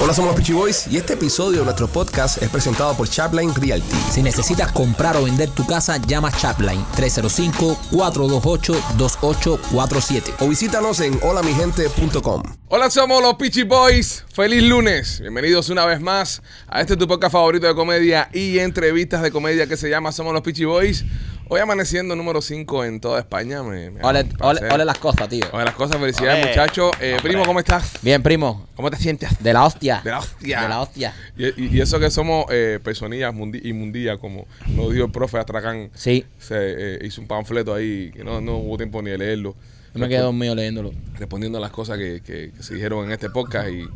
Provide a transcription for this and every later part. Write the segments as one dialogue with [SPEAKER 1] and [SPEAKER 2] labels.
[SPEAKER 1] Hola, somos los Peachy Boys y este episodio de nuestro podcast es presentado por Chapline Realty.
[SPEAKER 2] Si necesitas comprar o vender tu casa, llama Chapline 305-428-2847.
[SPEAKER 1] O visítanos en holamigente.com.
[SPEAKER 3] Hola, somos los Peachy Boys. Feliz lunes. Bienvenidos una vez más a este tu podcast favorito de comedia y entrevistas de comedia que se llama Somos los Peachy Boys. Hoy amaneciendo número 5 en toda España. Me, me
[SPEAKER 2] Ole,
[SPEAKER 3] hace un
[SPEAKER 2] ole,
[SPEAKER 3] placer.
[SPEAKER 2] ole las cosas, tío.
[SPEAKER 3] Ole las cosas. Felicidades,
[SPEAKER 4] Ole.
[SPEAKER 3] muchachos. Eh, primo, ¿cómo estás?
[SPEAKER 2] Bien, primo.
[SPEAKER 3] ¿Cómo te sientes?
[SPEAKER 2] De la hostia.
[SPEAKER 3] De la hostia.
[SPEAKER 2] De la hostia.
[SPEAKER 3] Y, y- y eso que somos eh, personillas mundi- inmundillas, como lo dijo el profe Astracán.
[SPEAKER 2] Sí.
[SPEAKER 3] Se eh, hizo un panfleto ahí que no, no hubo tiempo ni de leerlo.
[SPEAKER 2] Yo me quedé dormido leyéndolo.
[SPEAKER 3] respondiendo a las cosas que, que- que se dijeron en este podcast y,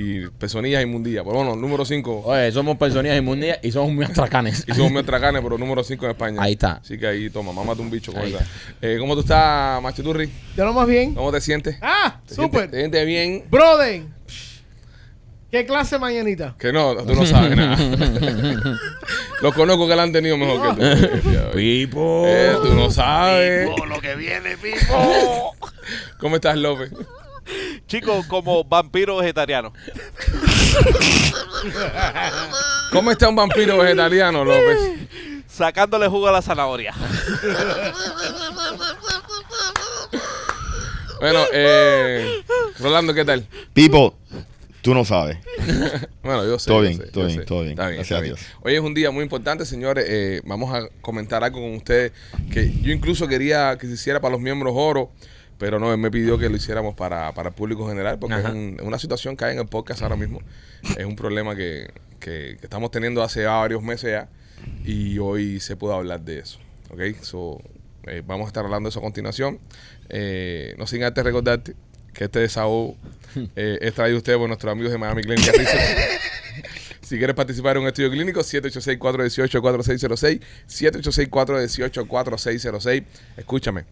[SPEAKER 3] y personillas inmundillas. Pero bueno, número 5.
[SPEAKER 2] Oye, somos personas inmundias y somos muy atracanes.
[SPEAKER 3] Hicimos muy atracanes, pero número 5 en España.
[SPEAKER 2] Ahí está.
[SPEAKER 3] Así que ahí toma, mámate un bicho con
[SPEAKER 2] Ahí
[SPEAKER 3] esa. Eh, ¿Cómo tú estás, Machiturri?
[SPEAKER 4] Yo lo más bien.
[SPEAKER 3] ¿Cómo te sientes?
[SPEAKER 4] Ah,
[SPEAKER 3] ¿Te sientes- ¿Te
[SPEAKER 4] súper.
[SPEAKER 3] sientes bien?
[SPEAKER 4] Brother. ¿Qué clase mañanita?
[SPEAKER 3] Que no, tú no sabes nada. Los conozco que la han tenido mejor que tú.
[SPEAKER 2] Pipo.
[SPEAKER 3] Eh, tú no sabes.
[SPEAKER 5] Pipo, lo que viene, Pipo.
[SPEAKER 3] ¿Cómo estás, López?
[SPEAKER 5] Chicos, como vampiro vegetariano.
[SPEAKER 3] ¿Cómo está un vampiro vegetariano, López?
[SPEAKER 5] Sacándole jugo a la zanahoria.
[SPEAKER 3] Bueno, eh, Rolando, ¿qué tal?
[SPEAKER 6] Pipo, tú no sabes.
[SPEAKER 3] Bueno, yo sé.
[SPEAKER 6] Todo
[SPEAKER 3] yo
[SPEAKER 6] bien,
[SPEAKER 3] sé,
[SPEAKER 6] todo
[SPEAKER 3] yo
[SPEAKER 6] bien,
[SPEAKER 3] sé.
[SPEAKER 6] todo bien.
[SPEAKER 3] Está bien,
[SPEAKER 6] Gracias
[SPEAKER 3] está
[SPEAKER 6] a
[SPEAKER 3] bien.
[SPEAKER 6] Dios.
[SPEAKER 3] Hoy es un día muy importante, señores. Eh, vamos a comentar algo con ustedes que yo incluso quería que se hiciera para los miembros oro, pero no, él me pidió que lo hiciéramos para, para el público general, porque es, un- es una situación que hay en el podcast ahora mismo. Es un problema que, que- que estamos teniendo hace varios meses ya y hoy se pudo hablar de eso. ¿Ok? So, eh, vamos a estar hablando de eso a continuación. Eh, no sin antes recordarte que este desahogo eh, es traído a ustedes por nuestros amigos de Miami Clinic Research. Si quieres participar en un estudio clínico, 786-418-4606. 786-418-4606. Escúchame.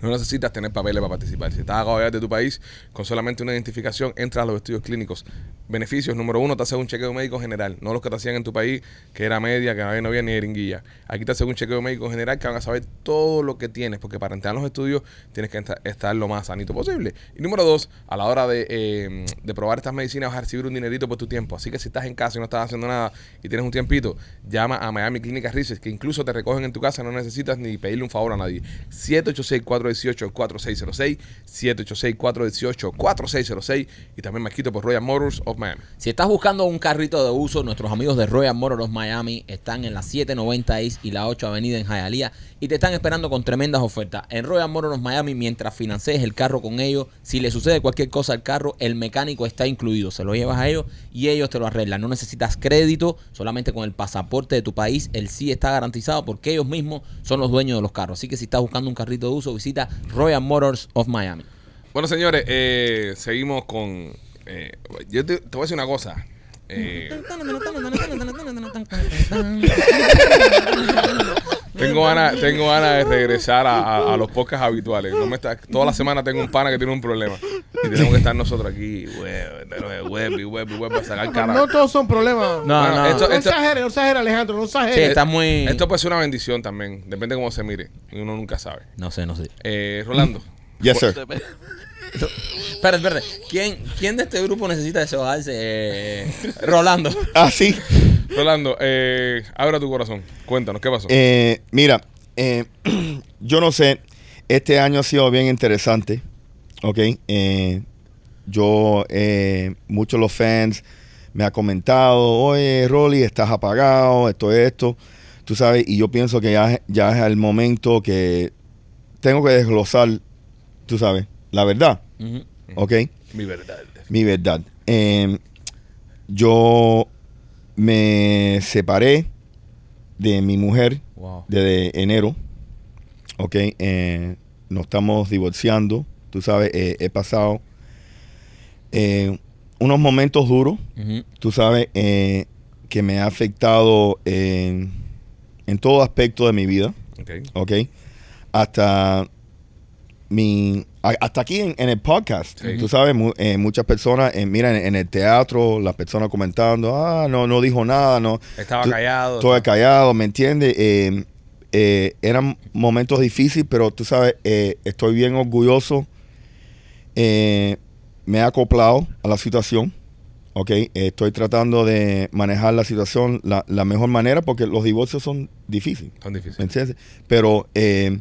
[SPEAKER 3] No necesitas tener papeles para participar. Si estás acabado de llegar de tu país, con solamente una identificación, entras a los estudios clínicos. Beneficios, número uno, te hacen un chequeo médico general. No los que te hacían en tu país, que era media, que no había, no había ni jeringuilla. Aquí te hacen un chequeo médico general que van a saber todo lo que tienes, porque para entrar a los estudios tienes que entra- estar lo más sanito posible. Y número dos, a la hora de, eh, de probar estas medicinas vas a recibir un dinerito por tu tiempo. Así que si estás en casa y no estás haciendo nada y tienes un tiempito, llama a Miami Clinic Research, que incluso te recogen en tu casa, no necesitas ni pedirle un favor a nadie. 786-418-4606, 786-418-4606 y también me quito por Royal Motors of Miami.
[SPEAKER 2] Si estás buscando un carrito de uso, nuestros amigos de Royal Motors Miami están en la 790 East y la 8 Avenida en Hialeah y te están esperando con tremendas ofertas. En Royal Motors Miami, mientras financies el carro con ellos, si le sucede cualquier cosa al carro, el mecánico está incluido. Se lo llevas a ellos y ellos te lo arreglan. No necesitas crédito, solamente con el pasaporte de tu país, el sí está garantizado porque ellos mismos son los dueños de los carros. Así que si estás buscando un carrito de uso, visita Royal Motors of Miami.
[SPEAKER 3] Bueno, señores, eh, seguimos con... eh, yo te, te voy a decir una cosa. Eh, Tengo ganas tengo ganas de regresar a, a- a los podcasts habituales. No me está, toda la semana tengo un pana que tiene un problema. Y tenemos que estar nosotros aquí, web, web, y web, y web, a sacar cara.
[SPEAKER 4] No todos son problemas.
[SPEAKER 2] No,
[SPEAKER 3] Bueno,
[SPEAKER 2] no.
[SPEAKER 3] esto-
[SPEAKER 4] No exageres, no exageres, Alejandro, no
[SPEAKER 2] Sí,
[SPEAKER 4] exageres.
[SPEAKER 2] está muy...
[SPEAKER 3] Esto puede ser una bendición también. Depende de cómo se mire. Uno nunca sabe.
[SPEAKER 2] No sé, no sé.
[SPEAKER 3] Eh, Rolando.
[SPEAKER 6] Yes, sir.
[SPEAKER 2] Espera, espera. ¿Quién, ¿Quién de este grupo necesita desahogarse? Eh, Rolando.
[SPEAKER 6] Ah, sí.
[SPEAKER 3] Rolando, eh, abra tu corazón. Cuéntanos, ¿qué pasó?
[SPEAKER 6] Eh, mira, eh, yo no sé. Este año ha sido bien interesante. Ok. Eh, yo, eh, muchos de los fans me han comentado, oye, Rolly, estás apagado, esto, esto. Tú sabes, y yo pienso que ya, ya es el momento que tengo que desglosar, tú sabes, la verdad.
[SPEAKER 2] Ujú.
[SPEAKER 6] Ok.
[SPEAKER 3] Mi verdad.
[SPEAKER 6] Mi verdad. Eh, yo me separé de mi mujer
[SPEAKER 2] Wow.
[SPEAKER 6] desde enero. Ok. eh, nos estamos divorciando. Tú sabes, eh, he pasado eh, unos momentos duros.
[SPEAKER 2] Ujú.
[SPEAKER 6] Tú sabes, eh, que me ha afectado en- en todo aspecto de mi vida.
[SPEAKER 3] Ok.
[SPEAKER 6] Ok. Hasta mi. a- Hasta aquí en, en el podcast.
[SPEAKER 3] Sí.
[SPEAKER 6] Tú sabes, mu- eh, muchas personas, eh, mira, en, en el teatro, las personas comentando, ah, no, no dijo nada, no.
[SPEAKER 3] Estaba
[SPEAKER 6] Tú-
[SPEAKER 3] callado.
[SPEAKER 6] Todo callado, ¿me entiendes? Eh, eh, eran momentos difíciles, pero tú sabes, eh, estoy bien orgulloso. Eh, me he acoplado a la situación. Ok, eh, estoy tratando de manejar la situación la, la mejor manera porque los divorcios son difíciles.
[SPEAKER 3] Tan
[SPEAKER 6] ¿me
[SPEAKER 3] difícil.
[SPEAKER 6] entiendes? Pero eh,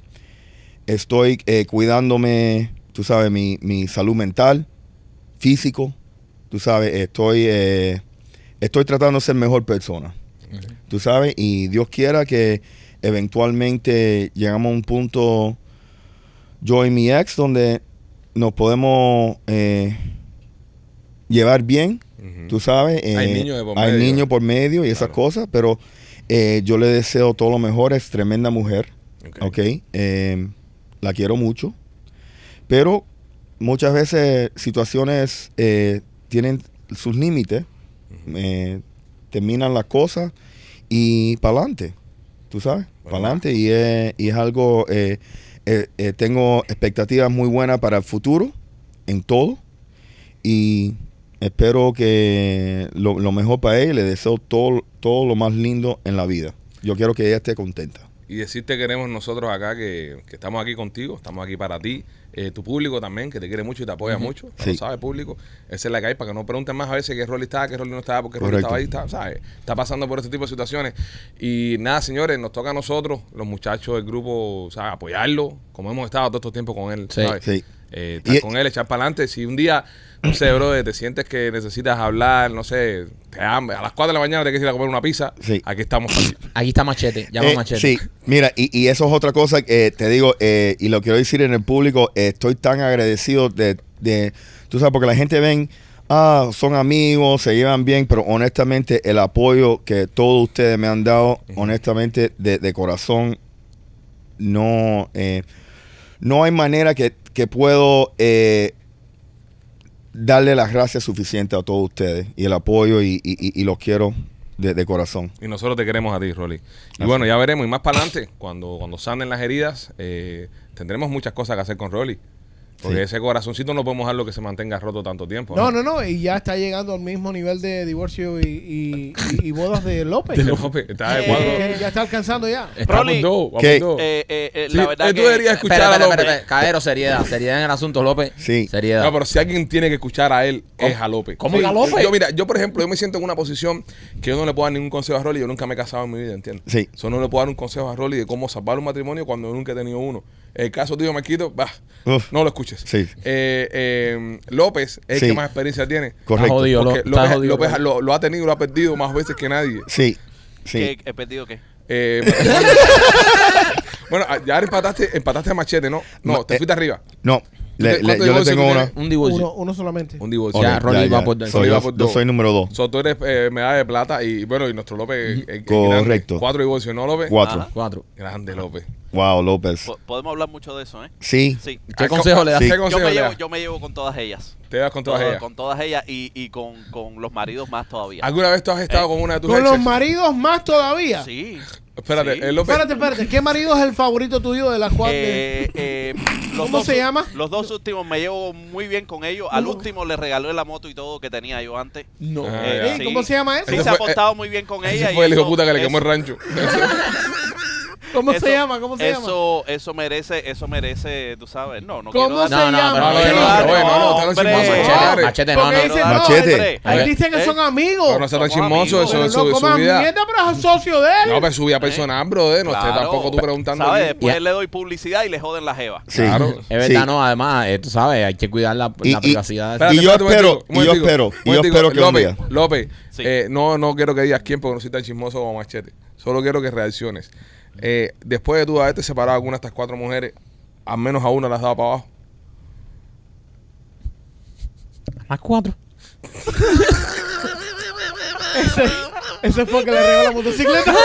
[SPEAKER 6] estoy eh, cuidándome, tú sabes, mi, mi salud mental, físico, tú sabes, estoy, eh, estoy tratando de ser mejor persona, tú sabes, y Dios quiera que eventualmente llegamos a un punto, yo y mi ex, donde nos podemos eh, llevar bien,
[SPEAKER 3] Ujú.
[SPEAKER 6] tú sabes.
[SPEAKER 3] Hay
[SPEAKER 6] eh,
[SPEAKER 3] niños de por
[SPEAKER 6] hay
[SPEAKER 3] medio.
[SPEAKER 6] niños por medio y esas
[SPEAKER 3] Claro.
[SPEAKER 6] cosas, pero eh, yo le deseo todo lo mejor. Es tremenda mujer,
[SPEAKER 3] Ok.
[SPEAKER 6] ¿ok? Eh, la quiero mucho, pero muchas veces situaciones eh, tienen sus límites, eh, terminan las cosas y para adelante, tú sabes,
[SPEAKER 3] Bueno.
[SPEAKER 6] para adelante y es, y es algo, eh, eh, eh, tengo expectativas muy buenas para el futuro en todo y espero que lo, lo mejor para ella, y le deseo todo, todo lo más lindo en la vida. Yo quiero que ella esté contenta.
[SPEAKER 3] Y decirte queremos nosotros acá que, que estamos aquí contigo, estamos aquí para ti, eh, tu público también, que te quiere mucho y te apoya mucho, ya lo
[SPEAKER 6] Sí.
[SPEAKER 3] sabes, público. Esa es la que hay, para que no pregunten más a veces qué rol estaba, qué rol no estaba, porque rol
[SPEAKER 6] Correcto.
[SPEAKER 3] estaba ahí, está, ¿sabes? Está pasando por este tipo de situaciones. Y nada, señores, nos toca a nosotros, los muchachos del grupo, ¿sabes? Apoyarlo, como hemos estado todo este tiempo con él,
[SPEAKER 2] Sí.
[SPEAKER 3] ¿sabes?
[SPEAKER 6] Sí.
[SPEAKER 3] Eh, estar
[SPEAKER 6] Y-
[SPEAKER 3] con él, echar para adelante. Si un día, no sé, bro, te sientes que necesitas hablar, no sé, te hambre, a las 4 de la mañana te quieres ir a comer una pizza,
[SPEAKER 6] Sí.
[SPEAKER 3] aquí estamos. para ti.
[SPEAKER 2] Aquí está Machete, llama
[SPEAKER 6] Eh,
[SPEAKER 2] a Machete.
[SPEAKER 6] Sí, mira, y, y eso es otra cosa que eh, te digo, eh, y lo quiero decir en el público, eh, estoy tan agradecido de, de- tú sabes, porque la gente ven, ah, son amigos, se llevan bien, pero honestamente el apoyo que todos ustedes me han dado, honestamente, de, de corazón, no, eh, no hay manera que, que puedo eh, darle las gracias suficientes a todos ustedes y el apoyo y, y- y- y los quiero de- de corazón.
[SPEAKER 3] Y nosotros te queremos a ti, Rolly. Y bueno, ya veremos. Y más para adelante, cuando, cuando sanen las heridas, eh, tendremos muchas cosas que hacer con Rolly. Porque
[SPEAKER 6] Sí.
[SPEAKER 3] ese corazoncito no podemos dejarlo que se mantenga roto tanto tiempo.
[SPEAKER 4] No, no, no. Y ya está llegando al mismo nivel de divorcio y, y, y- y bodas de López.
[SPEAKER 3] Este López está de
[SPEAKER 5] Eh,
[SPEAKER 3] cuadro.
[SPEAKER 4] Que ya está alcanzando ya.
[SPEAKER 3] Estamos
[SPEAKER 5] Rolly,
[SPEAKER 3] dos, vamos
[SPEAKER 6] ¿Qué?
[SPEAKER 3] dos.
[SPEAKER 5] Eh, eh, eh,
[SPEAKER 3] Sí,
[SPEAKER 5] la verdad
[SPEAKER 3] eh, tú
[SPEAKER 5] que-
[SPEAKER 3] deberías escuchar
[SPEAKER 2] Espera,
[SPEAKER 3] a
[SPEAKER 2] espera,
[SPEAKER 3] López.
[SPEAKER 2] espera, espera. Cabero, seriedad, seriedad en el asunto, López.
[SPEAKER 6] Sí.
[SPEAKER 2] Seriedad.
[SPEAKER 3] No, pero si alguien tiene que escuchar a él, es a López.
[SPEAKER 2] ¿Cómo que a
[SPEAKER 3] Yo-
[SPEAKER 2] López?
[SPEAKER 3] Yo, mira, yo por ejemplo, yo me siento en una posición que yo no le puedo dar ningún consejo a Rolly. Yo nunca me he casado en mi vida, ¿entiendes?
[SPEAKER 6] Sí.
[SPEAKER 3] Yo no le puedo dar un consejo a Rolly de cómo salvar un matrimonio cuando yo nunca he tenido uno. El caso tuyo, Marquito, bah,
[SPEAKER 6] Uf.
[SPEAKER 3] no lo escuches.
[SPEAKER 6] Sí.
[SPEAKER 3] Eh, eh, López es el
[SPEAKER 6] Sí.
[SPEAKER 3] que más experiencia tiene.
[SPEAKER 6] Correcto.
[SPEAKER 2] jodido. Yo lo-
[SPEAKER 3] Porque
[SPEAKER 2] está
[SPEAKER 3] López,
[SPEAKER 2] jodido,
[SPEAKER 3] López
[SPEAKER 2] Rolly.
[SPEAKER 3] lo, lo ha tenido y lo ha perdido más veces que nadie.
[SPEAKER 6] Sí, sí.
[SPEAKER 5] que he perdido qué.
[SPEAKER 3] Eh, matrimonio. bueno, ya empataste, empataste a machete, ¿no? No,
[SPEAKER 6] Ma-
[SPEAKER 3] te
[SPEAKER 6] eh,
[SPEAKER 3] fuiste arriba.
[SPEAKER 6] No, le-
[SPEAKER 3] te-
[SPEAKER 6] le-
[SPEAKER 3] cuántos
[SPEAKER 6] yo le
[SPEAKER 3] divorcios
[SPEAKER 6] tengo
[SPEAKER 3] tú
[SPEAKER 6] una.
[SPEAKER 2] Un divorcio.
[SPEAKER 4] Uno, uno solamente.
[SPEAKER 3] Un divorcio.
[SPEAKER 6] Ok,
[SPEAKER 2] Ya, Rolly va por dos.
[SPEAKER 6] Soy,
[SPEAKER 3] Rolly va
[SPEAKER 6] yo,
[SPEAKER 3] por
[SPEAKER 6] yo
[SPEAKER 3] dos.
[SPEAKER 6] soy número dos.
[SPEAKER 3] So, tú eres eh, medalla de plata y bueno, y nuestro López. eh, eh,
[SPEAKER 6] Correcto.
[SPEAKER 3] grande. Cuatro divorcios, ¿no, López?
[SPEAKER 6] Cuatro.
[SPEAKER 2] Cuatro.
[SPEAKER 3] Grande, López.
[SPEAKER 6] Wow, López.
[SPEAKER 3] Pues,
[SPEAKER 5] Po- podemos hablar mucho de eso, ¿eh?
[SPEAKER 6] Sí,
[SPEAKER 5] Sí.
[SPEAKER 2] ¿Qué
[SPEAKER 3] Ah,
[SPEAKER 2] consejo le das?
[SPEAKER 6] Sí.
[SPEAKER 3] ¿Qué
[SPEAKER 5] Yo
[SPEAKER 3] consejo
[SPEAKER 5] me,
[SPEAKER 3] le
[SPEAKER 5] llevo,
[SPEAKER 3] das?
[SPEAKER 5] yo me llevo con todas ellas.
[SPEAKER 3] Te das con todas
[SPEAKER 5] Todo-
[SPEAKER 3] ellas.
[SPEAKER 5] Con todas ellas y, y con, con los maridos más todavía.
[SPEAKER 3] ¿Alguna vez tú has estado con una de tus
[SPEAKER 4] Con los
[SPEAKER 3] exes?
[SPEAKER 4] maridos más todavía.
[SPEAKER 5] Sí.
[SPEAKER 3] Espérate,
[SPEAKER 5] Sí.
[SPEAKER 3] eh, López.
[SPEAKER 4] Espérate, espérate. ¿Qué marido es el favorito tuyo de las cuatro?
[SPEAKER 5] Eh, eh, los
[SPEAKER 4] ¿Cómo
[SPEAKER 5] dos
[SPEAKER 4] se
[SPEAKER 5] ú-
[SPEAKER 4] llama?
[SPEAKER 5] Los dos últimos me llevo muy bien con ellos. Al
[SPEAKER 4] ¿Cómo?
[SPEAKER 5] último le regalé la moto y todo que tenía yo antes.
[SPEAKER 2] No.
[SPEAKER 3] Ah,
[SPEAKER 5] Eh,
[SPEAKER 3] ya.
[SPEAKER 4] Sí, ¿cómo se llama él?
[SPEAKER 5] Sí,
[SPEAKER 3] Ese
[SPEAKER 5] se ha
[SPEAKER 3] fue- eh,
[SPEAKER 5] portado muy bien con ella.
[SPEAKER 3] Ese
[SPEAKER 5] y
[SPEAKER 3] fue el hijo
[SPEAKER 5] eso-
[SPEAKER 3] puta que le quemó el
[SPEAKER 5] eso-
[SPEAKER 3] rancho.
[SPEAKER 4] ¿Cómo
[SPEAKER 5] eso-
[SPEAKER 4] se llama? ¿Cómo se llama?
[SPEAKER 5] Eso, eso merece, eso merece, tú sabes. No, no
[SPEAKER 4] ¿Cómo
[SPEAKER 5] quiero dar-
[SPEAKER 4] se
[SPEAKER 2] No, no,
[SPEAKER 4] llama?
[SPEAKER 2] pero no,
[SPEAKER 4] Sí.
[SPEAKER 2] no, no, no,
[SPEAKER 5] no,
[SPEAKER 3] no, no,
[SPEAKER 5] hombre.
[SPEAKER 3] no,
[SPEAKER 2] Machete,
[SPEAKER 4] no,
[SPEAKER 2] machete, no,
[SPEAKER 4] porque
[SPEAKER 2] no.
[SPEAKER 4] dice,
[SPEAKER 5] no,
[SPEAKER 4] no,
[SPEAKER 6] Machete.
[SPEAKER 4] hombre,
[SPEAKER 2] Ahí-
[SPEAKER 4] Él dice que
[SPEAKER 5] eh,
[SPEAKER 4] son amigos.
[SPEAKER 3] Pero no sea tan
[SPEAKER 5] Somos
[SPEAKER 3] chismoso,
[SPEAKER 5] amigos.
[SPEAKER 3] eso
[SPEAKER 4] pero
[SPEAKER 3] es su,
[SPEAKER 4] no
[SPEAKER 3] su
[SPEAKER 4] comas
[SPEAKER 3] vida.
[SPEAKER 4] mierda, pero es socio de él.
[SPEAKER 3] No, pero su vida personal, brother. No esté
[SPEAKER 5] Claro.
[SPEAKER 3] tampoco tú preguntando.
[SPEAKER 5] ¿Sabes?
[SPEAKER 3] aquí.
[SPEAKER 5] Después
[SPEAKER 2] Ya.
[SPEAKER 5] le doy publicidad y le joden la jeva.
[SPEAKER 6] sí.
[SPEAKER 3] Claro.
[SPEAKER 2] Es verdad,
[SPEAKER 6] sí.
[SPEAKER 2] no, además, eh, tú sabes, hay que cuidar la,
[SPEAKER 6] Y-
[SPEAKER 2] la
[SPEAKER 6] y-
[SPEAKER 2] privacidad.
[SPEAKER 6] Espérate. yo
[SPEAKER 3] un momentico,
[SPEAKER 6] espero,
[SPEAKER 3] un momentico,
[SPEAKER 6] y yo espero,
[SPEAKER 3] un
[SPEAKER 6] y yo
[SPEAKER 3] momentico.
[SPEAKER 6] espero que un
[SPEAKER 3] López,
[SPEAKER 6] día.
[SPEAKER 3] López,
[SPEAKER 5] Sí.
[SPEAKER 3] eh, no, no quiero que digas quién porque no soy tan chismoso como Machete. Solo quiero que reacciones. Eh, después de tú haberte separado de alguna de estas cuatro mujeres, al menos a una las has dado para abajo.
[SPEAKER 2] Las Ah, cuatro.
[SPEAKER 4] Ese, ese fue el que le regaló la motocicleta.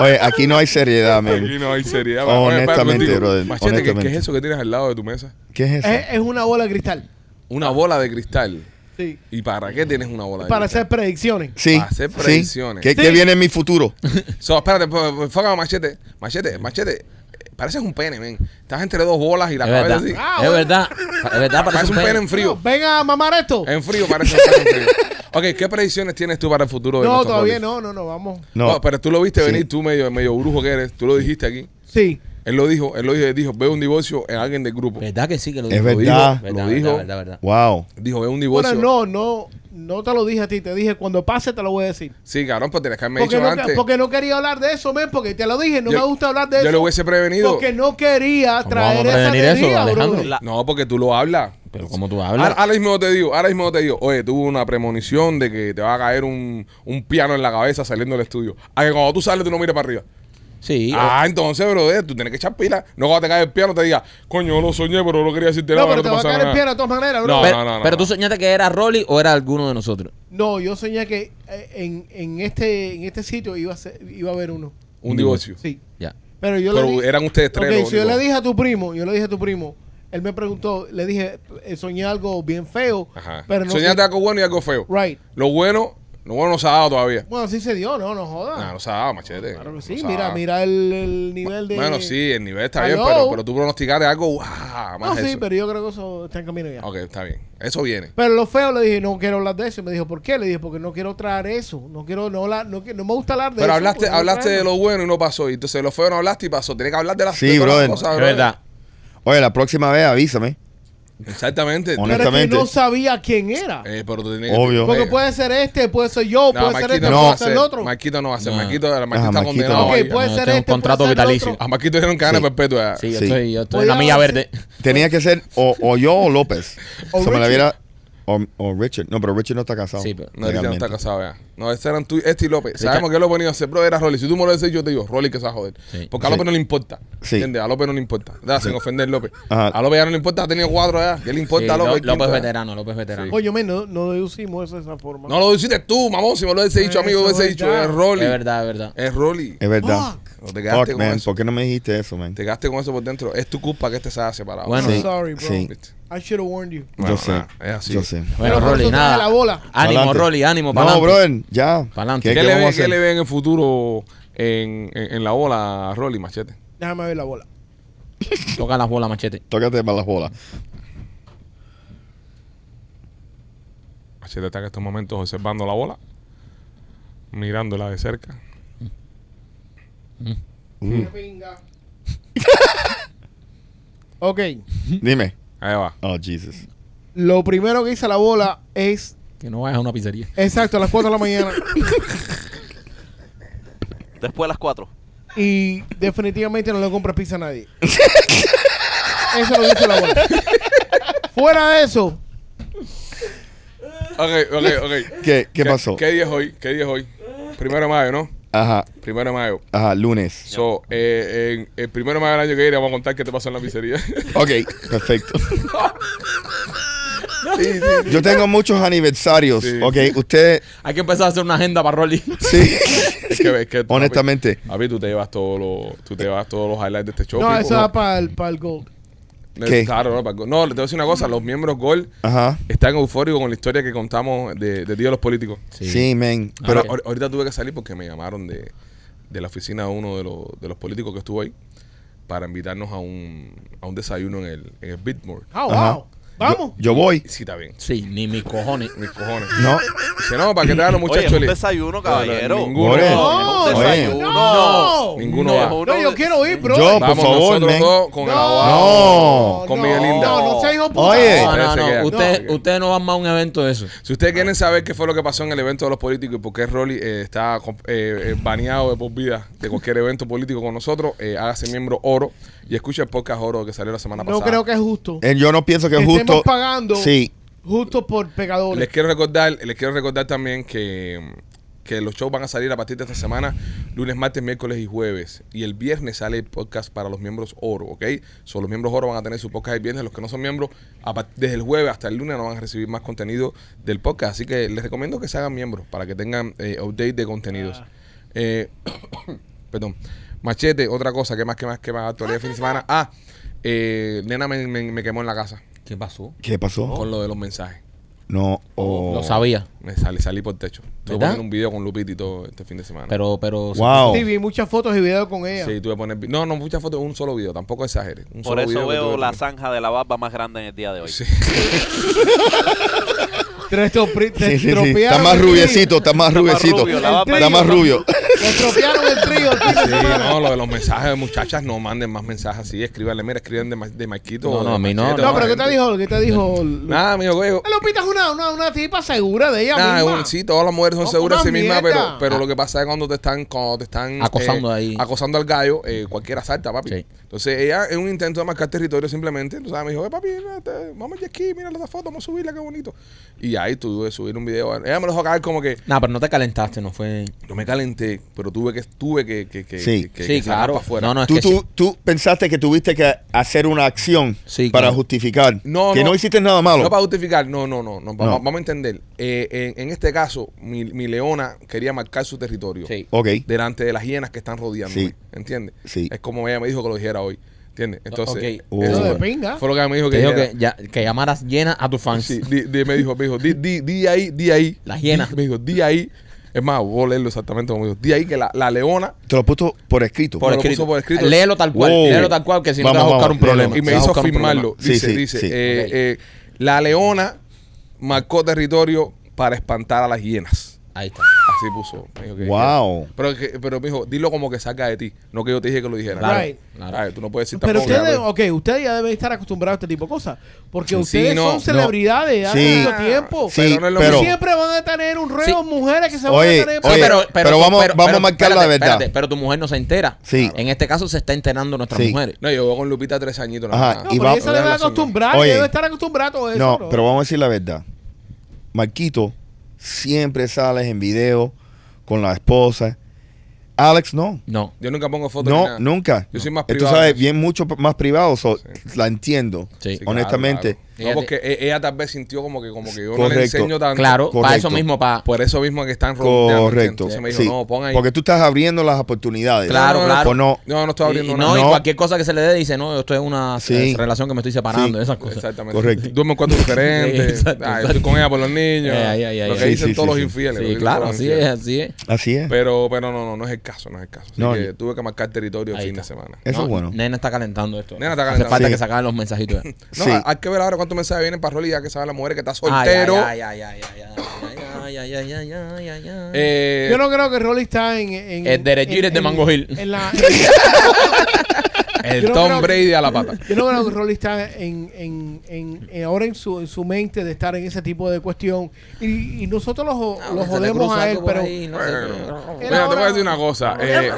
[SPEAKER 6] Oye, aquí no hay seriedad,
[SPEAKER 3] Aquí
[SPEAKER 6] man.
[SPEAKER 3] no hay seriedad.
[SPEAKER 6] Honestamente,
[SPEAKER 3] Oye, espérate un momentito.
[SPEAKER 6] brother,
[SPEAKER 3] Machete, ¿qué- ¿qué, es
[SPEAKER 6] honestamente.
[SPEAKER 3] eso que tienes al lado de tu mesa?
[SPEAKER 6] ¿Qué es eso?
[SPEAKER 3] Eh,
[SPEAKER 4] es, es una bola de cristal.
[SPEAKER 3] Una bola de cristal.
[SPEAKER 4] Sí.
[SPEAKER 3] ¿Y para qué tienes una bola de
[SPEAKER 4] Para
[SPEAKER 3] cristal?
[SPEAKER 4] hacer predicciones.
[SPEAKER 6] Sí,
[SPEAKER 3] para hacer
[SPEAKER 6] sí.
[SPEAKER 3] predicciones.
[SPEAKER 6] ¿Qué,
[SPEAKER 4] Sí.
[SPEAKER 6] qué viene en mi futuro?
[SPEAKER 3] So, espérate, po- po- enfócame a Machete. Machete, Machete, eh, pareces un pene, men. Estás entre dos bolas y la
[SPEAKER 2] Es
[SPEAKER 3] cabeza
[SPEAKER 2] verdad.
[SPEAKER 3] así.
[SPEAKER 4] Ah,
[SPEAKER 2] Es
[SPEAKER 4] bueno.
[SPEAKER 2] verdad. Es verdad,
[SPEAKER 3] Parece un pene en frío.
[SPEAKER 4] No, ven a mamar esto.
[SPEAKER 3] En frío parece un pene en frío. Ok, ¿qué predicciones tienes tú para el futuro de
[SPEAKER 4] No,
[SPEAKER 3] nuestro
[SPEAKER 4] todavía
[SPEAKER 3] público?
[SPEAKER 4] no, no, no, vamos.
[SPEAKER 6] No.
[SPEAKER 3] Oh, pero tú lo viste
[SPEAKER 6] Sí.
[SPEAKER 3] venir, tú medio, medio brujo que eres, tú lo dijiste aquí.
[SPEAKER 4] Sí.
[SPEAKER 3] Él lo dijo, él lo dijo, él dijo, veo un divorcio en alguien del grupo.
[SPEAKER 2] ¿Verdad que sí que lo
[SPEAKER 6] Es
[SPEAKER 2] dijo?
[SPEAKER 3] Lo dijo,
[SPEAKER 6] verdad.
[SPEAKER 3] lo dijo.
[SPEAKER 2] verdad, verdad.
[SPEAKER 6] Wow.
[SPEAKER 3] Dijo, veo un divorcio.
[SPEAKER 4] Bueno, no, no, no te lo dije a ti, te dije cuando pase te lo voy a decir.
[SPEAKER 3] Sí, cabrón, pues tenías que haberme
[SPEAKER 4] Porque
[SPEAKER 3] dicho
[SPEAKER 4] no,
[SPEAKER 3] antes.
[SPEAKER 4] porque no quería hablar de eso, men, porque te lo dije, no
[SPEAKER 3] Yo-
[SPEAKER 4] me gusta hablar de
[SPEAKER 3] yo
[SPEAKER 4] eso.
[SPEAKER 3] lo hubiese prevenido.
[SPEAKER 4] Porque no quería
[SPEAKER 2] ¿Cómo
[SPEAKER 4] traer
[SPEAKER 2] vamos a
[SPEAKER 4] esa
[SPEAKER 2] prevenir eso,
[SPEAKER 4] teoría, bro.
[SPEAKER 2] Alejandro?
[SPEAKER 5] La-
[SPEAKER 3] No, porque tú lo hablas.
[SPEAKER 2] Pero como tú
[SPEAKER 3] Ahora,
[SPEAKER 2] hablas.
[SPEAKER 3] ahora mismo te digo, ahora mismo te digo, oye, tuve una premonición de que te va a caer un, un piano en la cabeza saliendo del estudio. A que cuando tú sales, tú no mires para arriba.
[SPEAKER 2] sí.
[SPEAKER 3] ah, entonces, brother, tú tienes que echar pila. No cuando te cae el piano te diga, coño, lo soñé, pero no quería decirte
[SPEAKER 4] No,
[SPEAKER 3] nada.
[SPEAKER 4] pero te va a
[SPEAKER 3] pasara
[SPEAKER 4] caer el
[SPEAKER 3] nada".
[SPEAKER 4] piano de todas maneras, bro.
[SPEAKER 3] No,
[SPEAKER 2] pero,
[SPEAKER 3] no, no,
[SPEAKER 2] pero
[SPEAKER 3] no.
[SPEAKER 2] tú soñaste que era Rolly o era alguno de nosotros.
[SPEAKER 4] No, yo soñé que eh, en, en este en este sitio iba a ser- iba a haber uno.
[SPEAKER 3] Un divorcio.
[SPEAKER 4] Sí.
[SPEAKER 2] Ya.
[SPEAKER 4] Pero yo
[SPEAKER 3] Pero
[SPEAKER 4] le di-
[SPEAKER 3] eran ustedes tres
[SPEAKER 4] Ok,
[SPEAKER 3] los
[SPEAKER 4] si yo
[SPEAKER 3] únicos.
[SPEAKER 4] le dije a tu primo, yo le dije a tu primo, él me preguntó, le dije, eh, soñé algo bien feo,
[SPEAKER 3] Ajá.
[SPEAKER 4] pero no
[SPEAKER 3] Soñaste algo bueno y algo feo.
[SPEAKER 4] Right.
[SPEAKER 3] Lo bueno, lo bueno no se ha dado todavía.
[SPEAKER 4] Bueno, así se dio, no, no jodas.
[SPEAKER 3] Nah, Ah, no se ha dado, machete.
[SPEAKER 4] Ah. claro
[SPEAKER 3] No
[SPEAKER 4] que
[SPEAKER 3] se
[SPEAKER 4] sí,
[SPEAKER 3] ha
[SPEAKER 4] mira,
[SPEAKER 3] dado.
[SPEAKER 4] mira el, el nivel de
[SPEAKER 3] Bueno, sí, el nivel está
[SPEAKER 4] Hello.
[SPEAKER 3] bien, pero, pero tú pronosticaste algo, wow,
[SPEAKER 4] No,
[SPEAKER 3] más
[SPEAKER 4] Ah, sí,
[SPEAKER 3] eso.
[SPEAKER 4] pero yo creo que eso está en camino ya.
[SPEAKER 3] Ok, está bien. Eso viene.
[SPEAKER 4] Pero lo feo le dije, no quiero hablar de eso. Y me dijo, ¿por qué? Le dije, porque no quiero traer eso. No quiero, no, la, no, qui- no me gusta hablar de
[SPEAKER 3] Pero
[SPEAKER 4] eso.
[SPEAKER 3] hablaste,
[SPEAKER 4] porque no
[SPEAKER 3] hablaste
[SPEAKER 4] traerlo".
[SPEAKER 3] de lo bueno y no pasó. Y entonces de lo feo no hablaste y pasó. Tienes que hablar de las
[SPEAKER 6] Sí,
[SPEAKER 3] de todas
[SPEAKER 6] brother.
[SPEAKER 3] las cosas,
[SPEAKER 2] Es
[SPEAKER 3] brother.
[SPEAKER 2] verdad.
[SPEAKER 6] Oye, la próxima vez avísame.
[SPEAKER 3] Exactamente.
[SPEAKER 6] Honest-
[SPEAKER 4] Pero es que
[SPEAKER 6] honestamente.
[SPEAKER 4] no sabía quién era.
[SPEAKER 3] Eh, pero tú tienes que-
[SPEAKER 6] Obvio.
[SPEAKER 4] Porque
[SPEAKER 3] Eh,
[SPEAKER 4] puede ser este, puede ser yo,
[SPEAKER 3] no,
[SPEAKER 4] puede ser
[SPEAKER 3] Marquito
[SPEAKER 4] este,
[SPEAKER 3] no, va a
[SPEAKER 4] puede ser
[SPEAKER 3] ser.
[SPEAKER 4] el otro.
[SPEAKER 3] Marquito no va a ser.
[SPEAKER 2] No.
[SPEAKER 3] Marquito, Marquito está
[SPEAKER 6] Ajá, Ah, Marquito
[SPEAKER 3] condenado.
[SPEAKER 6] no.
[SPEAKER 4] Ok,
[SPEAKER 3] ahí.
[SPEAKER 4] puede
[SPEAKER 2] no,
[SPEAKER 4] ser
[SPEAKER 2] este es un
[SPEAKER 4] este, puede
[SPEAKER 2] contrato
[SPEAKER 4] ser el
[SPEAKER 2] vitalicio.
[SPEAKER 4] otro.
[SPEAKER 3] A Marquito dieron cadena
[SPEAKER 6] Sí.
[SPEAKER 3] perpetua.
[SPEAKER 2] Sí, yo
[SPEAKER 6] Sí.
[SPEAKER 2] estoy, yo estoy en
[SPEAKER 4] Voy
[SPEAKER 2] la
[SPEAKER 4] a-
[SPEAKER 2] milla verde.
[SPEAKER 6] Tenía que ser o, o yo o López.
[SPEAKER 4] O
[SPEAKER 6] Se me
[SPEAKER 4] Richard.
[SPEAKER 6] la viera- O, o Richard. No, pero Richard no está casado.
[SPEAKER 2] Sí, pero-
[SPEAKER 3] No, ahorita no está
[SPEAKER 6] legalmente.
[SPEAKER 3] casado ya. No, este eran tú, este y López. Sabemos que López no iba a hacer, pero era Rolly. Si tú me lo decís, yo te digo, Rolly que se va a joder.
[SPEAKER 2] Sí.
[SPEAKER 3] Porque a López
[SPEAKER 6] Sí.
[SPEAKER 3] no le importa.
[SPEAKER 6] Sí.
[SPEAKER 3] ¿Entiendes? A López no le importa. Da, Sin ofender López.
[SPEAKER 6] Ajá.
[SPEAKER 3] A López ya no le importa, ha tenido cuatro ya. ¿Qué le
[SPEAKER 2] Sí,
[SPEAKER 3] importa a
[SPEAKER 2] Lo-
[SPEAKER 3] Pues López?
[SPEAKER 2] López,
[SPEAKER 3] Quinta.
[SPEAKER 2] veterano, López veterano.
[SPEAKER 4] Coño, men, no, no deducimos eso de esa forma.
[SPEAKER 3] No lo hiciste tú, mamón. Si me lo hubiese dicho, amigo,
[SPEAKER 4] Eso es
[SPEAKER 3] hubiese dicho,
[SPEAKER 4] verdad.
[SPEAKER 3] es Rolly.
[SPEAKER 2] Es verdad, es verdad.
[SPEAKER 3] Es Rolly.
[SPEAKER 6] Es verdad.
[SPEAKER 4] Fuck.
[SPEAKER 3] No te
[SPEAKER 6] Fuck,
[SPEAKER 3] quedaste con
[SPEAKER 6] man.
[SPEAKER 3] eso.
[SPEAKER 6] ¿Por qué no me dijiste eso, man?
[SPEAKER 3] Te quedaste con eso por dentro. Es tu culpa que este se ha separado.
[SPEAKER 2] Bueno,
[SPEAKER 4] I'm
[SPEAKER 6] Sí,
[SPEAKER 4] sorry, bro.
[SPEAKER 6] sí.
[SPEAKER 4] I should have warned you.
[SPEAKER 3] Bueno,
[SPEAKER 6] yo sé.
[SPEAKER 3] nada, es así.
[SPEAKER 6] Yo sé.
[SPEAKER 2] Bueno,
[SPEAKER 4] Pero por
[SPEAKER 2] Rolly,
[SPEAKER 4] eso
[SPEAKER 2] nada.
[SPEAKER 4] traje la bola.
[SPEAKER 2] Ánimo,
[SPEAKER 6] Pa'lante.
[SPEAKER 2] Rolly, ánimo, para
[SPEAKER 6] No, brother, ya.
[SPEAKER 2] Pa'lante.
[SPEAKER 3] ¿Qué,
[SPEAKER 6] ¿Qué, qué
[SPEAKER 3] le
[SPEAKER 6] vamos a
[SPEAKER 3] ve,
[SPEAKER 6] hacer?
[SPEAKER 3] qué le ve en el futuro en, en- en la bola a Rolly Machete?
[SPEAKER 4] Déjame ver la bola.
[SPEAKER 2] Toca las bolas, machete.
[SPEAKER 6] Tócate para las bolas.
[SPEAKER 3] Machete está en estos momentos observando la bola, mirándola de cerca.
[SPEAKER 4] Qué pinga. ok.
[SPEAKER 6] Dime.
[SPEAKER 3] Ahí va.
[SPEAKER 6] Oh, Jesus.
[SPEAKER 4] Lo primero que hice la bola es
[SPEAKER 2] Que no vayas a una pizzería.
[SPEAKER 4] exacto a las 4 de la mañana.
[SPEAKER 5] Después de las 4.
[SPEAKER 4] y definitivamente no le compras pizza a nadie. eso es lo que hice la bola. Fuera de eso,
[SPEAKER 3] Ok, ok, ok.
[SPEAKER 6] ¿Qué, qué pasó?
[SPEAKER 3] ¿Qué día es hoy? ¿Qué día es hoy? Primero de mayo, ¿no?
[SPEAKER 6] Ajá,
[SPEAKER 3] Primero de mayo.
[SPEAKER 6] ajá, lunes.
[SPEAKER 3] So, eh, en- el primero de mayo del año que viene vamos a contar qué te pasó en la pizzería.
[SPEAKER 6] Ok, perfecto.
[SPEAKER 3] sí, sí.
[SPEAKER 6] Yo tengo muchos aniversarios,
[SPEAKER 3] Sí.
[SPEAKER 6] ok. Ustedes,
[SPEAKER 2] Hay que empezar a hacer una agenda para Rolly.
[SPEAKER 6] sí.
[SPEAKER 3] Es que, es que, papi,
[SPEAKER 6] Honestamente.
[SPEAKER 3] Papi, tú te llevas todos los, tú te llevas todos los highlights de este show.
[SPEAKER 4] no,
[SPEAKER 3] pico.
[SPEAKER 4] eso va para el, para el gold.
[SPEAKER 6] ¿Qué?
[SPEAKER 3] Claro, no, Paco. no, le te voy a decir una cosa, los miembros Gol
[SPEAKER 6] Ajá.
[SPEAKER 3] están eufóricos con la historia que contamos de, de Día de los Políticos.
[SPEAKER 6] Sí, man. Pero,
[SPEAKER 3] Pero ahor- ahorita tuve que salir porque me llamaron de, de la oficina de uno de los, de los políticos que estuvo ahí para invitarnos a un, a un desayuno en el, en el Bitmore.
[SPEAKER 4] Ah,
[SPEAKER 6] Ajá.
[SPEAKER 4] wow. Vamos.
[SPEAKER 6] yo voy.
[SPEAKER 3] Sí, está bien.
[SPEAKER 2] Sí, ni mis cojones.
[SPEAKER 3] Mis cojones.
[SPEAKER 6] No.
[SPEAKER 3] Dice, no, para que traen los
[SPEAKER 5] Oye, es
[SPEAKER 3] muchachos.
[SPEAKER 5] un
[SPEAKER 3] Eli?"
[SPEAKER 5] desayuno, caballero.
[SPEAKER 3] No, no,
[SPEAKER 6] Oye.
[SPEAKER 5] Es un
[SPEAKER 6] Oye.
[SPEAKER 5] desayuno.
[SPEAKER 4] No.
[SPEAKER 3] Ninguno
[SPEAKER 5] No,
[SPEAKER 3] va.
[SPEAKER 5] es uno
[SPEAKER 4] No, yo
[SPEAKER 5] de-
[SPEAKER 4] quiero ir, bro.
[SPEAKER 6] Yo- Por
[SPEAKER 3] Vamos
[SPEAKER 6] favor,
[SPEAKER 3] nosotros
[SPEAKER 6] men.
[SPEAKER 3] dos con
[SPEAKER 4] no,
[SPEAKER 3] el abogado.
[SPEAKER 6] No.
[SPEAKER 3] Con
[SPEAKER 4] no,
[SPEAKER 3] Miguelinda.
[SPEAKER 4] No, no seas hijo puta.
[SPEAKER 6] Oye.
[SPEAKER 2] No, no,
[SPEAKER 3] Ustedes se
[SPEAKER 2] no.
[SPEAKER 3] quedan.
[SPEAKER 2] Ustedes
[SPEAKER 3] No.
[SPEAKER 2] ustedes no van más a un evento de eso.
[SPEAKER 3] Si ustedes quieren saber qué fue lo que pasó en el evento de los políticos y por qué Rolly eh, está com- eh, eh, baneado de por vida de cualquier evento político con nosotros, eh, hágase miembro oro y escuche el podcast oro que salió la semana
[SPEAKER 4] No
[SPEAKER 3] pasada.
[SPEAKER 4] creo que es justo.
[SPEAKER 6] Eh, Yo no pienso que
[SPEAKER 4] Que
[SPEAKER 6] es
[SPEAKER 4] estemos
[SPEAKER 6] justo.
[SPEAKER 4] pagando
[SPEAKER 6] Sí.
[SPEAKER 4] justo por pecadores.
[SPEAKER 3] Les quiero recordar, les quiero recordar también que, que los shows van a salir a partir de esta semana, lunes, martes, miércoles y jueves. Y el viernes sale el podcast para los miembros oro, ¿ok? So, los miembros oro van a tener su podcast el viernes. Los que no son miembros, a par- desde el jueves hasta el lunes no van a recibir más contenido del podcast. Así que les recomiendo que se hagan miembros para que tengan eh, update de contenidos. Eh, perdón. Machete, otra cosa, ¿qué más, qué más, qué más? Actualidad de fin de semana. Ah, eh, nena me, me- me quemó en la casa
[SPEAKER 2] ¿Qué pasó?
[SPEAKER 6] ¿Qué pasó?
[SPEAKER 3] con lo de los mensajes.
[SPEAKER 6] No. oh.
[SPEAKER 2] Lo sabía.
[SPEAKER 3] Me salí, salí por el techo. Tuve que
[SPEAKER 2] ¿Verdad?
[SPEAKER 3] poner un video con Lupita y todo este fin de semana.
[SPEAKER 2] Pero, pero.
[SPEAKER 6] Wow.
[SPEAKER 4] Sí, vi muchas fotos y videos con ella.
[SPEAKER 3] sí, tuve que poner. vi- No, no, muchas fotos, un solo video, tampoco exageres. Un
[SPEAKER 5] Por
[SPEAKER 3] solo video
[SPEAKER 5] eso
[SPEAKER 3] que tuve
[SPEAKER 5] veo
[SPEAKER 3] que
[SPEAKER 5] la
[SPEAKER 3] poner.
[SPEAKER 5] zanja de la barba más grande en el día de hoy.
[SPEAKER 3] Sí.
[SPEAKER 4] Pero esto pri- te
[SPEAKER 6] Sí, sí, sí.
[SPEAKER 4] estropearon
[SPEAKER 6] Está más
[SPEAKER 4] el
[SPEAKER 6] rubiecito, está más
[SPEAKER 5] Está más
[SPEAKER 6] rubiecito.
[SPEAKER 5] rubio, la va a
[SPEAKER 6] Está más
[SPEAKER 5] parir.
[SPEAKER 6] rubio.
[SPEAKER 4] trío. Te estropearon el trío. el fin de
[SPEAKER 3] Sí,
[SPEAKER 4] semana.
[SPEAKER 3] no, lo de los mensajes de muchachas, no manden más mensajes así, escríbanle, mira, escriban de, Ma- de Marquito.
[SPEAKER 2] No,
[SPEAKER 3] o de
[SPEAKER 2] no, a mí no,
[SPEAKER 3] Machete,
[SPEAKER 2] no.
[SPEAKER 4] No, pero ¿qué
[SPEAKER 3] gente.
[SPEAKER 4] te dijo? ¿Qué te dijo?
[SPEAKER 3] Nada, mijo, güey.
[SPEAKER 4] Lupita es una, una, una tipa segura de ella
[SPEAKER 3] Nada,
[SPEAKER 4] misma.
[SPEAKER 3] un- sí, todas las mujeres son
[SPEAKER 4] No
[SPEAKER 3] seguras de sí
[SPEAKER 4] comas
[SPEAKER 3] mismas, pero,
[SPEAKER 4] mierda.
[SPEAKER 3] pero lo que pasa es cuando te están, cuando te están
[SPEAKER 2] Acosando
[SPEAKER 3] eh,
[SPEAKER 2] ahí.
[SPEAKER 3] acosando al gallo, eh, cualquiera salta, papi.
[SPEAKER 2] Sí.
[SPEAKER 3] Entonces ella en un intento de marcar territorio simplemente, tú sabes, me dijo, eh, papi, vete, vamos aquí, mira la foto, vamos a subirla, qué bonito. Y ahí tuve que subir un video. Ella me lo dejó caer como que
[SPEAKER 2] No, pero no te calentaste, no fue.
[SPEAKER 3] no me calenté, pero tuve que, tuve que, que, que,
[SPEAKER 6] Sí.
[SPEAKER 3] que- que-
[SPEAKER 2] sí,
[SPEAKER 3] que sacar
[SPEAKER 2] claro.
[SPEAKER 3] pa' afuera.
[SPEAKER 2] No, no, es
[SPEAKER 6] Tú,
[SPEAKER 2] que
[SPEAKER 6] tú,
[SPEAKER 2] sí.
[SPEAKER 6] tú pensaste que tuviste que hacer una acción
[SPEAKER 2] Sí,
[SPEAKER 6] para
[SPEAKER 2] claro.
[SPEAKER 6] justificar.
[SPEAKER 3] No,
[SPEAKER 6] que no.
[SPEAKER 3] no.
[SPEAKER 6] hiciste nada malo.
[SPEAKER 3] No para justificar, no, no, no. no, va-
[SPEAKER 6] No.
[SPEAKER 3] va- Vamos a entender. Eh, en, en este caso, mi, mi leona quería marcar su territorio
[SPEAKER 2] Sí.
[SPEAKER 6] ok.
[SPEAKER 3] delante de las hienas que están rodeando.
[SPEAKER 6] Sí.
[SPEAKER 3] ¿Entiendes?
[SPEAKER 6] Sí.
[SPEAKER 3] Es como ella me dijo que lo dijera hoy. ¿Entiendes? Entonces,
[SPEAKER 2] ok.
[SPEAKER 6] Uh.
[SPEAKER 4] Eso de
[SPEAKER 3] fue-
[SPEAKER 4] pinga.
[SPEAKER 3] fue lo que ella me dijo que
[SPEAKER 2] Te digo
[SPEAKER 3] dijera.
[SPEAKER 2] que, ya- que llamaras llena a tus fans.
[SPEAKER 3] Sí, di- di- me dijo, me dijo, di, di- di ahí, di ahí.
[SPEAKER 2] Las hienas.
[SPEAKER 3] Di- me dijo, di ahí. Es más, voy a leerlo exactamente como me dijo. Di ahí que la, la leona
[SPEAKER 6] Te lo puso por escrito.
[SPEAKER 2] Por
[SPEAKER 3] lo puso
[SPEAKER 2] escrito.
[SPEAKER 3] por escrito.
[SPEAKER 2] Léelo tal cual.
[SPEAKER 6] Wow.
[SPEAKER 2] Léelo tal cual, que si no te
[SPEAKER 6] Vamos,
[SPEAKER 2] vas a buscar un
[SPEAKER 6] vamos, léelo.
[SPEAKER 2] problema.
[SPEAKER 3] y me
[SPEAKER 2] Te vas a
[SPEAKER 3] hizo
[SPEAKER 2] buscar un
[SPEAKER 3] firmarlo.
[SPEAKER 2] problema.
[SPEAKER 6] Sí,
[SPEAKER 3] Dice,
[SPEAKER 6] sí,
[SPEAKER 3] dice,
[SPEAKER 6] sí.
[SPEAKER 3] eh,
[SPEAKER 2] Ok.
[SPEAKER 3] eh, la leona marcó territorio para espantar a las hienas.
[SPEAKER 2] Ahí está.
[SPEAKER 3] Así puso. Me dijo que-
[SPEAKER 6] Wow.
[SPEAKER 3] Pero, que- pero me dijo, dilo como que salga de ti. No que yo te dije que lo dijera.
[SPEAKER 4] Claro,
[SPEAKER 3] Ay,
[SPEAKER 2] claro.
[SPEAKER 3] ay, tú no puedes decir
[SPEAKER 4] Pero
[SPEAKER 3] tampoco que-
[SPEAKER 4] ustedes, ok, ustedes ya deben estar acostumbrados a este tipo de cosas. Porque
[SPEAKER 3] Sí,
[SPEAKER 4] ustedes
[SPEAKER 3] sí, no, no.
[SPEAKER 4] son celebridades hace
[SPEAKER 6] Sí.
[SPEAKER 4] mucho tiempo.
[SPEAKER 6] Sí,
[SPEAKER 3] Pero no es lo
[SPEAKER 6] pero,
[SPEAKER 3] mismo.
[SPEAKER 4] Siempre van a tener un reo
[SPEAKER 2] Sí.
[SPEAKER 4] mujeres que se van
[SPEAKER 6] Oye,
[SPEAKER 4] a tener.
[SPEAKER 2] Sí,
[SPEAKER 6] oye,
[SPEAKER 2] pero, pero,
[SPEAKER 6] pero vamos- vamos a marcar la
[SPEAKER 2] espérate,
[SPEAKER 6] verdad.
[SPEAKER 2] espérate, pero tu mujer no se entera.
[SPEAKER 6] Sí.
[SPEAKER 2] En este caso se está enterando nuestras
[SPEAKER 6] Sí.
[SPEAKER 2] mujeres.
[SPEAKER 3] No, yo voy con Lupita tres añitos. nada
[SPEAKER 6] Ajá,
[SPEAKER 3] más.
[SPEAKER 4] no,
[SPEAKER 6] y
[SPEAKER 4] pero
[SPEAKER 6] va-
[SPEAKER 4] ella se debe acostumbrar,
[SPEAKER 6] Oye.
[SPEAKER 4] ella debe estar acostumbrada a todo eso.
[SPEAKER 6] no,
[SPEAKER 4] bro.
[SPEAKER 6] pero vamos a decir la verdad. Marquito, siempre sales en video con la esposa. Alex, no.
[SPEAKER 2] No.
[SPEAKER 3] Yo nunca pongo fotos. ni
[SPEAKER 6] No,
[SPEAKER 3] nada.
[SPEAKER 6] nunca.
[SPEAKER 3] Yo soy más
[SPEAKER 6] Eh,
[SPEAKER 3] privado.
[SPEAKER 6] Tú sabes, bien mucho p- más privado. so,
[SPEAKER 3] Sí.
[SPEAKER 6] La entiendo,
[SPEAKER 2] Sí.
[SPEAKER 3] Sí, claro,
[SPEAKER 6] honestamente.
[SPEAKER 3] claro.
[SPEAKER 2] Ella te-
[SPEAKER 3] No, porque e- ella tal vez sintió como que, como que yo no le
[SPEAKER 6] Correcto.
[SPEAKER 3] enseño tanto.
[SPEAKER 2] Claro, para
[SPEAKER 6] Correcto.
[SPEAKER 2] eso mismo, pues, para.
[SPEAKER 3] Por eso mismo que están rodeando,
[SPEAKER 6] Correcto.
[SPEAKER 3] Entonces me dijo,
[SPEAKER 6] Sí,
[SPEAKER 3] no, pon ahí.
[SPEAKER 6] Porque tú estás abriendo las oportunidades.
[SPEAKER 2] Claro, claro.
[SPEAKER 6] O no.
[SPEAKER 3] No, no estoy abriendo
[SPEAKER 2] y,
[SPEAKER 3] nada.
[SPEAKER 2] no, y
[SPEAKER 6] No.
[SPEAKER 2] cualquier cosa que se le dé dice, no, yo estoy en una
[SPEAKER 6] Sí.
[SPEAKER 2] eh, relación que me estoy separando,
[SPEAKER 6] Sí.
[SPEAKER 2] esas cosas.
[SPEAKER 3] Exactamente.
[SPEAKER 6] Correcto.
[SPEAKER 3] Duermo en cuartos diferentes.
[SPEAKER 2] Exacto,
[SPEAKER 3] Ah,
[SPEAKER 2] exacto.
[SPEAKER 3] Estoy con ella por los niños.
[SPEAKER 2] Eh, ahí, ahí, ahí,
[SPEAKER 3] lo que
[SPEAKER 2] ahí.
[SPEAKER 3] dicen
[SPEAKER 6] Sí, sí,
[SPEAKER 3] todos
[SPEAKER 6] sí,
[SPEAKER 3] los
[SPEAKER 6] sí.
[SPEAKER 3] infieles. lo que
[SPEAKER 2] Sí,
[SPEAKER 3] dicen
[SPEAKER 2] claro,
[SPEAKER 3] todos los
[SPEAKER 2] así es,
[SPEAKER 3] infieles.
[SPEAKER 2] así es.
[SPEAKER 6] Así es.
[SPEAKER 3] Pero, pero no, no, no es el caso, no es el caso. Así
[SPEAKER 6] No,
[SPEAKER 3] que
[SPEAKER 6] y-
[SPEAKER 3] tuve que marcar territorio el
[SPEAKER 2] Ahí
[SPEAKER 3] fin de
[SPEAKER 2] está.
[SPEAKER 3] semana.
[SPEAKER 6] Eso
[SPEAKER 2] No,
[SPEAKER 6] es bueno.
[SPEAKER 2] Nena está calentando esto.
[SPEAKER 3] Nena está
[SPEAKER 2] Hace
[SPEAKER 3] calentando.
[SPEAKER 2] falta
[SPEAKER 6] Sí.
[SPEAKER 2] que se acaben los mensajitos. ya.
[SPEAKER 3] No,
[SPEAKER 6] Sí.
[SPEAKER 3] hay que ver ahora cuántos mensajes vienen para Rolly, ya que saben las mujeres que está
[SPEAKER 2] Ay,
[SPEAKER 3] soltero.
[SPEAKER 2] ay, ay, ay, ay, ay, ay, ay, ay, ay, ay, ay, ay.
[SPEAKER 3] Eh,
[SPEAKER 4] Yo no creo que Rolly está en. en
[SPEAKER 2] El derecho
[SPEAKER 4] en-
[SPEAKER 2] es de
[SPEAKER 4] en-
[SPEAKER 2] Mango Hill.
[SPEAKER 4] en la-
[SPEAKER 3] el
[SPEAKER 2] Ah,
[SPEAKER 4] yo no
[SPEAKER 3] Tom
[SPEAKER 4] creo que-
[SPEAKER 3] Brady a la pata.
[SPEAKER 4] yo no creo que Rolly está en, en- en- en- ahora en su, en su mente de estar en ese tipo de cuestión. Y, y nosotros lo, jo-
[SPEAKER 2] Ah,
[SPEAKER 4] lo
[SPEAKER 2] se te
[SPEAKER 4] jodemos
[SPEAKER 2] cruza
[SPEAKER 4] a él,
[SPEAKER 2] algo por
[SPEAKER 4] pero.
[SPEAKER 2] ahí, no sé
[SPEAKER 3] Bueno,
[SPEAKER 2] qué.
[SPEAKER 4] Él
[SPEAKER 3] mira, te voy a
[SPEAKER 4] ahora-
[SPEAKER 3] decir una cosa. eh,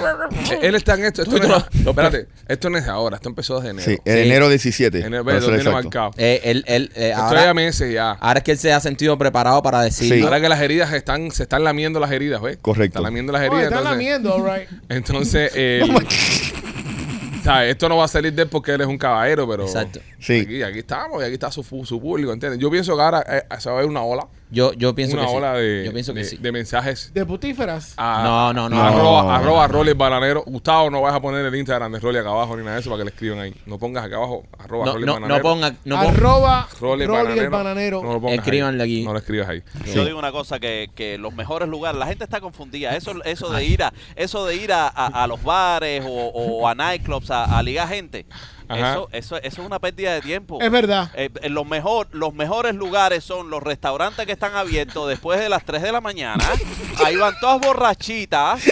[SPEAKER 3] él está en esto. Esto no, es, no, espérate, esto no es de ahora. Esto empezó desde enero.
[SPEAKER 6] Sí, eh, en
[SPEAKER 2] Sí.
[SPEAKER 6] enero 17.
[SPEAKER 3] enero,
[SPEAKER 6] para
[SPEAKER 3] ve, lo
[SPEAKER 6] ser
[SPEAKER 3] tiene
[SPEAKER 6] exacto.
[SPEAKER 3] marcado.
[SPEAKER 2] Eh, él- él, eh,
[SPEAKER 3] Esto ya
[SPEAKER 2] ahora,
[SPEAKER 3] meses ya.
[SPEAKER 2] ahora es que él se ha sentido preparado para decir.
[SPEAKER 6] Sí.
[SPEAKER 3] Ahora que las heridas están, se están lamiendo las heridas, ¿ves?
[SPEAKER 6] Correcto.
[SPEAKER 3] Están lamiendo las
[SPEAKER 4] Oye,
[SPEAKER 3] heridas.
[SPEAKER 4] está
[SPEAKER 3] entonces-
[SPEAKER 4] lamiendo, all right.
[SPEAKER 3] Entonces, eh, ¿sabes? esto no va a salir de él porque él es un caballero, pero.
[SPEAKER 2] Exacto.
[SPEAKER 6] Sí.
[SPEAKER 3] Aquí, aquí estamos y aquí está su, fu- su público, ¿entiendes? Yo pienso que ahora eh, se va a ver una ola.
[SPEAKER 2] Yo, yo pienso
[SPEAKER 3] una
[SPEAKER 2] que sí.
[SPEAKER 3] ola de,
[SPEAKER 2] Yo pienso que
[SPEAKER 3] de-
[SPEAKER 2] sí.
[SPEAKER 3] de mensajes.
[SPEAKER 4] De putíferas.
[SPEAKER 2] Ah,
[SPEAKER 3] a-
[SPEAKER 2] No, no, no.
[SPEAKER 3] Arroba,
[SPEAKER 6] No.
[SPEAKER 3] arroba Rolly el Bananero. Gustavo, no vas a poner el Instagram de Rolly acá abajo ni nada de eso para que le escriban ahí. No pongas acá abajo arroba
[SPEAKER 2] no,
[SPEAKER 3] Rolly
[SPEAKER 2] no,
[SPEAKER 3] Bananero.
[SPEAKER 2] no ponga. No ponga-
[SPEAKER 4] Arroba
[SPEAKER 3] Rolly,
[SPEAKER 4] Rolly,
[SPEAKER 3] Bananero.
[SPEAKER 4] el bananero.
[SPEAKER 3] No lo pongas ahí.
[SPEAKER 2] Escríbanle aquí.
[SPEAKER 3] No lo escribas ahí.
[SPEAKER 5] Yo digo una cosa que, que los mejores lugares, la gente está confundida. Eso, eso
[SPEAKER 4] Ah.
[SPEAKER 5] de ir a, eso de ir a, a- a los bares o, o a nightclubs a, a ligar gente,
[SPEAKER 3] Ajá.
[SPEAKER 5] eso, eso, eso es una pérdida de tiempo.
[SPEAKER 4] Es verdad.
[SPEAKER 5] Eh, eh, los, mejor, los mejores lugares son los restaurantes que están abiertos después de las 3 de la mañana. Ahí van todas borrachitas.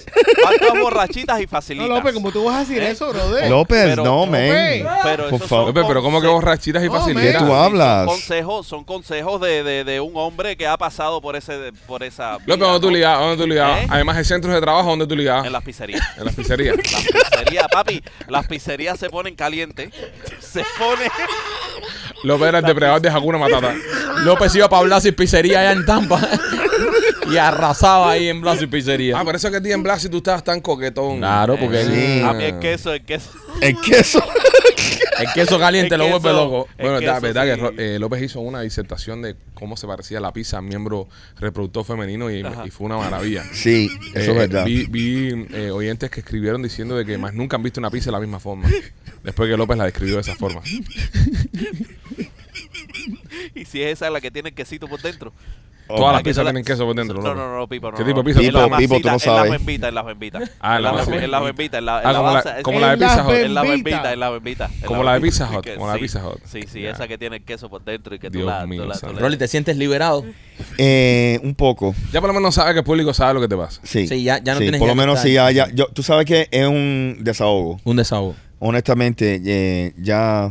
[SPEAKER 5] Van todas borrachitas y
[SPEAKER 4] No,
[SPEAKER 5] facilitas.
[SPEAKER 4] López, como tú vas a decir
[SPEAKER 5] ¿Eh?
[SPEAKER 4] eso, brother.
[SPEAKER 6] López,
[SPEAKER 5] Pero-
[SPEAKER 6] no,
[SPEAKER 5] López.
[SPEAKER 6] man.
[SPEAKER 5] Pero,
[SPEAKER 6] Por
[SPEAKER 5] esos
[SPEAKER 6] favor.
[SPEAKER 5] son
[SPEAKER 3] López, pero
[SPEAKER 4] Oh,
[SPEAKER 3] ¿cómo que
[SPEAKER 5] conse-
[SPEAKER 3] borrachitas y
[SPEAKER 4] No, man.
[SPEAKER 6] ¿Qué
[SPEAKER 3] facilidades?
[SPEAKER 6] tú hablas?
[SPEAKER 5] Son consejos, son consejos de, de- de un hombre que ha pasado por ese por esa vida,
[SPEAKER 3] López, ¿dónde tú
[SPEAKER 5] ¿no?
[SPEAKER 3] ligabas? ¿Dónde tú ligabas?
[SPEAKER 5] ¿Eh?
[SPEAKER 3] Además de centros de trabajo, ¿dónde tú ligabas?
[SPEAKER 5] en las pizzerías.
[SPEAKER 3] En las pizzerías.
[SPEAKER 5] Las pizzerías, papi, las pizzerías se ponen calientes. Se pone
[SPEAKER 3] López era el depredador de Hakuna Matata.
[SPEAKER 2] López iba para Blas y Pizzería allá en Tampa. y arrasaba ahí en Blas y
[SPEAKER 3] Ah,
[SPEAKER 2] Pizzería.
[SPEAKER 3] por eso que día en Blasi tú estabas tan coquetón.
[SPEAKER 2] Claro, porque
[SPEAKER 3] Sí.
[SPEAKER 5] a mí el queso, el queso.
[SPEAKER 6] El queso.
[SPEAKER 2] el queso caliente
[SPEAKER 5] Es
[SPEAKER 2] lo
[SPEAKER 5] que
[SPEAKER 2] vuelve
[SPEAKER 5] eso-
[SPEAKER 2] loco.
[SPEAKER 5] es
[SPEAKER 3] Bueno,
[SPEAKER 5] que
[SPEAKER 3] la
[SPEAKER 5] eso
[SPEAKER 3] verdad que
[SPEAKER 5] sí.
[SPEAKER 3] Ro- eh, López hizo una disertación de cómo se parecía la pizza al miembro reproductor femenino y,
[SPEAKER 5] Ajá.
[SPEAKER 3] y fue una maravilla.
[SPEAKER 6] Sí, eso
[SPEAKER 3] Eh,
[SPEAKER 6] es verdad.
[SPEAKER 3] Vi, vi, eh, oyentes que escribieron diciendo de que más nunca han visto una pizza de la misma forma. Después que López la describió de esa forma.
[SPEAKER 5] Y si es esa la que tiene el quesito por dentro.
[SPEAKER 3] Todas Ah, las
[SPEAKER 5] Aquí
[SPEAKER 3] pizzas
[SPEAKER 5] te la-
[SPEAKER 3] tienen queso por dentro.
[SPEAKER 5] No, no, no, no, Pipo. No,
[SPEAKER 3] ¿Qué
[SPEAKER 5] no,
[SPEAKER 3] tipo de
[SPEAKER 5] no.
[SPEAKER 3] pizza
[SPEAKER 5] En
[SPEAKER 3] tú
[SPEAKER 5] la
[SPEAKER 6] comes? Pipo, tú no
[SPEAKER 5] masita, En
[SPEAKER 6] sabes.
[SPEAKER 5] la bembita, en la bembita.
[SPEAKER 3] Ah, en la
[SPEAKER 5] En
[SPEAKER 3] bembita.
[SPEAKER 5] En la bembita, en la
[SPEAKER 3] Ah, como la-
[SPEAKER 5] basa, es-
[SPEAKER 3] como la de
[SPEAKER 5] en
[SPEAKER 3] Pizza Hut.
[SPEAKER 5] En la
[SPEAKER 4] bembita.
[SPEAKER 5] bembita, en la bembita. en
[SPEAKER 3] Como la de Pizza Hut,
[SPEAKER 5] Que
[SPEAKER 3] como la de
[SPEAKER 5] sí,
[SPEAKER 3] Pizza Hut.
[SPEAKER 5] Sí, sí,
[SPEAKER 3] Ya.
[SPEAKER 5] esa que tiene el queso por dentro y que tú
[SPEAKER 3] Dios
[SPEAKER 5] la... tú
[SPEAKER 3] mío,
[SPEAKER 5] la- tú
[SPEAKER 3] santo.
[SPEAKER 5] la-
[SPEAKER 2] Rolly, ¿te sientes liberado?
[SPEAKER 6] Eh, un poco,
[SPEAKER 3] Ya por lo menos sabe que el público sabe lo que te pasa.
[SPEAKER 6] sí.
[SPEAKER 2] Sí, ya- ya no
[SPEAKER 6] Sí,
[SPEAKER 2] tienes
[SPEAKER 6] Por
[SPEAKER 2] ya que
[SPEAKER 6] lo menos
[SPEAKER 2] estar-
[SPEAKER 6] sí, ya, ya- yo- tú sabes que es un desahogo.
[SPEAKER 2] Un desahogo.
[SPEAKER 6] Honestamente, eh, ya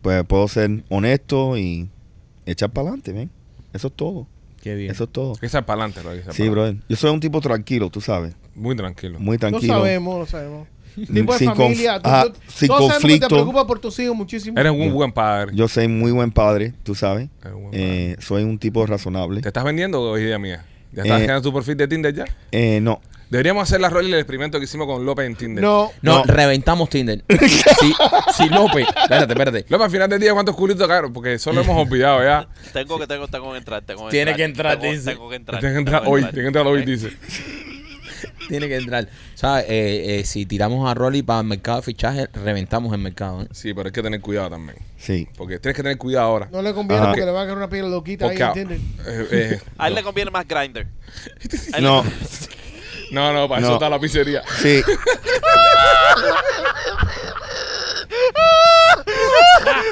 [SPEAKER 6] pues, puedo ser honesto y echar para adelante, ¿ven? Eso es todo.
[SPEAKER 2] Qué bien.
[SPEAKER 6] Eso es todo.
[SPEAKER 3] Hay que estar para adelante, ¿no? Hay que estar
[SPEAKER 6] Sí,
[SPEAKER 3] pa'lante.
[SPEAKER 6] brother. Yo soy un tipo tranquilo, tú sabes.
[SPEAKER 3] Muy tranquilo.
[SPEAKER 6] Muy
[SPEAKER 4] Lo
[SPEAKER 6] tranquilo.
[SPEAKER 4] sabemos, lo sabemos. Tipo de
[SPEAKER 6] Sin conf-
[SPEAKER 4] familia. tú-
[SPEAKER 6] ajá,
[SPEAKER 4] tú-
[SPEAKER 6] sin
[SPEAKER 4] todos sabemos que te
[SPEAKER 6] conflicto.
[SPEAKER 4] preocupas por tus hijos muchísimo.
[SPEAKER 3] Eres un buen padre.
[SPEAKER 6] Yo soy muy buen padre, tú sabes.
[SPEAKER 3] Eres un buen
[SPEAKER 6] Eh, soy un tipo razonable.
[SPEAKER 3] ¿Te estás vendiendo o es idea mía? ¿Ya estás
[SPEAKER 6] Eh.
[SPEAKER 3] creando tu perfil de Tinder ya?
[SPEAKER 6] Eh, no.
[SPEAKER 3] Deberíamos hacer la Rolly el experimento que hicimos con López en Tinder.
[SPEAKER 4] No.
[SPEAKER 2] No,
[SPEAKER 6] No.
[SPEAKER 2] reventamos Tinder. si, si López. Espérate, espérate.
[SPEAKER 3] López, al final del día, ¿cuántos culitos caros? Porque eso lo hemos olvidado ya.
[SPEAKER 5] Tengo que, tengo, tengo que entrar, tengo que
[SPEAKER 2] Tiene
[SPEAKER 5] entrar.
[SPEAKER 2] que entrar,
[SPEAKER 5] tengo,
[SPEAKER 2] dice.
[SPEAKER 5] Tengo que entrar.
[SPEAKER 3] Tiene que entrar
[SPEAKER 5] tengo
[SPEAKER 3] hoy, tiene que entrar hoy, dice.
[SPEAKER 2] Tiene que entrar. ¿Sabes? Eh, eh, si tiramos a Rolly para el mercado de fichaje, reventamos el mercado. ¿eh?
[SPEAKER 3] Sí, pero hay que tener cuidado también.
[SPEAKER 6] Sí.
[SPEAKER 3] Porque tienes que tener cuidado ahora.
[SPEAKER 4] No le conviene
[SPEAKER 6] Ajá.
[SPEAKER 4] porque le va a caer una piel loquita ahí,
[SPEAKER 3] Porque a-
[SPEAKER 4] ¿entiendes?
[SPEAKER 3] eh, eh,
[SPEAKER 5] A él le conviene más Grindr. A él le
[SPEAKER 6] No.
[SPEAKER 3] no, no, para eso
[SPEAKER 6] No.
[SPEAKER 3] está la pizzería.
[SPEAKER 6] Sí.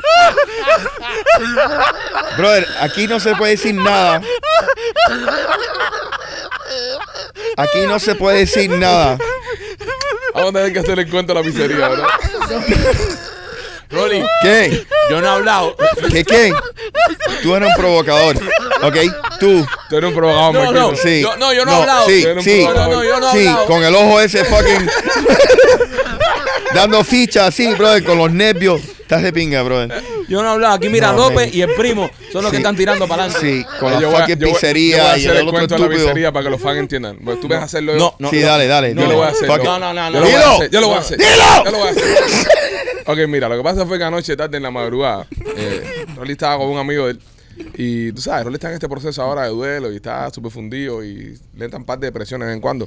[SPEAKER 6] Brother, aquí no se puede decir nada. Aquí no se puede decir nada.
[SPEAKER 3] Vamos a tener que hacer el cuento a la pizzería, ¿verdad?
[SPEAKER 2] Rolly,
[SPEAKER 6] ¿Qué?
[SPEAKER 2] yo no he hablado.
[SPEAKER 6] ¿Qué qué? Tú eres un provocador. ¿Ok? Tú.
[SPEAKER 3] Tú eres un provocador,
[SPEAKER 2] No,
[SPEAKER 3] Marquito.
[SPEAKER 2] no.
[SPEAKER 6] Sí.
[SPEAKER 2] Yo- no, yo no he hablado.
[SPEAKER 6] Sí,
[SPEAKER 3] Tú eres un
[SPEAKER 6] sí.
[SPEAKER 3] provocador. No, no,
[SPEAKER 2] yo no he
[SPEAKER 6] sí,
[SPEAKER 2] hablado.
[SPEAKER 6] con el ojo ese fucking. dando ficha así, brother, con los nervios. Estás de pinga, brother.
[SPEAKER 2] Yo no he hablado. Aquí mira
[SPEAKER 6] No,
[SPEAKER 2] López
[SPEAKER 6] man.
[SPEAKER 2] y el primo son los que
[SPEAKER 6] Sí.
[SPEAKER 2] están tirando para adelante.
[SPEAKER 6] Sí, con
[SPEAKER 3] Yo
[SPEAKER 6] la
[SPEAKER 3] voy a-
[SPEAKER 6] fucking
[SPEAKER 3] yo voy- yo voy a
[SPEAKER 6] pizzería y
[SPEAKER 3] hacer
[SPEAKER 6] el
[SPEAKER 3] el
[SPEAKER 6] otro
[SPEAKER 3] cuento a la pizzería
[SPEAKER 6] estúpido.
[SPEAKER 3] para que los fans entiendan. Bueno, Tú ves a hacerlo
[SPEAKER 2] No, no.
[SPEAKER 6] Sí,
[SPEAKER 2] no.
[SPEAKER 6] dale, dale.
[SPEAKER 3] Yo lo voy a hacer.
[SPEAKER 6] Fuck
[SPEAKER 2] No,
[SPEAKER 3] yo-
[SPEAKER 2] no, no,
[SPEAKER 3] Yo
[SPEAKER 2] no.
[SPEAKER 3] lo voy
[SPEAKER 6] Dilo.
[SPEAKER 3] a hacer. Yo lo voy a hacer.
[SPEAKER 6] Dilo.
[SPEAKER 3] Yo lo voy a hacer. Ok, mira, lo que pasa fue que anoche, tarde en la madrugada, eh, Rolly estaba con un amigo de él. Y tú sabes, Rolly está en este proceso ahora de duelo y está súper fundido y le entran un par de depresiones de vez en cuando.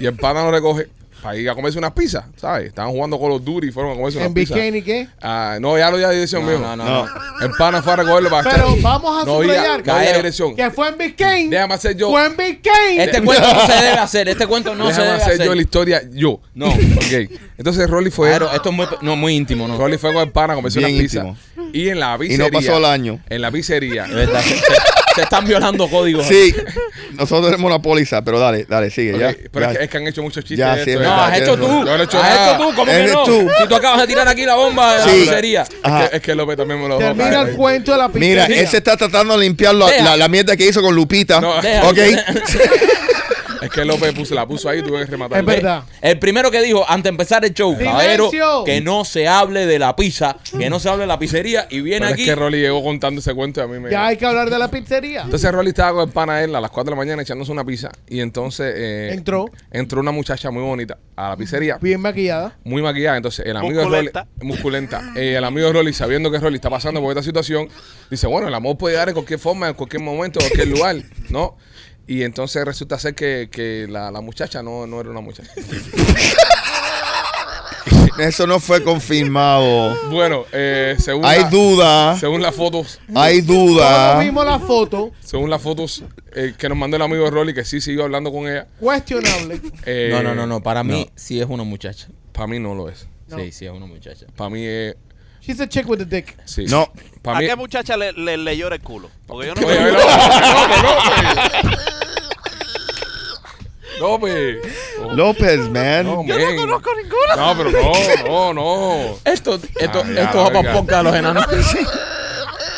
[SPEAKER 3] Y el pana lo recoge para ir a comerse unas pizzas, ¿sabes? Estaban jugando con los duros y fueron a comerse unas
[SPEAKER 4] ¿En
[SPEAKER 3] pizzas.
[SPEAKER 4] bikini qué?
[SPEAKER 3] Ah, no, ya lo di a dirección,
[SPEAKER 2] No,
[SPEAKER 3] mío.
[SPEAKER 2] no, no,
[SPEAKER 3] El pana fue a recogerlo para
[SPEAKER 4] Pero
[SPEAKER 3] acá.
[SPEAKER 4] vamos a
[SPEAKER 3] no, di
[SPEAKER 4] subrayar
[SPEAKER 3] no di a
[SPEAKER 2] Caer.
[SPEAKER 3] dirección.
[SPEAKER 4] que fue en Biscayne.
[SPEAKER 3] Déjame hacer yo.
[SPEAKER 4] Fue en Biscayne.
[SPEAKER 2] Este cuento no se debe hacer. Este cuento no se
[SPEAKER 3] Déjame
[SPEAKER 2] debe
[SPEAKER 3] hacer,
[SPEAKER 2] hacer.
[SPEAKER 3] yo la historia yo.
[SPEAKER 2] No.
[SPEAKER 3] Ok. Entonces Rolly fue.
[SPEAKER 2] Claro, esto es muy, no, muy íntimo, ¿no?
[SPEAKER 3] Rolly fue con el pana, comerse
[SPEAKER 6] Bien
[SPEAKER 3] una pizza.
[SPEAKER 6] íntimo.
[SPEAKER 3] Y en la
[SPEAKER 6] Y
[SPEAKER 3] pizzería.
[SPEAKER 6] no pasó el año.
[SPEAKER 3] En la pizzería.
[SPEAKER 2] De verdad, se, se- se están violando códigos.
[SPEAKER 6] Sí, nosotros tenemos una póliza, pero dale, dale, sigue.
[SPEAKER 3] Ok,
[SPEAKER 6] ya,
[SPEAKER 3] pero
[SPEAKER 6] ya.
[SPEAKER 3] es que- es que han hecho muchos chistes.
[SPEAKER 6] Ya,
[SPEAKER 3] de
[SPEAKER 6] sí,
[SPEAKER 3] esto,
[SPEAKER 6] es
[SPEAKER 2] No,
[SPEAKER 3] ¿eh?
[SPEAKER 6] verdad,
[SPEAKER 2] has hecho tú.
[SPEAKER 3] Yo no he hecho
[SPEAKER 2] has
[SPEAKER 3] nada.
[SPEAKER 2] hecho tú, ¿cómo que
[SPEAKER 6] Eres
[SPEAKER 2] no?
[SPEAKER 6] tú.
[SPEAKER 2] Si tú acabas de tirar aquí la bomba de la
[SPEAKER 6] Sí.
[SPEAKER 2] pizzería.
[SPEAKER 6] Ajá.
[SPEAKER 3] Es que, es que López también me lo dejó
[SPEAKER 4] Termina
[SPEAKER 3] caer.
[SPEAKER 4] el cuento de la
[SPEAKER 6] Mira,
[SPEAKER 4] pizzería.
[SPEAKER 6] él se está tratando de limpiar la,
[SPEAKER 2] Deja.
[SPEAKER 6] la- la mierda que hizo con Lupita.
[SPEAKER 3] No,
[SPEAKER 2] Deja.
[SPEAKER 6] ok.
[SPEAKER 3] Es que López puso, la puso ahí y tuve que rematar.
[SPEAKER 4] Es verdad.
[SPEAKER 2] El primero que dijo antes de empezar el show,
[SPEAKER 4] Silencio.
[SPEAKER 2] caballero, que no se hable de la pizza, que no se hable de la pizzería y viene
[SPEAKER 3] Pero es
[SPEAKER 2] aquí.
[SPEAKER 3] que Rolly llegó contando ese cuento y a mí me.
[SPEAKER 4] Ya hay que hablar de la pizzería.
[SPEAKER 3] Entonces Rolly estaba con el pana él a las 4 de la mañana echándose una pizza. Y entonces. eh,
[SPEAKER 4] Entró.
[SPEAKER 3] Entró una muchacha muy bonita a la pizzería.
[SPEAKER 4] Bien maquillada.
[SPEAKER 3] muy maquillada. Entonces, el amigo
[SPEAKER 5] Musculenta.
[SPEAKER 3] de Rolly, musculenta, Eh, el amigo de Rolly, sabiendo que Rolly está pasando por esta situación, dice, bueno, el amor puede dar en cualquier forma, en cualquier momento, en cualquier lugar, ¿no? Y entonces resulta ser que, que la, la muchacha no, no era una muchacha.
[SPEAKER 6] Eso no fue confirmado.
[SPEAKER 3] Bueno, eh, según,
[SPEAKER 6] Hay
[SPEAKER 3] la-
[SPEAKER 6] duda.
[SPEAKER 3] según las fotos,
[SPEAKER 6] Hay
[SPEAKER 4] Todos
[SPEAKER 6] duda.
[SPEAKER 4] vimos la foto.
[SPEAKER 3] según las fotos eh, que nos mandó el amigo de Rolly, que sí siguió hablando con ella.
[SPEAKER 4] Cuestionable.
[SPEAKER 3] eh,
[SPEAKER 2] no, no, no, no. Para mí sí es una muchacha.
[SPEAKER 3] Para mí no lo es.
[SPEAKER 4] No.
[SPEAKER 2] Sí, sí es una muchacha.
[SPEAKER 3] Para mí es...
[SPEAKER 4] She's a chick with a dick.
[SPEAKER 3] Sí.
[SPEAKER 6] No.
[SPEAKER 3] Para
[SPEAKER 5] ¿A
[SPEAKER 3] mí...
[SPEAKER 5] qué muchacha le, le, le llora el culo? Porque yo no
[SPEAKER 3] Oye,
[SPEAKER 5] me-
[SPEAKER 3] López, López, López.
[SPEAKER 6] López, man.
[SPEAKER 3] No, men. No, pero no, no, no.
[SPEAKER 2] Esto, esto,
[SPEAKER 3] Ah, ya,
[SPEAKER 2] esto va
[SPEAKER 3] venga.
[SPEAKER 2] para poca a los enanos.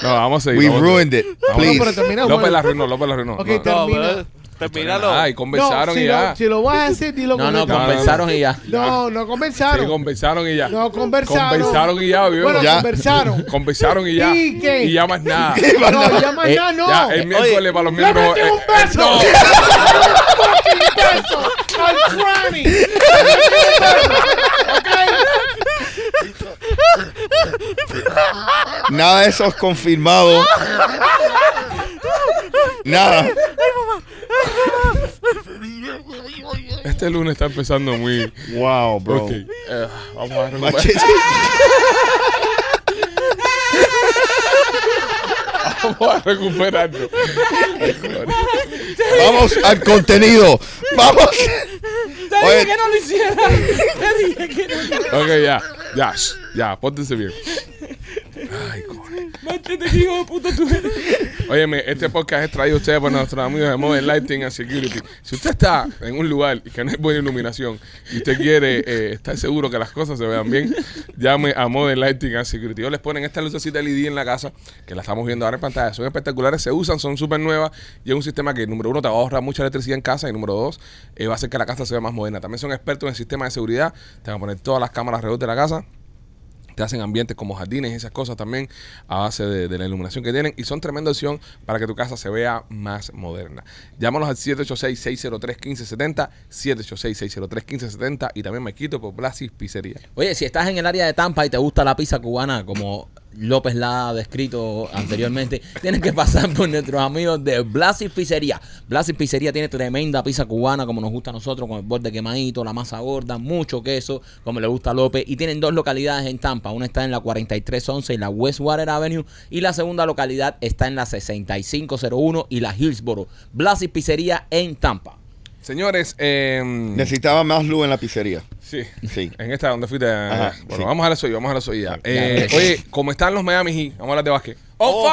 [SPEAKER 3] No, vamos a seguir.
[SPEAKER 6] We
[SPEAKER 3] vamos a seguir.
[SPEAKER 6] ruined it.
[SPEAKER 4] No, pero
[SPEAKER 6] Please.
[SPEAKER 4] termina
[SPEAKER 3] López
[SPEAKER 4] bueno.
[SPEAKER 3] la arruinó, López la arruinó.
[SPEAKER 4] Ok,
[SPEAKER 3] No,
[SPEAKER 4] te-
[SPEAKER 5] No,
[SPEAKER 4] Termina.
[SPEAKER 5] pero- Termínalo.
[SPEAKER 3] Ay,
[SPEAKER 4] No,
[SPEAKER 3] conversaron
[SPEAKER 4] si,
[SPEAKER 3] y
[SPEAKER 4] lo,
[SPEAKER 3] ya.
[SPEAKER 4] si lo vas a decir, dilo
[SPEAKER 2] No, no,
[SPEAKER 4] completo.
[SPEAKER 2] conversaron y ya.
[SPEAKER 4] No, no
[SPEAKER 3] Sí,
[SPEAKER 4] conversaron.
[SPEAKER 3] conversaron y ya.
[SPEAKER 4] No, conversaron.
[SPEAKER 3] Conversaron y ya, vio.
[SPEAKER 4] bueno,
[SPEAKER 6] Ya.
[SPEAKER 4] conversaron.
[SPEAKER 3] Conversaron y ya.
[SPEAKER 4] ¿Y qué?
[SPEAKER 3] ya más nada.
[SPEAKER 4] no, ya más
[SPEAKER 2] Eh,
[SPEAKER 4] nada, no.
[SPEAKER 3] Ya, el miércoles para los
[SPEAKER 4] ¡Le
[SPEAKER 3] miembros.
[SPEAKER 4] metí
[SPEAKER 3] eh,
[SPEAKER 4] un
[SPEAKER 3] eh,
[SPEAKER 4] beso!
[SPEAKER 3] no.
[SPEAKER 4] ¡Le metí un fucking beso al Granny! ¡Le metí un beso! ¿Ok?
[SPEAKER 6] Nada de eso es confirmado. Nada.
[SPEAKER 3] Este lunes está empezando muy.
[SPEAKER 6] Wow, bro.
[SPEAKER 3] Ok, eh, vamos a ver.
[SPEAKER 6] Machete.
[SPEAKER 3] Vamos a recuperarlo.
[SPEAKER 6] Vamos al contenido. Vamos. Oye,
[SPEAKER 2] no lo hiciera. Te dije que no lo
[SPEAKER 3] ok, ya. Ya, shh, ya, póntense bien. Ay, coño.
[SPEAKER 2] Mantente, hijo de puta tú
[SPEAKER 3] Óyeme, este podcast es traído a ustedes por nuestros amigos de Modern Lighting and Security. Si usted está en un lugar que no es buena iluminación y usted quiere eh, estar seguro que las cosas se vean bien, llame a Modern Lighting and Security. Ellos les ponen esta lucecita LED en la casa, que la estamos viendo ahora en pantalla. Son espectaculares, se usan, son súper nuevas y es un sistema que, número uno, te va a ahorrar mucha electricidad en casa y, número dos, eh, va a hacer que la casa se vea más moderna. También son expertos en sistemas de seguridad. Te van a poner todas las cámaras alrededor de la casa te hacen ambientes como jardines y esas cosas también a base de, de la iluminación que tienen y son tremenda opción para que tu casa se vea más moderna. Llámalos al 786-603-1570, 786-603-1570 y también me quito por Blasis Pizzería.
[SPEAKER 2] Oye, si estás en el área de Tampa y te gusta la pizza cubana, como López la ha descrito anteriormente, tienes que pasar por nuestros amigos de Blasis Pizzería. Blasis Pizzería tiene tremenda pizza cubana, como nos gusta a nosotros, con el borde quemadito, la masa gorda, mucho queso, como le gusta a López. Y tienen dos localidades en Tampa. Una está en la 4311 y la Westwater Avenue. Y la segunda localidad está en la 6501 y la Hillsboro. Blasis Pizzería en Tampa.
[SPEAKER 3] Señores, em,
[SPEAKER 6] necesitaba más luz en la pizzería.
[SPEAKER 3] sí.
[SPEAKER 6] Sí.
[SPEAKER 3] En esta donde fuiste.
[SPEAKER 6] Ajá,
[SPEAKER 3] bueno,
[SPEAKER 6] sí.
[SPEAKER 3] vamos a la soya, vamos a la soya.
[SPEAKER 2] Claro, claro.
[SPEAKER 3] Eh, oye, ¿cómo están los Miami Heat? Vamos a hablar de básquet.
[SPEAKER 5] Oh,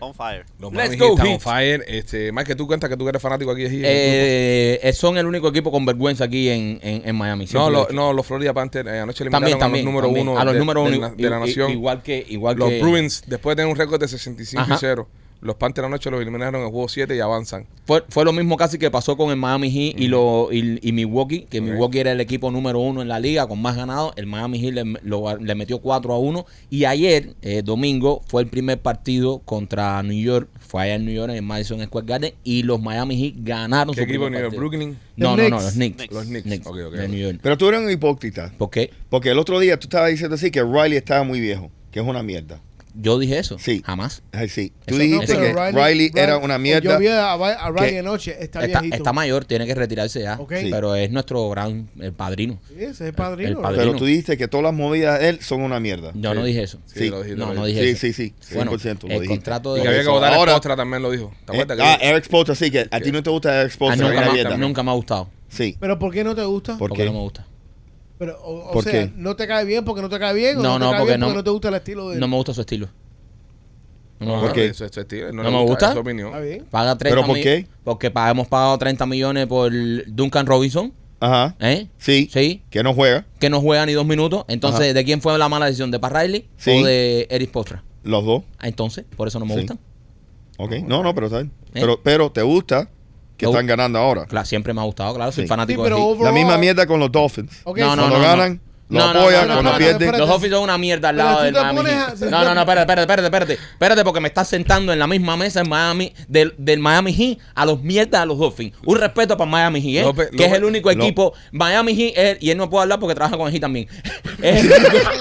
[SPEAKER 5] On fire.
[SPEAKER 3] Los
[SPEAKER 2] Let's
[SPEAKER 3] Miami
[SPEAKER 2] go,
[SPEAKER 3] Heat están
[SPEAKER 2] Heat.
[SPEAKER 3] on fire. Este, Mike, tú cuentas que tú que eres fanático aquí de Heat.
[SPEAKER 2] Eh, eh, son el único equipo con vergüenza aquí en, en, en Miami.
[SPEAKER 3] no,
[SPEAKER 2] Siempre lo he
[SPEAKER 3] lo-
[SPEAKER 2] dicho.
[SPEAKER 3] no, los Florida Panthers eh, anoche
[SPEAKER 2] también,
[SPEAKER 3] eliminaron
[SPEAKER 2] también,
[SPEAKER 3] a los número
[SPEAKER 2] también.
[SPEAKER 3] uno,
[SPEAKER 2] a los
[SPEAKER 3] de-
[SPEAKER 2] número uno
[SPEAKER 3] de, la, de la
[SPEAKER 2] i- i-
[SPEAKER 3] nación.
[SPEAKER 2] Igual que, igual
[SPEAKER 3] Los
[SPEAKER 2] que
[SPEAKER 3] Bruins, después de tener un récord de 65
[SPEAKER 2] Ajá.
[SPEAKER 3] y 0, los Panthers anoche los eliminaron en el juego 7 y avanzan.
[SPEAKER 2] Fue, fue lo mismo casi que pasó con el Miami Heat y, lo, y, y Milwaukee, que
[SPEAKER 3] Ok.
[SPEAKER 2] Milwaukee era el equipo número uno en la liga con más ganados. El Miami Heat le, lo- le metió 4 a 1. Y ayer, eh, domingo, fue el primer partido contra New York. Fue allá en New York, en el Madison Square Garden. Y los Miami Heat ganaron
[SPEAKER 3] ¿Qué
[SPEAKER 2] su
[SPEAKER 3] equipo
[SPEAKER 2] primer
[SPEAKER 3] de
[SPEAKER 2] partido.
[SPEAKER 3] Brooklyn?
[SPEAKER 2] No,
[SPEAKER 4] The
[SPEAKER 2] no, no,
[SPEAKER 4] Knicks.
[SPEAKER 2] los Knicks.
[SPEAKER 3] Los Knicks. Ok, ok,
[SPEAKER 2] de
[SPEAKER 3] ok.
[SPEAKER 2] New York.
[SPEAKER 6] Pero tú eres un hipócrita.
[SPEAKER 2] ¿Por qué?
[SPEAKER 6] Porque el otro día tú estabas diciendo así que Riley estaba muy viejo, que es una mierda.
[SPEAKER 2] Yo dije eso.
[SPEAKER 6] Sí.
[SPEAKER 2] Jamás.
[SPEAKER 6] Ay, sí. Tú
[SPEAKER 2] Eso-
[SPEAKER 6] dijiste
[SPEAKER 2] eso-
[SPEAKER 6] que
[SPEAKER 4] pero
[SPEAKER 6] Riley, era una mierda.
[SPEAKER 4] Yo vi a, a Riley
[SPEAKER 6] que-
[SPEAKER 4] anoche. Está,
[SPEAKER 2] Está,
[SPEAKER 4] viejito.
[SPEAKER 2] está mayor, tiene que retirarse ya.
[SPEAKER 4] Ok.
[SPEAKER 6] Sí.
[SPEAKER 2] Pero es nuestro gran eh, padrino.
[SPEAKER 4] Sí, ese es el padrino.
[SPEAKER 2] el
[SPEAKER 4] ¿no?
[SPEAKER 2] padrino.
[SPEAKER 6] Pero tú dijiste que todas las movidas de él son una mierda.
[SPEAKER 2] Yo no dije eso.
[SPEAKER 6] Sí.
[SPEAKER 3] lo dije,
[SPEAKER 2] No,
[SPEAKER 3] lo
[SPEAKER 2] no
[SPEAKER 3] dije.
[SPEAKER 2] dije
[SPEAKER 6] Sí,
[SPEAKER 2] eso.
[SPEAKER 6] sí, sí. 100%
[SPEAKER 2] Bueno,
[SPEAKER 6] lo
[SPEAKER 2] el
[SPEAKER 6] dijiste.
[SPEAKER 2] contrato
[SPEAKER 3] Y
[SPEAKER 2] de-
[SPEAKER 3] que había que
[SPEAKER 6] Eso.
[SPEAKER 3] votar
[SPEAKER 6] Ahora-
[SPEAKER 3] a Costra también lo dijo. ¿Te acuerdas?
[SPEAKER 6] Eh,
[SPEAKER 3] que
[SPEAKER 6] ah,
[SPEAKER 3] dijo?
[SPEAKER 6] Eric Spoelstra, sí, que a ti no te gusta Eric
[SPEAKER 2] Ah,
[SPEAKER 6] Spoelstra.
[SPEAKER 2] nunca,
[SPEAKER 6] una
[SPEAKER 2] me,
[SPEAKER 6] mierda.
[SPEAKER 2] nunca me ha gustado.
[SPEAKER 6] Sí.
[SPEAKER 4] ¿Pero por qué no te gusta?
[SPEAKER 6] ¿Por
[SPEAKER 2] porque
[SPEAKER 6] qué?
[SPEAKER 2] no me gusta.
[SPEAKER 4] Pero, o, o
[SPEAKER 6] ¿Por
[SPEAKER 4] sea,
[SPEAKER 6] qué?
[SPEAKER 4] ¿no te cae bien porque no te cae bien? o
[SPEAKER 2] No,
[SPEAKER 4] te
[SPEAKER 2] no,
[SPEAKER 4] cae
[SPEAKER 2] porque
[SPEAKER 4] bien
[SPEAKER 2] no-
[SPEAKER 4] no te gusta el estilo de él?
[SPEAKER 2] No me gusta su estilo. No me
[SPEAKER 3] No,
[SPEAKER 2] gusta.
[SPEAKER 6] ¿Por qué?
[SPEAKER 3] Ah, eso es su estilo,
[SPEAKER 2] ¿No
[SPEAKER 3] le
[SPEAKER 2] me gusta?
[SPEAKER 3] es su
[SPEAKER 4] Está
[SPEAKER 3] opinión.
[SPEAKER 4] bien.
[SPEAKER 2] Paga 30
[SPEAKER 6] ¿Pero por
[SPEAKER 2] mi-
[SPEAKER 6] qué?
[SPEAKER 2] Porque pa- hemos pagado 30 millones por Duncan Robinson,
[SPEAKER 6] Ajá.
[SPEAKER 2] ¿eh?
[SPEAKER 6] Sí.
[SPEAKER 2] Sí.
[SPEAKER 6] Que no juega.
[SPEAKER 2] Que no juega ni dos minutos. Entonces,
[SPEAKER 6] Ajá.
[SPEAKER 2] ¿de quién fue la mala decisión? ¿De Pat Riley
[SPEAKER 6] Sí.
[SPEAKER 2] o de Eric Postra? Ah,
[SPEAKER 6] Los dos.
[SPEAKER 2] Entonces, por eso no me
[SPEAKER 6] Sí.
[SPEAKER 2] gustan.
[SPEAKER 6] Ok. No, no, pero está bien. Pero, pero te gusta que
[SPEAKER 2] Me gu-
[SPEAKER 6] están ganando ahora.
[SPEAKER 2] Claro, siempre me ha gustado, claro, soy
[SPEAKER 6] Sí.
[SPEAKER 4] Sí,
[SPEAKER 2] fanático
[SPEAKER 4] pero
[SPEAKER 2] de Heat.
[SPEAKER 6] La
[SPEAKER 4] overall-
[SPEAKER 6] misma mierda con los Dolphins.
[SPEAKER 4] Ok,
[SPEAKER 2] No, no,
[SPEAKER 6] cuando
[SPEAKER 2] no,
[SPEAKER 6] ganan,
[SPEAKER 2] no.
[SPEAKER 6] lo
[SPEAKER 2] No, no,
[SPEAKER 6] apoyan,
[SPEAKER 2] no, no,
[SPEAKER 6] cuando
[SPEAKER 2] no, no,
[SPEAKER 6] pierden.
[SPEAKER 4] espérate.
[SPEAKER 2] Los Dolphins son una mierda al
[SPEAKER 4] Pero
[SPEAKER 2] lado
[SPEAKER 4] tú
[SPEAKER 2] del
[SPEAKER 4] te
[SPEAKER 2] Miami.
[SPEAKER 4] pones
[SPEAKER 2] Heat.
[SPEAKER 4] a-
[SPEAKER 2] No, no, no, espérate, espérate, espérate, espérate. Espérate, porque me estás sentando en la misma mesa en Miami, del, del Miami Heat a los mierdas de los Dolphins. Un respeto para Miami Heat, ¿eh?
[SPEAKER 3] López,
[SPEAKER 2] que es
[SPEAKER 3] López,
[SPEAKER 2] el único
[SPEAKER 6] López.
[SPEAKER 2] equipo. Miami Heat, es- y él no puede hablar porque trabaja con el Heat también. Es el, único,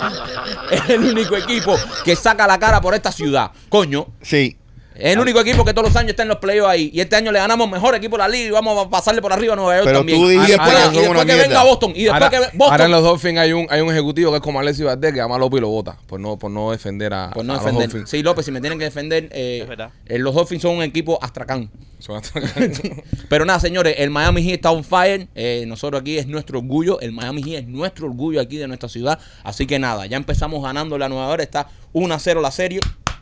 [SPEAKER 2] es el único equipo que saca la cara por esta ciudad, coño.
[SPEAKER 6] Sí.
[SPEAKER 2] Es el único equipo que todos los años está en los playoffs ahí. Y este año le ganamos mejor equipo a la liga y vamos a pasarle por arriba a Nueva York
[SPEAKER 6] Pero
[SPEAKER 2] también. Ah,
[SPEAKER 6] tú dijiste
[SPEAKER 2] y después,
[SPEAKER 6] que son
[SPEAKER 2] y después
[SPEAKER 6] una
[SPEAKER 2] que
[SPEAKER 6] mierda.
[SPEAKER 2] venga Boston. Y después
[SPEAKER 3] ahora,
[SPEAKER 2] que ve-
[SPEAKER 3] ahora en
[SPEAKER 2] Boston.
[SPEAKER 3] los Dolphins hay un, hay un ejecutivo que es como Alexis Valdés que llama a López y lo vota por no, por no defender a,
[SPEAKER 2] Por Pues no
[SPEAKER 3] a los
[SPEAKER 2] defender.
[SPEAKER 3] Dolphins.
[SPEAKER 2] sí, López, si me tienen que defender, eh,
[SPEAKER 5] Es verdad.
[SPEAKER 2] eh, los Dolphins son un equipo astracán.
[SPEAKER 3] Son hasta-
[SPEAKER 2] Pero nada, señores, el Miami Heat está on fire. Eh, nosotros aquí es nuestro orgullo. El Miami Heat es nuestro orgullo aquí de nuestra ciudad. Así que nada, ya empezamos ganando la nueva hora. Está 1 a 0 la serie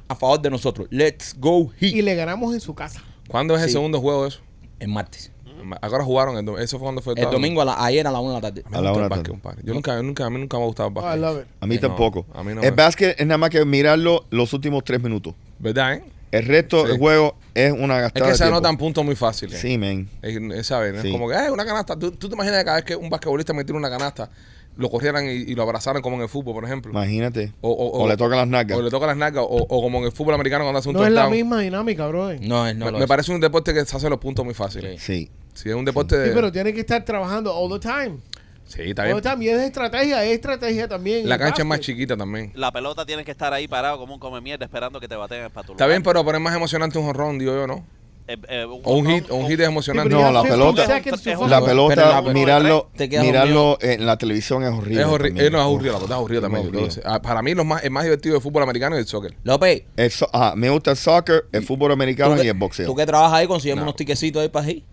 [SPEAKER 2] a favor de nosotros. Let's go
[SPEAKER 4] Y
[SPEAKER 2] Heat.
[SPEAKER 4] le ganamos en su casa.
[SPEAKER 3] ¿Cuándo es el
[SPEAKER 2] Sí.
[SPEAKER 3] segundo juego de eso?
[SPEAKER 2] El martes.
[SPEAKER 3] Pues Ahora jugaron, el dom- eso fue cuando fue
[SPEAKER 2] El domingo, a la- ayer a la 1 de la tarde.
[SPEAKER 3] A mí
[SPEAKER 6] A
[SPEAKER 3] me
[SPEAKER 6] la
[SPEAKER 3] gusta
[SPEAKER 6] hora
[SPEAKER 3] el básquet,
[SPEAKER 6] tarde.
[SPEAKER 3] compadre. Yo nunca, nunca, a mí nunca me ha gustado el
[SPEAKER 4] I
[SPEAKER 3] básquet.
[SPEAKER 4] love it.
[SPEAKER 6] A mí
[SPEAKER 3] Eh, no,
[SPEAKER 6] tampoco.
[SPEAKER 3] a mí no
[SPEAKER 6] el
[SPEAKER 3] me-
[SPEAKER 6] básquet es nada más que mirarlo los últimos tres minutos.
[SPEAKER 3] ¿Verdad, eh?
[SPEAKER 6] El resto
[SPEAKER 3] Sí.
[SPEAKER 6] del juego es una
[SPEAKER 3] Es
[SPEAKER 6] gastada.
[SPEAKER 3] que se
[SPEAKER 6] de tiempo.
[SPEAKER 3] anotan puntos muy fáciles.
[SPEAKER 6] Sí, men.
[SPEAKER 3] Es, ¿sabes? ¿no?
[SPEAKER 6] Sí.
[SPEAKER 3] Es como que, "Ay, una canasta. ¿Tú, tú te imaginas que cada vez que un basquetbolista metiera una canasta, lo corrieran y, y lo abrazaran como en el fútbol, por ejemplo?
[SPEAKER 6] Imagínate.
[SPEAKER 3] O, o- o-
[SPEAKER 6] O le tocan las nalgas.
[SPEAKER 3] O le tocan las nalgas. O, o como en el fútbol americano cuando hace un
[SPEAKER 4] No es la
[SPEAKER 3] touchdown.
[SPEAKER 4] misma dinámica, brother.
[SPEAKER 2] No, es no
[SPEAKER 3] me,
[SPEAKER 2] lo
[SPEAKER 3] me
[SPEAKER 2] es.
[SPEAKER 3] parece un deporte que se hace los puntos muy fáciles.
[SPEAKER 6] Sí.
[SPEAKER 3] Si es un deporte de...
[SPEAKER 4] Sí, pero tiene que estar trabajando all the time.
[SPEAKER 3] Sí, está
[SPEAKER 4] All
[SPEAKER 3] bien.
[SPEAKER 4] the time. Y es estrategia, es estrategia también.
[SPEAKER 3] La
[SPEAKER 4] el
[SPEAKER 3] cancha es más
[SPEAKER 4] básquet.
[SPEAKER 3] chiquita también.
[SPEAKER 5] La pelota tiene que estar ahí parado como un come mierda esperando que te baten para tu
[SPEAKER 3] Está
[SPEAKER 5] lugar.
[SPEAKER 3] bien, pero, pero es más emocionante un jorrón, digo yo, ¿no?
[SPEAKER 5] eh, eh,
[SPEAKER 3] O un hit, o un hit es emocionante.
[SPEAKER 6] No, la pelota- La
[SPEAKER 5] Pero
[SPEAKER 6] pelota,
[SPEAKER 2] en la-
[SPEAKER 6] mirarlo,
[SPEAKER 2] te quedas
[SPEAKER 6] mirarlo en la televisión es horrible.
[SPEAKER 3] Es horrible.
[SPEAKER 6] también.
[SPEAKER 3] Eh, no, es aburrido, la pelota es aburrida también.
[SPEAKER 6] Aburrido.
[SPEAKER 3] Entonces, ah, para mí los más, el más divertido del fútbol americano es el soccer.
[SPEAKER 2] López,
[SPEAKER 6] El so- ah, me gusta el soccer, el fútbol
[SPEAKER 2] tú
[SPEAKER 6] americano y
[SPEAKER 2] que,
[SPEAKER 6] el boxeo.
[SPEAKER 2] tú que trabajas ahí, consiguemos
[SPEAKER 3] No.
[SPEAKER 2] unos tiquecitos ahí para ahí.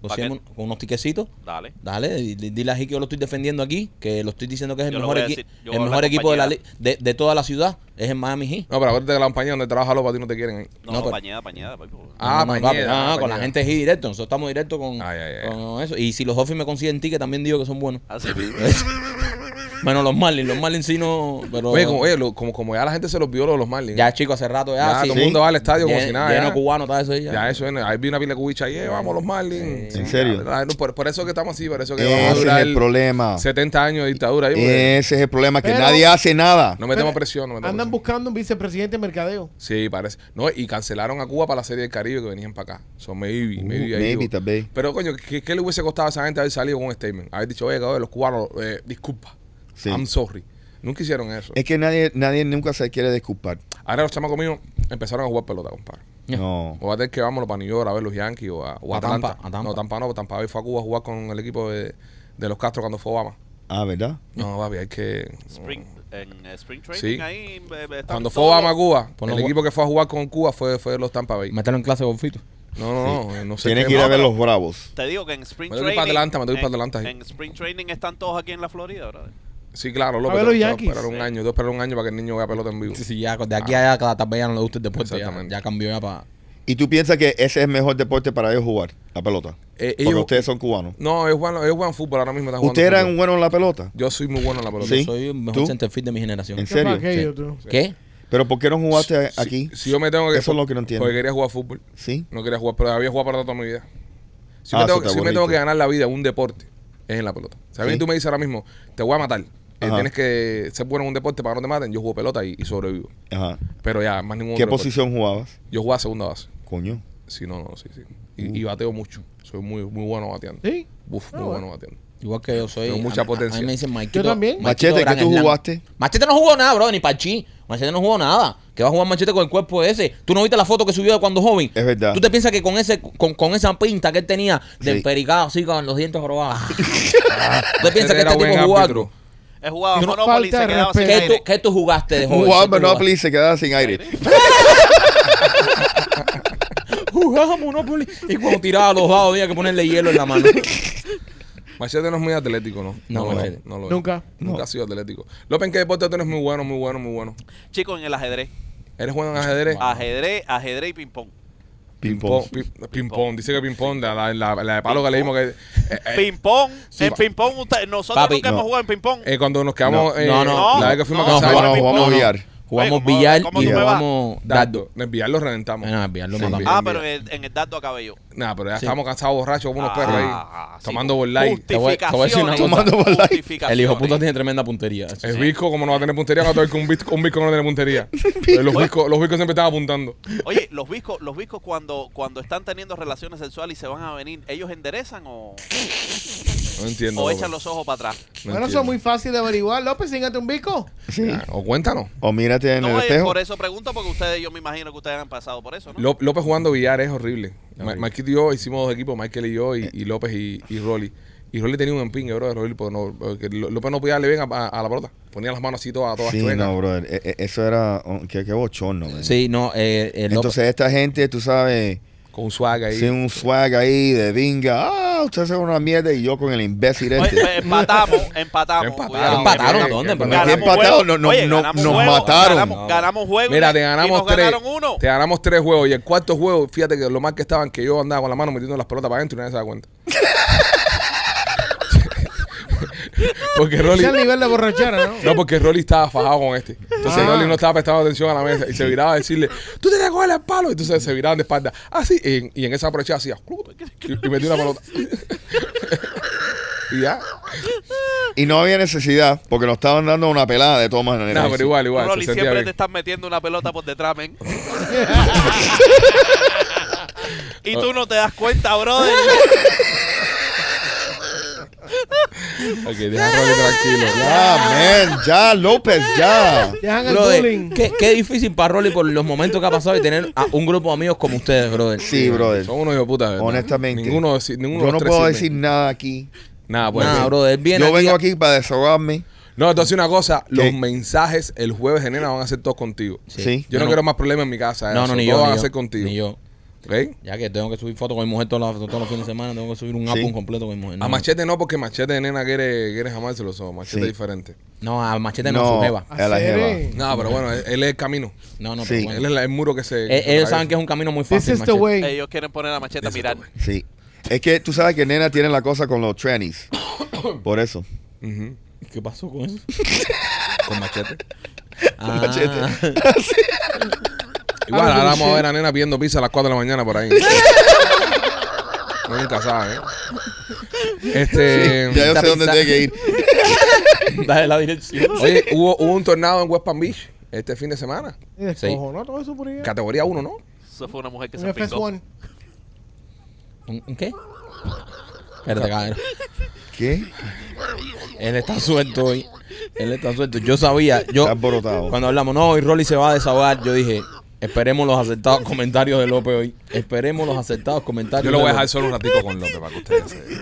[SPEAKER 2] Consiguemos
[SPEAKER 5] ¿Pa
[SPEAKER 2] un- unos tiquecitos.
[SPEAKER 5] Dale.
[SPEAKER 2] Dale, di- di- dile a Jiqui que yo lo estoy defendiendo aquí, que lo estoy diciendo que es el
[SPEAKER 5] Yo lo
[SPEAKER 2] mejor,
[SPEAKER 5] voy a
[SPEAKER 2] equi-
[SPEAKER 5] decir, yo
[SPEAKER 2] el
[SPEAKER 5] voy a
[SPEAKER 2] mejor
[SPEAKER 5] hablar
[SPEAKER 2] equipo de, la
[SPEAKER 5] con
[SPEAKER 2] li- de, de toda la ciudad, es el Miami Heat.
[SPEAKER 3] No, pero acuérdate que la compañía donde trabaja Lopa a ti no te quieren ahí.
[SPEAKER 5] No,
[SPEAKER 2] No,
[SPEAKER 5] no,
[SPEAKER 2] pero-
[SPEAKER 5] pañada, pañada. papi, por favor.
[SPEAKER 3] Ah,
[SPEAKER 2] no, no,
[SPEAKER 3] Pañeda,
[SPEAKER 2] papi, no, no,
[SPEAKER 3] ah,
[SPEAKER 2] con la
[SPEAKER 3] Pañeda.
[SPEAKER 2] gente Heat directo, nosotros estamos directos con,
[SPEAKER 3] Ay, ay, ay.
[SPEAKER 2] con eso. Y si los Dolphins me consiguen ticket, también digo que son buenos.
[SPEAKER 3] Ah.
[SPEAKER 5] Así.
[SPEAKER 2] Menos los Marlins, los Marlins sí no, pero
[SPEAKER 3] Oye, como, oye, lo- como, como ya la gente se los vio lo de los Marlins.
[SPEAKER 2] ya chico hace rato ya,
[SPEAKER 3] Ya,
[SPEAKER 2] sí.
[SPEAKER 3] todo el mundo va al estadio como
[SPEAKER 2] Llen-
[SPEAKER 3] si nada,
[SPEAKER 2] Lleno
[SPEAKER 3] ya.
[SPEAKER 2] cubano, está eso ahí ya.
[SPEAKER 3] Ya eso, es, ahí vi una pila de cubicha ahí, eh, vamos los Marlins.
[SPEAKER 6] ¿En serio?
[SPEAKER 3] Ya, no, por, por eso que estamos así, por eso que vamos a
[SPEAKER 6] Ese es
[SPEAKER 3] durar
[SPEAKER 6] el problema. Eh.
[SPEAKER 3] 70 años de dictadura. ahí, porque
[SPEAKER 6] Ese es el problema, que
[SPEAKER 4] Pero-
[SPEAKER 6] nadie hace nada.
[SPEAKER 3] no metemos presión, no metemos
[SPEAKER 4] Andan
[SPEAKER 3] presión.
[SPEAKER 4] buscando un vicepresidente de mercadeo.
[SPEAKER 3] Sí, parece. No, y cancelaron a Cuba para la Serie del Caribe que venían para acá. Son maybe,
[SPEAKER 6] Uh,
[SPEAKER 3] maybe. ahí
[SPEAKER 6] maybe,
[SPEAKER 3] yo-
[SPEAKER 6] tal vez.
[SPEAKER 3] Pero coño, ¿qué, qué le hubiese costado a esa gente haber salido con un statement? Haber dicho, oye, cabrón, los cubanos, eh, disculpa.
[SPEAKER 6] Sí.
[SPEAKER 3] I'm sorry. Nunca hicieron eso.
[SPEAKER 6] Es que nadie, nadie nunca se quiere disculpar.
[SPEAKER 3] Ahora los chamacos míos empezaron a jugar pelota, compadre.
[SPEAKER 2] Ya.
[SPEAKER 6] No.
[SPEAKER 3] O a tener que vámonos para New York a ver los Yankees o a, o a
[SPEAKER 2] A Tampa,
[SPEAKER 3] Atlanta.
[SPEAKER 2] a Tampa.
[SPEAKER 3] No, Tampa no, porque Tampa hoy fue a Cuba a jugar con el equipo de, de los Castro cuando fue Obama.
[SPEAKER 6] Ah, ¿verdad?
[SPEAKER 2] Mm.
[SPEAKER 3] No, papi, hay que.
[SPEAKER 5] Spring, en eh, Spring Training
[SPEAKER 3] Sí.
[SPEAKER 5] ahí. eh, eh, están
[SPEAKER 3] Cuando fue
[SPEAKER 5] todos
[SPEAKER 3] Obama a
[SPEAKER 5] los-
[SPEAKER 3] Cuba,
[SPEAKER 2] Ponlo
[SPEAKER 3] el
[SPEAKER 2] Gua-
[SPEAKER 3] equipo que fue a jugar con Cuba fue, fue los Tampa Bay.
[SPEAKER 2] Mételo en clase, Bonfito.
[SPEAKER 3] No, no, no, no sé.
[SPEAKER 6] Tienes
[SPEAKER 3] qué-
[SPEAKER 6] que ir
[SPEAKER 3] no,
[SPEAKER 6] a ver
[SPEAKER 3] pero-
[SPEAKER 6] los bravos.
[SPEAKER 5] Te digo que en Spring
[SPEAKER 3] Me doy
[SPEAKER 5] Training.
[SPEAKER 3] para adelante, me doy
[SPEAKER 5] en-
[SPEAKER 3] para adelante ahí.
[SPEAKER 5] En Spring Training están todos aquí en la Florida, brother.
[SPEAKER 3] Sí, claro,
[SPEAKER 4] A
[SPEAKER 3] López.
[SPEAKER 4] ver
[SPEAKER 3] tengo- tengo
[SPEAKER 4] los
[SPEAKER 3] que
[SPEAKER 4] Yankees.
[SPEAKER 3] esperar un año, tengo que esperar un año para que el niño vea pelota en vivo.
[SPEAKER 2] Sí, sí, ya de aquí a allá, cada vez ya no le gusta el deporte, ya,
[SPEAKER 3] Ah. Exactamente.
[SPEAKER 2] ya cambió ya para...
[SPEAKER 6] ¿Y tú piensas que ese es el mejor deporte para ellos jugar, la pelota?
[SPEAKER 3] Eh,
[SPEAKER 6] Porque
[SPEAKER 3] ellos-
[SPEAKER 6] ustedes son cubanos.
[SPEAKER 3] No, es Juan, es Juan Fútbol, ahora mismo está jugando.
[SPEAKER 6] ¿Ustedes eran
[SPEAKER 3] fútbol.
[SPEAKER 6] buenos en la pelota?
[SPEAKER 3] Yo soy muy bueno en la pelota.
[SPEAKER 6] Sí.
[SPEAKER 2] Yo soy el mejor
[SPEAKER 6] ¿Tú?
[SPEAKER 2] centerfield de mi generación.
[SPEAKER 6] ¿En
[SPEAKER 4] ¿Qué
[SPEAKER 6] serio?
[SPEAKER 4] pa' aquello, tú?
[SPEAKER 2] ¿Qué?
[SPEAKER 6] ¿Pero por qué no jugaste
[SPEAKER 3] Si-
[SPEAKER 6] aquí?
[SPEAKER 3] Si, yo me tengo que.
[SPEAKER 6] Eso es lo que no entiendo.
[SPEAKER 3] Porque quería jugar fútbol.
[SPEAKER 6] ¿Sí?
[SPEAKER 3] No quería jugar, pero había jugado para toda mi vida. Si,
[SPEAKER 6] Ah,
[SPEAKER 3] me,
[SPEAKER 6] eso
[SPEAKER 3] tengo,
[SPEAKER 6] está
[SPEAKER 3] si me
[SPEAKER 6] bonito.
[SPEAKER 3] tengo que ganar la vida en un deporte, es en la pelota. O sea, a mí
[SPEAKER 6] Sí.
[SPEAKER 3] tú me dices ahora mismo, te voy a matar. eh,
[SPEAKER 6] Ajá.
[SPEAKER 3] tienes que ser bueno en un deporte para que no te maten. Yo juego pelota y, y sobrevivo.
[SPEAKER 6] Ajá.
[SPEAKER 3] Pero ya, más ningún
[SPEAKER 6] ¿Qué
[SPEAKER 3] otro deporte.
[SPEAKER 6] posición jugabas?
[SPEAKER 3] Yo jugaba segunda base.
[SPEAKER 6] Coño.
[SPEAKER 3] Sí, no, no, sí, sí. Y,
[SPEAKER 6] Uh.
[SPEAKER 3] y bateo mucho. Soy muy, muy bueno bateando.
[SPEAKER 4] ¿Sí?
[SPEAKER 3] Uf,
[SPEAKER 4] Ah,
[SPEAKER 3] muy
[SPEAKER 4] bueno.
[SPEAKER 3] bueno bateando.
[SPEAKER 2] Igual que yo soy.
[SPEAKER 3] Tengo mucha
[SPEAKER 2] a- a- A
[SPEAKER 3] potencia.
[SPEAKER 2] mí me dicen Maikito.
[SPEAKER 4] Yo también.
[SPEAKER 2] Maikito
[SPEAKER 6] Machete, ¿qué
[SPEAKER 2] Gran
[SPEAKER 6] tú
[SPEAKER 2] Slam.
[SPEAKER 6] jugaste?
[SPEAKER 2] Machete no jugó nada, bro, ni Pachi. Machete no jugó nada. ¿Qué va a jugar Machete con el cuerpo ese? ¿Tú no viste la foto que subió de cuando joven?
[SPEAKER 6] Es verdad.
[SPEAKER 2] ¿Tú te piensas que con ese con, con esa pinta que él tenía del
[SPEAKER 6] Sí. Ah.
[SPEAKER 2] pericado así con los dientes robados? ¿Tú te piensas que
[SPEAKER 3] Era
[SPEAKER 2] este
[SPEAKER 3] buen
[SPEAKER 2] tipo jugaba
[SPEAKER 3] árbitro.
[SPEAKER 2] algo?
[SPEAKER 5] Él jugaba
[SPEAKER 4] Yo no-
[SPEAKER 5] Monopoly y
[SPEAKER 4] falta
[SPEAKER 5] se
[SPEAKER 4] de
[SPEAKER 5] quedaba sin
[SPEAKER 4] respeto.
[SPEAKER 2] ¿Qué
[SPEAKER 5] aire.
[SPEAKER 2] tú, qué tú jugaste
[SPEAKER 3] Este
[SPEAKER 2] de joven?
[SPEAKER 6] Jugaba
[SPEAKER 2] ¿Qué tú
[SPEAKER 6] Monopoly y se quedaba sin aire.
[SPEAKER 2] jugaste? Jugaba Monopoly. Y cuando tiraba los dados había que ponerle hielo en la mano.
[SPEAKER 3] Machete no es muy atlético, ¿no?
[SPEAKER 2] No,
[SPEAKER 3] lo
[SPEAKER 2] Machete.
[SPEAKER 3] es, no lo es.
[SPEAKER 4] Nunca.
[SPEAKER 3] Nunca ha sido atlético. López, ¿en qué deporte tú eres muy bueno, muy bueno, muy bueno?
[SPEAKER 5] Chico, en el ajedrez.
[SPEAKER 3] ¿Eres bueno en ajedrez?
[SPEAKER 5] Ajedrez, ajedrez y ping-pong.
[SPEAKER 6] Ping-pong.
[SPEAKER 3] Ping pong, pi- ping pong, dice que ping pong, la, la, la- la de palo que le dimos que eh, eh,
[SPEAKER 5] Ping-pong.
[SPEAKER 3] sí,
[SPEAKER 5] en
[SPEAKER 3] pa-
[SPEAKER 5] ping-pong, usted- nosotros
[SPEAKER 2] Papi,
[SPEAKER 5] nunca
[SPEAKER 6] no.
[SPEAKER 5] hemos jugado en ping-pong.
[SPEAKER 3] eh, cuando nos quedamos
[SPEAKER 6] No,
[SPEAKER 3] eh,
[SPEAKER 2] no, no.
[SPEAKER 3] la vez que fuimos
[SPEAKER 5] No,
[SPEAKER 3] a
[SPEAKER 6] No,
[SPEAKER 5] sabe
[SPEAKER 3] casar,
[SPEAKER 5] no,
[SPEAKER 6] jugamos,
[SPEAKER 5] el
[SPEAKER 6] jugamos a
[SPEAKER 5] ping-pong,
[SPEAKER 6] billar.
[SPEAKER 2] Jugamos
[SPEAKER 5] Oye, ¿cómo-
[SPEAKER 2] billar
[SPEAKER 5] cómo
[SPEAKER 2] y
[SPEAKER 5] tú me vas?
[SPEAKER 2] jugamos dardo.
[SPEAKER 3] dardo, en billar lo reventamos.
[SPEAKER 2] Ah, en billar lo
[SPEAKER 3] Sí,
[SPEAKER 2] matamos.
[SPEAKER 3] en
[SPEAKER 5] ah,
[SPEAKER 3] billar.
[SPEAKER 5] pero en, en el dato a cabello.
[SPEAKER 3] Nah, pero ya
[SPEAKER 2] Sí.
[SPEAKER 3] estábamos cansados borrachos como unos
[SPEAKER 5] Ah,
[SPEAKER 3] perros ahí,
[SPEAKER 5] ah, sí.
[SPEAKER 3] tomando Borlai.
[SPEAKER 2] Te voy- te voy a decir una cosa.
[SPEAKER 6] Tomando Bud Light.
[SPEAKER 2] El hijo puta tiene tremenda puntería.
[SPEAKER 3] El visco, como no va a tener puntería, cuando hay que un visco, un visco no tiene puntería. Eh, los, viscos, los viscos siempre están apuntando.
[SPEAKER 5] Oye, los viscos, los viscos cuando, cuando están teniendo relaciones sexuales y se van a venir, ¿ellos enderezan o,
[SPEAKER 3] No entiendo.
[SPEAKER 5] o
[SPEAKER 3] loco.
[SPEAKER 5] echan los ojos para atrás?
[SPEAKER 3] No
[SPEAKER 4] bueno, eso
[SPEAKER 3] entiendo.
[SPEAKER 4] es muy fácil de averiguar. López, síngate un bico.
[SPEAKER 6] Sí.
[SPEAKER 3] Ah, O cuéntanos.
[SPEAKER 6] O mírate en
[SPEAKER 5] No,
[SPEAKER 6] el
[SPEAKER 5] eh,
[SPEAKER 6] espejo.
[SPEAKER 5] por eso pregunto, porque ustedes, yo me imagino que ustedes han pasado por eso, ¿no?
[SPEAKER 3] Ló- López jugando billar es horrible. Ma- Marquito y yo hicimos dos equipos, Michael y yo,
[SPEAKER 6] Eh.
[SPEAKER 3] y, y López y, y Rolly. Y Rolly tenía un empingue, bro, de Rolly, porque no- porque Ló- López no podía darle bien a, a- a la pelota. Ponía las manos así todas, todas
[SPEAKER 6] Sí,
[SPEAKER 3] chuecas.
[SPEAKER 6] no, brother. E- e- Eso era. oh, Qué, qué bochorno, man.
[SPEAKER 2] Sí, no, eh, eh, López-
[SPEAKER 6] Entonces, esta gente, tú sabes,
[SPEAKER 3] Con un swag ahí.
[SPEAKER 6] sin un swag ahí de dinga. Ah, ustedes son una mierda y yo con el imbécil
[SPEAKER 5] Oye,
[SPEAKER 6] este.
[SPEAKER 5] pues, empatamos, empatamos.
[SPEAKER 3] Empataron,
[SPEAKER 5] cuidado.
[SPEAKER 2] Empataron,
[SPEAKER 3] eh,
[SPEAKER 2] ¿dónde?
[SPEAKER 3] eh,
[SPEAKER 2] Pero
[SPEAKER 6] Pero aquí
[SPEAKER 5] Ganamos
[SPEAKER 6] empatados,
[SPEAKER 5] juegos.
[SPEAKER 6] no, no,
[SPEAKER 5] Oye,
[SPEAKER 6] no,
[SPEAKER 5] ganamos
[SPEAKER 6] nos
[SPEAKER 5] juegos,
[SPEAKER 6] mataron.
[SPEAKER 5] Ganamos, ganamos juegos.
[SPEAKER 3] Mira,
[SPEAKER 5] y-
[SPEAKER 3] te ganamos
[SPEAKER 5] y nos
[SPEAKER 3] tres.
[SPEAKER 5] ganaron uno.
[SPEAKER 3] Te ganamos tres juegos. Y el cuarto juego, fíjate que lo mal que estaban, que yo andaba con la mano metiendo las pelotas para adentro y nadie se da cuenta. porque
[SPEAKER 4] Ese
[SPEAKER 3] Rolly.
[SPEAKER 4] es el nivel de borrachera, ¿no?
[SPEAKER 3] No, porque Rolly estaba fajado con este. Entonces
[SPEAKER 4] Ah.
[SPEAKER 3] Rolly no estaba prestando atención a la mesa y se viraba a decirle, tú tienes que cogerle el palo. Y entonces se viraban de espalda. Así, y, y en esa aprovechada hacía, y, y metí una pelota. y ya.
[SPEAKER 6] Y no había necesidad, porque nos estaban dando una pelada de todas maneras.
[SPEAKER 3] No, pero igual, igual.
[SPEAKER 5] Rolly,
[SPEAKER 3] se sentía
[SPEAKER 5] siempre
[SPEAKER 3] bien.
[SPEAKER 5] te estás metiendo una pelota por detrás, men. y tú no te das cuenta, brother.
[SPEAKER 3] Ok, deja a Rolly tranquilo.
[SPEAKER 6] Ya, man, ya, López, ya.
[SPEAKER 4] Dejan el
[SPEAKER 2] Brother,
[SPEAKER 4] bullying.
[SPEAKER 2] qué, qué difícil para Rolly por los momentos que ha pasado y tener a un grupo de amigos como ustedes, brother.
[SPEAKER 6] Sí, brother.
[SPEAKER 3] Son unos hijos de puta, ¿verdad?
[SPEAKER 6] Honestamente.
[SPEAKER 3] Ninguno, de- ninguno de
[SPEAKER 6] yo
[SPEAKER 3] los
[SPEAKER 6] no
[SPEAKER 3] tres
[SPEAKER 6] puedo
[SPEAKER 3] sirven.
[SPEAKER 6] decir nada aquí.
[SPEAKER 3] Nada, pues.
[SPEAKER 2] Nada,
[SPEAKER 3] bien.
[SPEAKER 2] brother. Él viene
[SPEAKER 6] yo vengo
[SPEAKER 2] a-
[SPEAKER 6] aquí para desahogarme.
[SPEAKER 3] No, entonces una cosa,
[SPEAKER 6] ¿Qué?
[SPEAKER 3] los mensajes el jueves de nena van a ser todos contigo.
[SPEAKER 6] Sí.
[SPEAKER 3] Yo no, quiero más problemas en mi casa.
[SPEAKER 2] No,
[SPEAKER 3] eso.
[SPEAKER 2] no, ni
[SPEAKER 3] Todos
[SPEAKER 2] yo.
[SPEAKER 3] van
[SPEAKER 2] ni
[SPEAKER 3] a
[SPEAKER 2] yo,
[SPEAKER 3] ser contigo.
[SPEAKER 2] Ni yo.
[SPEAKER 3] ¿Ok?
[SPEAKER 2] Ya que tengo que subir fotos con mi mujer todos los, todos los fines de semana, tengo que subir un álbum completo con mi mujer. No,
[SPEAKER 3] A Machete no, porque Machete de nena quiere, quiere jamárselo. so, Machete
[SPEAKER 6] Sí.
[SPEAKER 3] es diferente.
[SPEAKER 2] no a Machete no,
[SPEAKER 6] No.
[SPEAKER 2] su jeva.
[SPEAKER 6] a la
[SPEAKER 4] Hacer,
[SPEAKER 6] jeva.
[SPEAKER 4] eh,
[SPEAKER 3] No, pero bueno, él, él es el camino.
[SPEAKER 2] No, no,
[SPEAKER 6] Sí.
[SPEAKER 2] pero
[SPEAKER 3] Él
[SPEAKER 2] bueno.
[SPEAKER 3] es la- el muro que se.
[SPEAKER 2] Eh, ellos saben que es un camino muy
[SPEAKER 4] This
[SPEAKER 2] fácil.
[SPEAKER 4] is
[SPEAKER 2] Machete.
[SPEAKER 4] the way.
[SPEAKER 5] Ellos quieren poner a Macheta a mirar.
[SPEAKER 6] Sí. Es que tú sabes que nena tiene la cosa con los trannies. Por eso.
[SPEAKER 3] Ujú.
[SPEAKER 2] ¿Qué pasó con eso?
[SPEAKER 3] Con Machete.
[SPEAKER 2] Ah.
[SPEAKER 6] Machete.
[SPEAKER 3] Igual,
[SPEAKER 4] Ah,
[SPEAKER 3] ahora
[SPEAKER 4] no,
[SPEAKER 3] vamos
[SPEAKER 4] sí.
[SPEAKER 3] a ver a nena pidiendo pizza a las 4 de la mañana por ahí. Uno Nunca sabe, ¿eh? Este.
[SPEAKER 6] ya yo
[SPEAKER 2] está
[SPEAKER 6] sé dónde
[SPEAKER 2] pensando.
[SPEAKER 6] tiene que ir.
[SPEAKER 2] Dale la dirección.
[SPEAKER 3] Oye, hubo, hubo un tornado en West Palm Beach este fin de semana.
[SPEAKER 4] Y descojonó todo eso por ahí.
[SPEAKER 3] Categoría 1, ¿no?
[SPEAKER 5] Eso fue una mujer que
[SPEAKER 4] Un
[SPEAKER 5] se picó.
[SPEAKER 4] FS1.
[SPEAKER 2] ¿Un un qué? Espérate, cabrón.
[SPEAKER 6] ¿Qué?
[SPEAKER 2] Él está suelto hoy. Él está suelto. Yo sabía, yo
[SPEAKER 6] Está alborotado.
[SPEAKER 2] cuando hablamos, no, hoy Rolly se va a desahogar, yo dije, esperemos los acertados comentarios de López hoy. Esperemos los acertados comentarios.
[SPEAKER 3] Yo lo
[SPEAKER 2] de
[SPEAKER 3] voy a dejar
[SPEAKER 2] López.
[SPEAKER 3] solo un ratico con López para que ustedes se...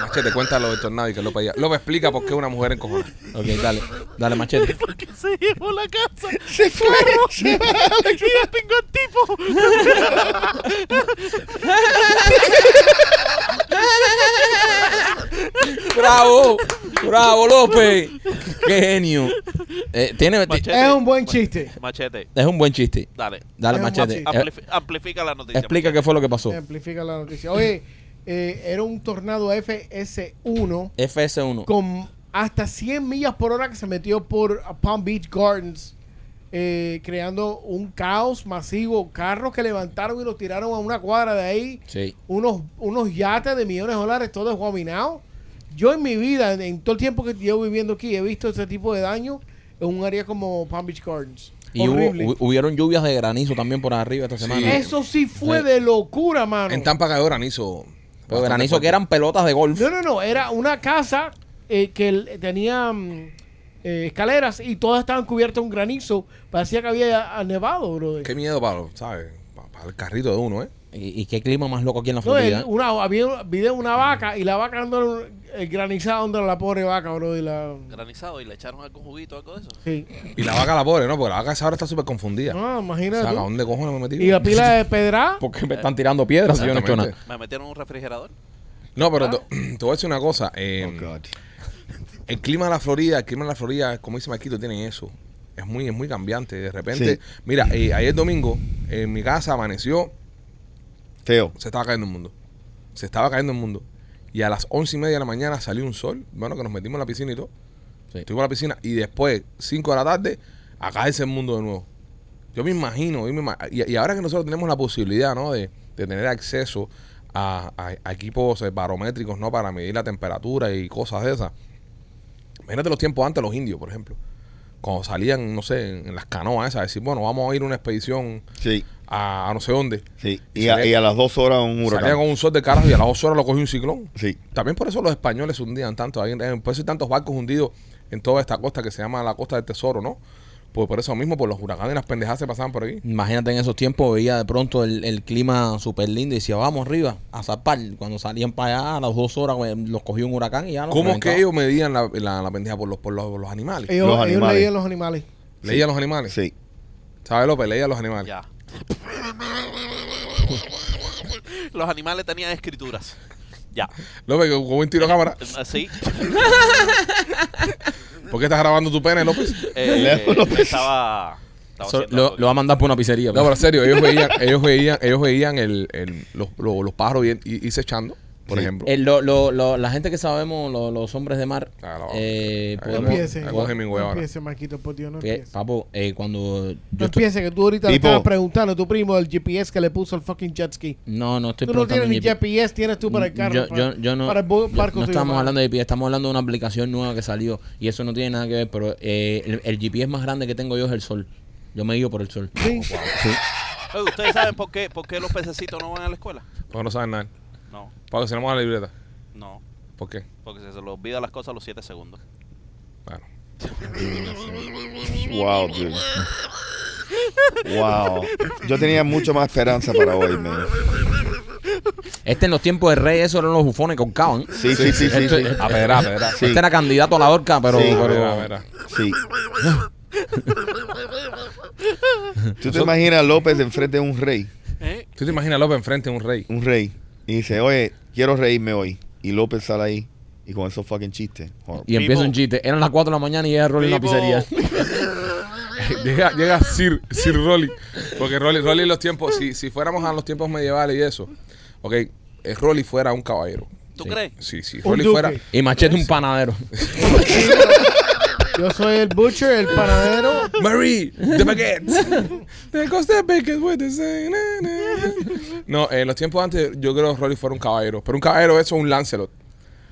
[SPEAKER 3] Machete, cuenta lo del tornado y que López ya... López explica por qué una mujer encojona.
[SPEAKER 2] Ok, dale, dale machete.
[SPEAKER 5] ¿Por qué se llevó la casa?
[SPEAKER 6] Se fue. Se fue.
[SPEAKER 5] ¡Aquí ya tengo el tipo!
[SPEAKER 2] Bravo, bravo López. Qué genio. Eh, tiene,
[SPEAKER 5] Machete.
[SPEAKER 4] Es un buen chiste.
[SPEAKER 5] Machete,
[SPEAKER 2] es un buen chiste.
[SPEAKER 5] dale.
[SPEAKER 2] Dale
[SPEAKER 4] Es un
[SPEAKER 2] machete.
[SPEAKER 4] buen Eh,
[SPEAKER 2] Eh,
[SPEAKER 5] Amplifi- amplifica la noticia.
[SPEAKER 2] explica qué fue lo que pasó.
[SPEAKER 4] Amplifica la noticia. Oye, eh, era un tornado FS1
[SPEAKER 2] FS1.
[SPEAKER 4] con hasta 100 millas por hora que se metió por uh, Palm Beach Gardens, eh, creando un caos masivo. Carros que levantaron y los tiraron a una cuadra de ahí.
[SPEAKER 2] Sí.
[SPEAKER 4] Unos, unos yates de millones de dólares, todo desguaminado. Yo en mi vida, en, en todo el tiempo que llevo viviendo aquí, he visto este tipo de daño en un área como Palm Beach Gardens.
[SPEAKER 2] Y hubo-
[SPEAKER 4] Horrible.
[SPEAKER 2] hu- hubieron lluvias de granizo también por arriba esta semana.
[SPEAKER 4] Eso sí fue de locura, mano.
[SPEAKER 3] En Tampa cayó granizo.
[SPEAKER 2] Pero granizo que eran pelotas de golf.
[SPEAKER 4] No, no, no. Era una casa eh, que l- tenía mm, eh, escaleras y todas estaban cubiertas de un granizo. Parecía que había ah, nevado, brother.
[SPEAKER 3] Qué miedo para, los- ¿sabes? Pa- Para el carrito de uno, ¿eh?
[SPEAKER 2] ¿Y, y qué clima más loco aquí en la
[SPEAKER 4] No, eh, el-
[SPEAKER 2] Florida?
[SPEAKER 4] una, había un video de una vaca y la vaca dándole un- el granizado donde la pobre vaca, brother. La,
[SPEAKER 5] Granizado y le echaron algún juguito, algo de eso.
[SPEAKER 4] sí.
[SPEAKER 3] Y la vaca la pobre, ¿no? Porque la vaca esa ahora está súper confundida.
[SPEAKER 4] No,
[SPEAKER 3] o sea,
[SPEAKER 4] imagínate.
[SPEAKER 3] ¿a
[SPEAKER 4] tú.
[SPEAKER 3] dónde cojones me metí?
[SPEAKER 4] Y la pila de pedra.
[SPEAKER 2] ¿Por qué me están tirando piedras si yo no he hecho nada?
[SPEAKER 3] Exactamente.
[SPEAKER 5] Me metieron en un refrigerador.
[SPEAKER 3] No, pero te, te voy a decir una cosa. eh,
[SPEAKER 6] Oh, God.
[SPEAKER 3] el clima de la Florida, el clima de la Florida, como dice Maquito, tiene eso. Es muy, es muy cambiante. De repente,
[SPEAKER 6] Sí.
[SPEAKER 3] mira, eh, ayer domingo, en mi casa amaneció
[SPEAKER 6] Feo.
[SPEAKER 3] se estaba cayendo el mundo. Se estaba cayendo el mundo. Y a las once y media de la mañana salió un sol. Bueno, que nos metimos en la piscina y todo.
[SPEAKER 2] Sí.
[SPEAKER 3] Estuvimos en la piscina y después, 5 de la tarde, a caerse el mundo de nuevo. Yo me imagino, yo me ima- y, y ahora que nosotros tenemos la posibilidad ¿no? de, de tener acceso a, a- a equipos eh, barométricos ¿no? para medir la temperatura y cosas de esas. Imagínate los tiempos antes, los indios, por ejemplo. Cuando salían, no sé, en, en las canoas esas, a decir, bueno, vamos a ir a una expedición
[SPEAKER 6] Sí.
[SPEAKER 3] a, a no sé dónde.
[SPEAKER 6] Sí. Y a, y a las dos horas un
[SPEAKER 3] Salía
[SPEAKER 6] huracán.
[SPEAKER 3] con un sol de carajo y a las dos horas lo cogió un ciclón.
[SPEAKER 6] Sí.
[SPEAKER 3] También por eso los españoles se hundían tanto. Hay, hay- por eso hay tantos barcos hundidos en toda esta costa que se llama la costa del tesoro, ¿no? Pues por eso mismo, por los huracanes y las pendejadas se pasaban por ahí.
[SPEAKER 2] Imagínate en esos tiempos, veía de pronto el, el clima súper lindo y decía, vamos arriba a zapar. Cuando salían para allá, a las dos horas eh, los cogió un huracán y ya los
[SPEAKER 3] ¿Cómo que
[SPEAKER 2] reventaba.
[SPEAKER 3] ellos medían la, la- la pendeja por los, por los, por los animales?
[SPEAKER 4] Ellos,
[SPEAKER 6] Los
[SPEAKER 4] ellos
[SPEAKER 6] animales.
[SPEAKER 4] leían los animales.
[SPEAKER 3] Leían los animales.
[SPEAKER 6] Eh, Sí.
[SPEAKER 3] ¿Sabes, López? Leían los animales.
[SPEAKER 5] Ya. Los animales tenían escrituras. Ya.
[SPEAKER 3] López, con un tiro a cámara.
[SPEAKER 5] Sí.
[SPEAKER 3] ¿Por qué estás grabando tu pene, López?
[SPEAKER 5] eh, estaba. estaba
[SPEAKER 2] So-
[SPEAKER 5] haciendo
[SPEAKER 2] lo,
[SPEAKER 5] algo.
[SPEAKER 2] lo va a mandar por una pizzería.
[SPEAKER 3] No, pero
[SPEAKER 4] pues?
[SPEAKER 3] en serio, ellos veían, ellos veían, ellos veían el, el- los, los, los pájaros bien- y, y acechando, por
[SPEAKER 6] Sí.
[SPEAKER 3] ejemplo.
[SPEAKER 2] Eh, lo- lo- lo- la gente que sabemos, lo- los hombres de mar,
[SPEAKER 3] Ah, la-
[SPEAKER 2] eh,
[SPEAKER 3] ahí
[SPEAKER 4] No
[SPEAKER 2] podemos-
[SPEAKER 4] empiece.
[SPEAKER 3] ahí coge mi
[SPEAKER 4] No
[SPEAKER 3] huevo ahora.
[SPEAKER 4] empiece, Marquito, por Dios, no
[SPEAKER 2] que-
[SPEAKER 4] empiece.
[SPEAKER 2] papo, eh, cuando
[SPEAKER 4] No
[SPEAKER 2] yo estoy-
[SPEAKER 4] empiece, que tú ahorita le
[SPEAKER 6] Tipo-
[SPEAKER 4] estabas preguntando a tu primo el GPS que le puso al fucking jet ski.
[SPEAKER 2] No, no estoy
[SPEAKER 4] Tú no
[SPEAKER 2] preguntando
[SPEAKER 4] tienes ni
[SPEAKER 2] ni-
[SPEAKER 4] GPS, tienes tú para el carro.
[SPEAKER 2] Yo,
[SPEAKER 4] para,
[SPEAKER 2] yo- yo no,
[SPEAKER 4] para el bo-
[SPEAKER 2] yo-
[SPEAKER 4] barco
[SPEAKER 2] no
[SPEAKER 4] tuyo,
[SPEAKER 2] estamos
[SPEAKER 4] para-
[SPEAKER 2] hablando de GPS, estamos hablando de una aplicación nueva que salió y eso no tiene nada que ver, pero eh, el, el GPS más grande que tengo yo es el sol. Yo me guío por el sol.
[SPEAKER 4] Sí.
[SPEAKER 2] Sí.
[SPEAKER 5] Oye, ¿Ustedes saben por qué, por qué los pececitos no van a la escuela?
[SPEAKER 3] Porque no saben nada.
[SPEAKER 5] No,
[SPEAKER 3] Para que se nos a la libreta.
[SPEAKER 5] no.
[SPEAKER 3] ¿Por qué?
[SPEAKER 5] Porque se, se le olvida las cosas a los 7 segundos.
[SPEAKER 3] Bueno.
[SPEAKER 6] Wow, dude. Wow. Yo tenía mucho más esperanza para hoy, man.
[SPEAKER 2] Este en los tiempos de rey, eso eran los bufones con caban.
[SPEAKER 6] Sí, sí, sí, sí.
[SPEAKER 3] Esto-
[SPEAKER 6] sí.
[SPEAKER 3] A pedra, a pedra.
[SPEAKER 6] Sí.
[SPEAKER 2] Este era candidato a la horca, pero.
[SPEAKER 6] Sí.
[SPEAKER 3] A
[SPEAKER 2] pero-
[SPEAKER 3] pedra, a pedra.
[SPEAKER 6] Sí. ¿Tú te imaginas a López enfrente de un rey?
[SPEAKER 5] ¿Eh?
[SPEAKER 3] ¿Tú te imaginas a López enfrente de un rey?
[SPEAKER 6] Un rey. Y dice, oye, quiero reírme hoy. Y López sale ahí. Y con esos fucking chistes. Horrible.
[SPEAKER 2] y empieza
[SPEAKER 5] People.
[SPEAKER 2] un chiste. Eran las 4 de la mañana y llega Rolly en la
[SPEAKER 5] People.
[SPEAKER 2] pizzería.
[SPEAKER 3] llega, llega Sir, Sir Rolly. Porque Rolly, Rolly en los tiempos, si, si fuéramos a los tiempos medievales y eso, ok, eh, Rolly fuera un caballero.
[SPEAKER 5] ¿Tú
[SPEAKER 2] Sí.
[SPEAKER 5] crees?
[SPEAKER 3] Sí, sí,
[SPEAKER 4] Un
[SPEAKER 3] Rolly
[SPEAKER 4] duque.
[SPEAKER 3] fuera.
[SPEAKER 2] Y machete un panadero.
[SPEAKER 4] Yo soy el butcher, el panadero.
[SPEAKER 3] Marie, the baguette. The cost of bacon with the same- na, na. No, en los tiempos antes, yo creo que Rolly fuera un caballero. Pero un caballero, eso es un Lancelot.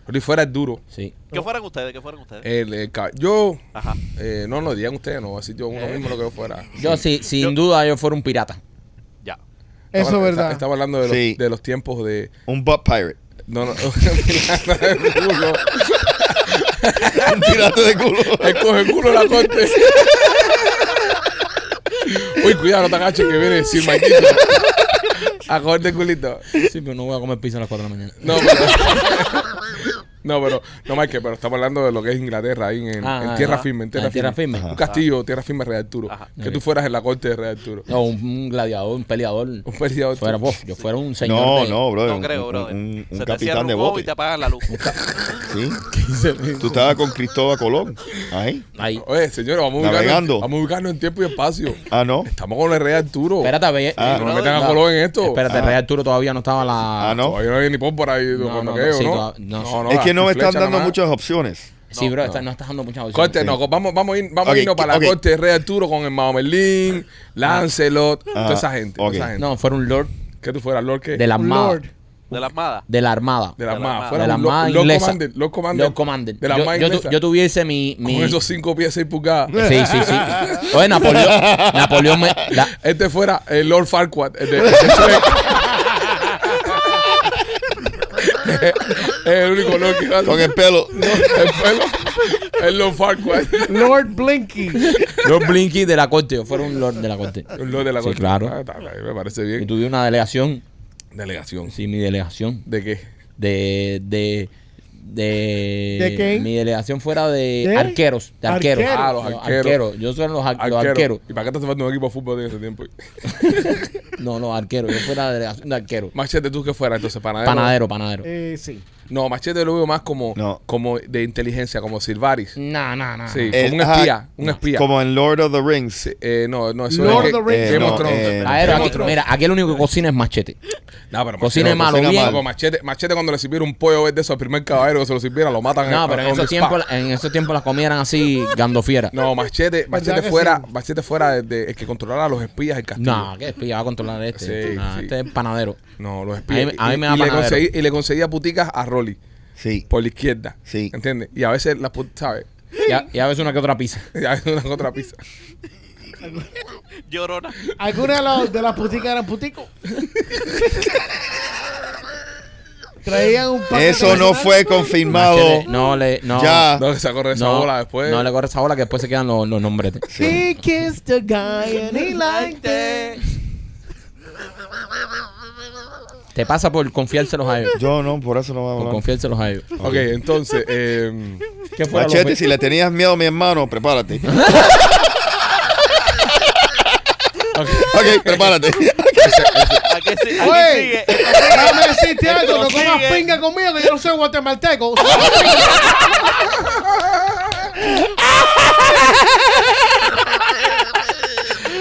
[SPEAKER 3] Rolly fuera el duro.
[SPEAKER 2] Sí.
[SPEAKER 5] ¿Qué fueran ustedes? ¿Qué fueran
[SPEAKER 6] Eh,
[SPEAKER 5] ustedes?
[SPEAKER 3] El, el cab- yo,
[SPEAKER 5] Ajá.
[SPEAKER 3] eh, no, no, digan ustedes, no, así yo uno mismo lo que yo fuera.
[SPEAKER 2] Yo, sí, sin duda, yo fuera un pirata.
[SPEAKER 5] Ya.
[SPEAKER 4] Eso es
[SPEAKER 3] Estaba-
[SPEAKER 4] verdad.
[SPEAKER 3] Estaba hablando de los,
[SPEAKER 6] Sí.
[SPEAKER 3] de los tiempos de.
[SPEAKER 6] Un butt pirate.
[SPEAKER 3] No, no. no.
[SPEAKER 6] Un pirata de culo.
[SPEAKER 3] El coge el culo la corte. Uy, cuidado, no te agaches que viene sin maquito. A cogerte el culito.
[SPEAKER 2] Sí, pero no voy a comer pizza a las 4 de la mañana.
[SPEAKER 3] No, pero. No, pero, no, Mike, pero estamos hablando de lo que es Inglaterra, ahí en,
[SPEAKER 2] Ah,
[SPEAKER 3] en
[SPEAKER 2] ah,
[SPEAKER 3] tierra
[SPEAKER 2] ah.
[SPEAKER 3] firme, en
[SPEAKER 2] Ah,
[SPEAKER 3] tierra
[SPEAKER 2] en tierra
[SPEAKER 3] firme.
[SPEAKER 2] firme.
[SPEAKER 3] Un castillo, tierra firme, Rey Arturo.
[SPEAKER 5] Ajá.
[SPEAKER 3] Que tú fueras en la corte de Rey Arturo.
[SPEAKER 2] No, un, un gladiador, un peleador.
[SPEAKER 3] Un peleador.
[SPEAKER 2] Fuera, vos, yo fuera un señor.
[SPEAKER 6] No,
[SPEAKER 2] de-
[SPEAKER 6] no, bro.
[SPEAKER 5] No
[SPEAKER 6] un,
[SPEAKER 5] creo,
[SPEAKER 6] un-
[SPEAKER 5] bro.
[SPEAKER 6] un-
[SPEAKER 5] Se
[SPEAKER 6] un
[SPEAKER 5] te cierra
[SPEAKER 6] capitán de
[SPEAKER 5] un ojo y
[SPEAKER 6] bote.
[SPEAKER 5] te apagan la luz.
[SPEAKER 6] Sí. Tú estabas con Cristóbal Colón. Ahí.
[SPEAKER 2] Ahí.
[SPEAKER 3] Oye, señores, vamos a, ubicarnos,
[SPEAKER 6] Navegando.
[SPEAKER 3] vamos a ubicarnos en tiempo y espacio.
[SPEAKER 6] Ah, no.
[SPEAKER 3] Estamos con el Rey Arturo.
[SPEAKER 2] Espérate, ve. eh,
[SPEAKER 6] Ah,
[SPEAKER 3] no me
[SPEAKER 5] brother,
[SPEAKER 3] metan a
[SPEAKER 2] no.
[SPEAKER 3] color en esto.
[SPEAKER 2] Espérate, Rey Arturo todavía no estaba la.
[SPEAKER 6] Ah, no.
[SPEAKER 3] Todavía no hay ni por ahí.
[SPEAKER 2] No,
[SPEAKER 3] con
[SPEAKER 2] no,
[SPEAKER 3] lo que
[SPEAKER 2] sí,
[SPEAKER 3] yo, ¿no?
[SPEAKER 2] todavía- no, sí.
[SPEAKER 6] Es que no me
[SPEAKER 3] flecha
[SPEAKER 6] están dando
[SPEAKER 3] nomás.
[SPEAKER 6] muchas opciones.
[SPEAKER 2] Sí, bro, está- no estás dando muchas opciones.
[SPEAKER 3] Corte, no, vamos, vamos a ir, vamos a
[SPEAKER 6] Ok,
[SPEAKER 3] irnos para la
[SPEAKER 6] ok. Ah.
[SPEAKER 3] corte de Rey Arturo con el Mahomelín, Lancelot, toda esa gente. toda
[SPEAKER 6] ok.
[SPEAKER 3] esa gente.
[SPEAKER 2] No, fuera un lord
[SPEAKER 3] Que tú fueras Lord que
[SPEAKER 2] de la
[SPEAKER 4] Un
[SPEAKER 2] Armada.
[SPEAKER 4] Lord.
[SPEAKER 5] De la armada.
[SPEAKER 2] De la Armada.
[SPEAKER 3] de la
[SPEAKER 5] de la
[SPEAKER 3] Armada.
[SPEAKER 5] Armada.
[SPEAKER 3] Fuera
[SPEAKER 2] Ah, de la
[SPEAKER 3] un Lord-
[SPEAKER 2] Armada
[SPEAKER 3] Lord
[SPEAKER 2] inglesa.
[SPEAKER 3] Commander. Lord Commander.
[SPEAKER 2] Lord Commander.
[SPEAKER 3] De la
[SPEAKER 2] yo,
[SPEAKER 3] Armada
[SPEAKER 2] yo tu-
[SPEAKER 3] inglesa.
[SPEAKER 2] yo tuviese mi. mi...
[SPEAKER 3] Con esos 5 pies, 6 pulgadas.
[SPEAKER 2] Sí, sí, sí. Oye, Napoleón. Napoleón me. la-
[SPEAKER 3] Este fuera el Lord Farquaad. El, de, el de Shrek. es el único Lord que va a-
[SPEAKER 6] Con el pelo.
[SPEAKER 3] el pelo. El Lord Farquaad.
[SPEAKER 4] Lord Blinky.
[SPEAKER 2] Lord Blinky de la corte. Yo fuera un Lord de la corte.
[SPEAKER 3] Un Lord de la
[SPEAKER 2] Sí,
[SPEAKER 3] corte.
[SPEAKER 2] claro.
[SPEAKER 3] Ah, está, está, me parece bien.
[SPEAKER 2] Y tuve una delegación.
[SPEAKER 3] Delegación.
[SPEAKER 2] Sí, mi delegación.
[SPEAKER 3] ¿De qué?
[SPEAKER 2] De. de de,
[SPEAKER 4] ¿De qué?
[SPEAKER 2] mi delegación fuera de,
[SPEAKER 4] ¿De?
[SPEAKER 2] arqueros de arqueros
[SPEAKER 4] Arqueros.
[SPEAKER 2] Ah, los
[SPEAKER 3] Arqueros.
[SPEAKER 2] arqueros yo soy los, ar- los arqueros
[SPEAKER 3] ¿Y para qué estás formando un equipo de fútbol en ese tiempo?
[SPEAKER 2] no los arqueros yo fuera de delegación de arqueros
[SPEAKER 3] Machete, ¿tú qué fuera entonces? Panadero.
[SPEAKER 2] panadero panadero
[SPEAKER 4] Eh, sí.
[SPEAKER 3] No, Machete lo veo más como,
[SPEAKER 6] No.
[SPEAKER 3] como de inteligencia, como Silvaris.
[SPEAKER 2] no no no
[SPEAKER 3] Sí,
[SPEAKER 6] El-
[SPEAKER 3] como un
[SPEAKER 6] ajá,
[SPEAKER 3] espía. Un espía.
[SPEAKER 6] Como en Lord of the Rings.
[SPEAKER 3] Sí, eh, no, no, eso
[SPEAKER 4] Lord
[SPEAKER 3] es
[SPEAKER 4] of the Rings.
[SPEAKER 3] Game
[SPEAKER 6] Eh,
[SPEAKER 3] of
[SPEAKER 6] no,
[SPEAKER 3] Thrones.
[SPEAKER 6] eh,
[SPEAKER 2] Ah, era
[SPEAKER 3] Game of
[SPEAKER 2] aquí-
[SPEAKER 3] Thrones.
[SPEAKER 2] mira, aquí el único que cocina es machete.
[SPEAKER 3] No, pero
[SPEAKER 2] Cocina
[SPEAKER 3] Machete-
[SPEAKER 2] malo,
[SPEAKER 6] cocina
[SPEAKER 2] bien.
[SPEAKER 3] No, machete, machete cuando le sirviera un pollo de eso al primer caballero que se lo sirviera, lo matan.
[SPEAKER 2] No,
[SPEAKER 3] a-
[SPEAKER 2] pero en
[SPEAKER 3] on the
[SPEAKER 2] esos
[SPEAKER 3] spot.
[SPEAKER 2] tiempos, en esos tiempos las comidas eran así gandofieras. No,
[SPEAKER 3] No, machete, machete
[SPEAKER 4] que
[SPEAKER 3] fuera,
[SPEAKER 4] sí?
[SPEAKER 3] machete fuera de- de- el que controlara a los espías del castillo.
[SPEAKER 2] que espía va a controlar este.
[SPEAKER 3] Sí,
[SPEAKER 2] Nah,
[SPEAKER 3] sí.
[SPEAKER 2] Este es panadero.
[SPEAKER 3] No, los
[SPEAKER 2] A
[SPEAKER 3] espías.
[SPEAKER 2] mí- a mí me
[SPEAKER 3] y-
[SPEAKER 2] da
[SPEAKER 3] y, le
[SPEAKER 2] panadero.
[SPEAKER 3] conseguí- y le conseguía puticas a Rolly
[SPEAKER 6] Sí.
[SPEAKER 3] por la izquierda.
[SPEAKER 6] Sí.
[SPEAKER 3] ¿Entiendes? Y a veces las put- ¿sabes?
[SPEAKER 2] Y a, y a veces una que otra pizza.
[SPEAKER 3] Y a veces una contra pizza.
[SPEAKER 5] Llorona.
[SPEAKER 4] ¿Alguna de, las- de las puticas eran putico? Traían un paquete
[SPEAKER 6] Eso no
[SPEAKER 4] nacional.
[SPEAKER 6] fue confirmado.
[SPEAKER 2] Machete, no le, no.
[SPEAKER 6] Ya.
[SPEAKER 3] No, que se corre esa
[SPEAKER 2] no,
[SPEAKER 3] bola después.
[SPEAKER 2] No le corre esa bola que después se quedan los, los nombretes.
[SPEAKER 4] He kissed a guy and he liked it.
[SPEAKER 2] Te pasa por confiárselos a ellos.
[SPEAKER 6] Yo no, por eso no
[SPEAKER 2] Por
[SPEAKER 6] vamos a hablar.
[SPEAKER 2] confiárselos a ellos.
[SPEAKER 3] Ok, entonces, eh,
[SPEAKER 2] ¿Qué fuera lo
[SPEAKER 6] Machete,
[SPEAKER 2] pe-
[SPEAKER 6] si le tenías miedo a mi hermano, prepárate. ok, prepárate.
[SPEAKER 5] Aquí, sí- aquí
[SPEAKER 4] Oye.
[SPEAKER 5] sigue.
[SPEAKER 4] Déjame decirte algo, no
[SPEAKER 5] Prosigue.
[SPEAKER 4] comas pinga conmigo que yo no soy guatemalteco.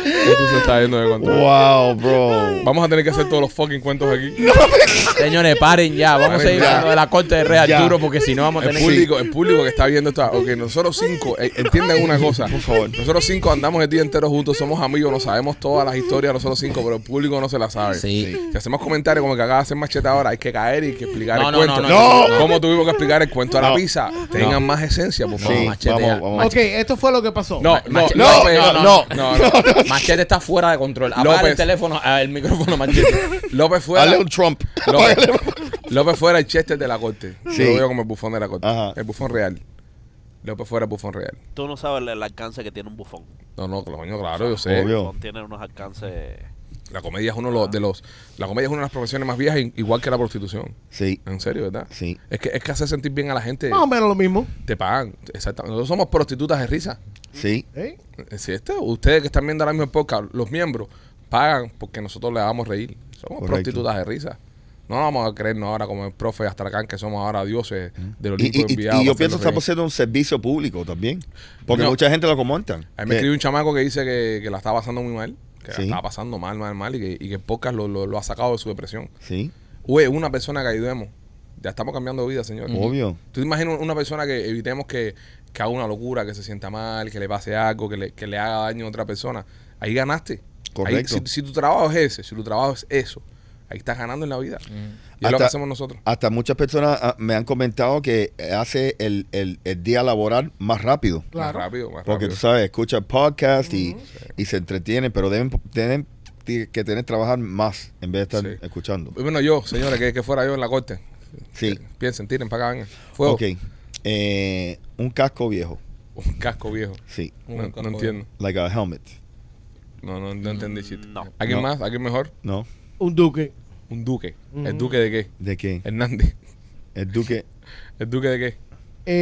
[SPEAKER 3] esto se está yendo de control.
[SPEAKER 6] wow, bro.
[SPEAKER 3] Vamos a tener que hacer todos los fucking cuentos aquí.
[SPEAKER 2] Señores, paren ya. Vamos a
[SPEAKER 3] Paren
[SPEAKER 2] ir
[SPEAKER 6] ya.
[SPEAKER 2] hablando de la corte de Rey
[SPEAKER 6] Ya.
[SPEAKER 2] Arturo porque si no vamos a
[SPEAKER 3] El
[SPEAKER 2] tener que.
[SPEAKER 3] público, el público que está viendo está. Ok, nosotros cinco, eh, entiendan una cosa. Por favor. Nosotros cinco andamos el día entero juntos, somos amigos, nos sabemos todas las historias, nosotros cinco, pero el público no se las sabe.
[SPEAKER 2] Sí.
[SPEAKER 3] Si hacemos comentarios como el que acaba de hacer machete ahora, hay que caer y hay que explicar
[SPEAKER 2] No,
[SPEAKER 3] el
[SPEAKER 2] no,
[SPEAKER 3] cuento.
[SPEAKER 2] no,
[SPEAKER 6] no, no.
[SPEAKER 3] ¿Cómo tuvimos que explicar el cuento a la
[SPEAKER 6] No.
[SPEAKER 3] pizza? Tengan más esencia, por favor.
[SPEAKER 6] Sí,
[SPEAKER 2] machete, ya.
[SPEAKER 6] vamos, vamos.
[SPEAKER 4] ok, esto fue lo que pasó.
[SPEAKER 3] No, no,
[SPEAKER 2] Machete-
[SPEAKER 3] no,
[SPEAKER 6] no,
[SPEAKER 3] no, no,
[SPEAKER 6] no,
[SPEAKER 3] no.
[SPEAKER 2] Machete está fuera de control. Apaga el
[SPEAKER 3] López.
[SPEAKER 2] teléfono, ah, el micrófono, Machete.
[SPEAKER 3] López fuera.
[SPEAKER 6] Dale un Trump.
[SPEAKER 3] López, López fuera el Chester de la corte.
[SPEAKER 6] Sí.
[SPEAKER 3] Yo lo veo como el bufón de la corte.
[SPEAKER 6] Ajá.
[SPEAKER 3] El bufón real. López fuera el bufón real.
[SPEAKER 5] Tú no sabes el alcance que tiene un bufón.
[SPEAKER 3] No, no, coño, claro, yo sé.
[SPEAKER 6] Obvio.
[SPEAKER 5] Bufón tiene unos alcances.
[SPEAKER 3] La comedia es uno de los- de los. La comedia es una de las profesiones más viejas, i- igual que la prostitución.
[SPEAKER 6] Sí,
[SPEAKER 3] En serio, ¿verdad?
[SPEAKER 6] Sí.
[SPEAKER 3] Es que, es que hace sentir bien a la gente.
[SPEAKER 4] Más o menos lo mismo.
[SPEAKER 3] Te pagan. Exactamente. Nosotros somos prostitutas de risa.
[SPEAKER 6] sí.
[SPEAKER 4] ¿eh?
[SPEAKER 3] ¿Es cierto? Ustedes que están viendo ahora mismo el podcast, los miembros pagan porque nosotros le hagamos reír. Somos
[SPEAKER 6] Correcto.
[SPEAKER 3] prostitutas de risa. No vamos a creernos ahora como el profe Astracán, que somos ahora dioses del
[SPEAKER 6] Mm.
[SPEAKER 3] Olimpo
[SPEAKER 6] Y, y- y-
[SPEAKER 3] enviados
[SPEAKER 6] y yo
[SPEAKER 3] para
[SPEAKER 6] pienso que
[SPEAKER 3] hacernos
[SPEAKER 6] estamos
[SPEAKER 3] reír.
[SPEAKER 6] haciendo un servicio público también. Porque
[SPEAKER 3] No.
[SPEAKER 6] mucha gente lo comentan.
[SPEAKER 3] A mí me
[SPEAKER 6] Que-
[SPEAKER 3] escribió un chamaco que dice que, que la está pasando muy mal. Que
[SPEAKER 6] Sí.
[SPEAKER 3] la está pasando mal, mal, mal. Y que, y que el podcast lo, lo- lo ha sacado de su depresión.
[SPEAKER 6] Sí,
[SPEAKER 3] Uy, una persona que ayudemos. Ya estamos cambiando vida, señor.
[SPEAKER 6] obvio.
[SPEAKER 3] ¿Tú te imaginas una persona que evitemos que, que haga una locura, que se sienta mal, que le pase algo, que le, que le haga daño a otra persona? Ahí ganaste.
[SPEAKER 6] Correcto.
[SPEAKER 3] Ahí, si, si tu trabajo es ese, si tu trabajo es eso, ahí estás ganando en la vida. Y es lo que
[SPEAKER 6] Hasta-
[SPEAKER 3] hacemos nosotros.
[SPEAKER 6] Hasta muchas personas ah, me han comentado que hace el, el- el día laboral más rápido.
[SPEAKER 4] Claro.
[SPEAKER 3] Más rápido, más
[SPEAKER 6] Porque tú
[SPEAKER 3] rápido.
[SPEAKER 6] sabes, escucha podcast y, y se entretienen, pero deben, tienen que tener que trabajar más en vez de estar
[SPEAKER 3] Sí. Uh,
[SPEAKER 6] escuchando.
[SPEAKER 3] Bueno, yo, señores, que, que fuera yo en la corte.
[SPEAKER 6] Sí.
[SPEAKER 3] Piensen, tiren para acá, vengan. eh, Fuego.
[SPEAKER 6] Ok. Eh, un casco viejo.
[SPEAKER 3] Un casco viejo.
[SPEAKER 6] Sí.
[SPEAKER 2] Un
[SPEAKER 3] No, no
[SPEAKER 2] casco
[SPEAKER 3] entiendo.
[SPEAKER 6] Like a helmet.
[SPEAKER 3] No, no, no entendí el chiste.
[SPEAKER 5] No.
[SPEAKER 3] ¿Alguien
[SPEAKER 6] No.
[SPEAKER 3] más? ¿Alguien mejor?
[SPEAKER 6] ¿No?
[SPEAKER 4] Un duque.
[SPEAKER 3] Un duque. ¿El
[SPEAKER 4] Mm.
[SPEAKER 3] duque de qué?
[SPEAKER 6] ¿De qué?
[SPEAKER 3] Hernández.
[SPEAKER 6] El duque.
[SPEAKER 3] ¿El duque de qué?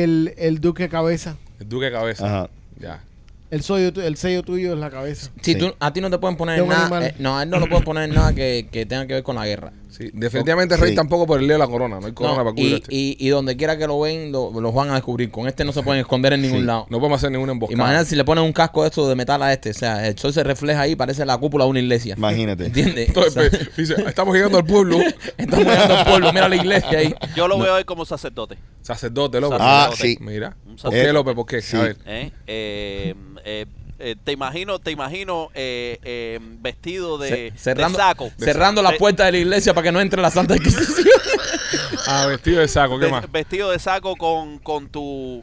[SPEAKER 4] El, el duque cabeza.
[SPEAKER 3] El duque de cabeza.
[SPEAKER 6] Ajá.
[SPEAKER 3] Ya.
[SPEAKER 4] El, soyo, tu- el sello tuyo es la cabeza.
[SPEAKER 2] Si
[SPEAKER 6] Sí.
[SPEAKER 2] tú, a ti no te pueden poner
[SPEAKER 4] De
[SPEAKER 2] en
[SPEAKER 4] un
[SPEAKER 2] nada.
[SPEAKER 4] animal.
[SPEAKER 2] eh, no, a él no lo pueden poner en nada que, que tenga que ver con la guerra.
[SPEAKER 3] Sí, definitivamente Rey
[SPEAKER 6] Sí.
[SPEAKER 3] tampoco por el lío de la corona. No hay corona
[SPEAKER 2] No,
[SPEAKER 3] para cubrir
[SPEAKER 2] y,
[SPEAKER 3] este.
[SPEAKER 2] y, y donde quiera que lo ven, lo- los van a descubrir. Con este no se pueden esconder en ningún
[SPEAKER 6] Sí.
[SPEAKER 2] lado.
[SPEAKER 3] No podemos hacer ninguna emboscada.
[SPEAKER 2] Imagínate si le ponen un casco de esto de metal a este. O sea, el sol se refleja ahí, parece la cúpula de una iglesia.
[SPEAKER 6] Imagínate.
[SPEAKER 2] ¿Entiendes?
[SPEAKER 3] Entonces,
[SPEAKER 2] O sea,
[SPEAKER 3] pe- dice, estamos llegando al pueblo.
[SPEAKER 2] estamos llegando al pueblo, mira la iglesia ahí.
[SPEAKER 5] Yo lo veo hoy como sacerdote.
[SPEAKER 3] Sacerdote, López.
[SPEAKER 6] Ah,
[SPEAKER 5] Sacerdote.
[SPEAKER 6] sí.
[SPEAKER 3] Mira.
[SPEAKER 5] Un
[SPEAKER 3] ¿Por qué,
[SPEAKER 6] Eh,
[SPEAKER 3] López? ¿Por qué?
[SPEAKER 6] sí.
[SPEAKER 3] A ver.
[SPEAKER 5] ¿eh? Eh, eh, eh, te imagino, te imagino eh, eh, vestido de,
[SPEAKER 2] Ce- cerrando
[SPEAKER 5] de saco.
[SPEAKER 2] cerrando la
[SPEAKER 5] Ve-
[SPEAKER 2] puerta de la iglesia para que no entre la Santa Inquisición.
[SPEAKER 3] Ah, vestido de saco, ¿qué
[SPEAKER 5] ve-
[SPEAKER 3] más?
[SPEAKER 5] Vestido de saco con, con tu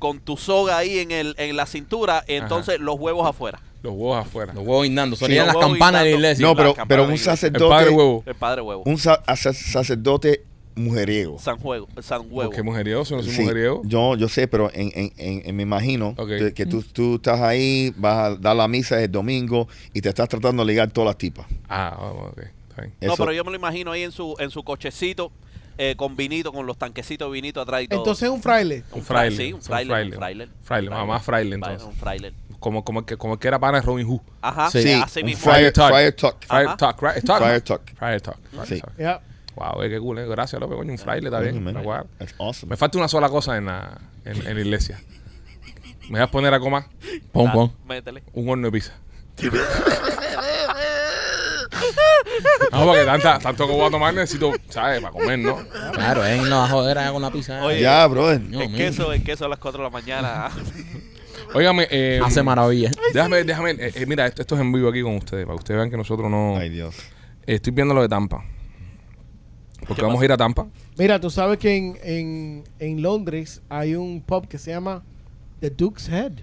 [SPEAKER 5] con tu soga ahí en el en la cintura, entonces los huevos afuera.
[SPEAKER 3] Los huevos afuera.
[SPEAKER 2] Los huevos guindando, sonían
[SPEAKER 5] los
[SPEAKER 2] las
[SPEAKER 5] huevos
[SPEAKER 2] campanas de la
[SPEAKER 5] guindando.
[SPEAKER 2] iglesia.
[SPEAKER 6] No,
[SPEAKER 5] la
[SPEAKER 6] pero,
[SPEAKER 5] campana
[SPEAKER 6] pero
[SPEAKER 5] de
[SPEAKER 6] un
[SPEAKER 5] iglesia.
[SPEAKER 3] El padre
[SPEAKER 6] sacerdote.
[SPEAKER 3] huevo.
[SPEAKER 5] El padre huevo.
[SPEAKER 6] Un sa- a- sa- sacerdote mujeriego.
[SPEAKER 5] San juego, San huevo.
[SPEAKER 3] Porque mujeriego, si no soy
[SPEAKER 6] Sí,
[SPEAKER 3] mujeriego.
[SPEAKER 6] yo, yo sé, pero en, en- en- en- me imagino
[SPEAKER 3] Ok.
[SPEAKER 6] que, que tú, tú estás ahí, vas a dar la misa el domingo y te estás tratando de ligar todas las tipas.
[SPEAKER 3] Ah, vamos, ok. Está bien.
[SPEAKER 5] No,
[SPEAKER 6] Eso-
[SPEAKER 5] pero yo me lo imagino ahí en su en su cochecito eh, con vinito, con los tanquecitos de vinito atrás y todo.
[SPEAKER 4] Entonces un fraile.
[SPEAKER 3] Un fraile.
[SPEAKER 5] Sí, un
[SPEAKER 3] Sí,
[SPEAKER 5] fraile, un fraile.
[SPEAKER 3] Fraile, más- más fraile, entonces.
[SPEAKER 5] Un fraile.
[SPEAKER 3] Como, como, el que, como el que era pana de Robin Hood.
[SPEAKER 5] Ajá,
[SPEAKER 6] Sí,
[SPEAKER 5] así
[SPEAKER 6] un
[SPEAKER 5] mismo.
[SPEAKER 6] Friar
[SPEAKER 3] Friar Tuck.
[SPEAKER 6] Tuck.
[SPEAKER 3] Friar
[SPEAKER 5] Ajá.
[SPEAKER 3] Talk, right? Talk.
[SPEAKER 6] Friar Tuck.
[SPEAKER 3] Friar Tuck. Friar
[SPEAKER 6] Sí.
[SPEAKER 3] Tuck.
[SPEAKER 4] Ya.
[SPEAKER 3] Wow, eh, qué cool, eh. Gracias, López. Coño, un fraile está
[SPEAKER 6] Coño,
[SPEAKER 3] bien.
[SPEAKER 6] man.
[SPEAKER 3] Una guada.
[SPEAKER 6] That's awesome.
[SPEAKER 3] Me falta una sola cosa en la, en, en la iglesia. Me voy a poner a comer
[SPEAKER 2] Pum, pum.
[SPEAKER 5] Ah, Métele.
[SPEAKER 3] un horno de pizza. No, porque tanta, tanto que voy a tomar necesito, ¿sabes? Para comer, ¿no?
[SPEAKER 2] Claro, es una jodera con la pizza.
[SPEAKER 5] Oye,
[SPEAKER 6] Ya, brother.
[SPEAKER 2] No,
[SPEAKER 5] el
[SPEAKER 2] mira.
[SPEAKER 5] queso, el queso a las 4 de la mañana. Ah,
[SPEAKER 3] Óigame, eh,
[SPEAKER 2] Hace maravilla.
[SPEAKER 3] déjame, déjame, eh, eh, mira, esto, esto es en vivo aquí con ustedes, para que ustedes vean que nosotros no...
[SPEAKER 6] Ay, Dios.
[SPEAKER 3] estoy viendo lo de Tampa. Porque
[SPEAKER 5] ¿Qué
[SPEAKER 3] vamos
[SPEAKER 5] pasa?
[SPEAKER 3] a ir a Tampa.
[SPEAKER 4] Mira, tú sabes que en, en, en Londres hay un pub que se llama The Duke's Head.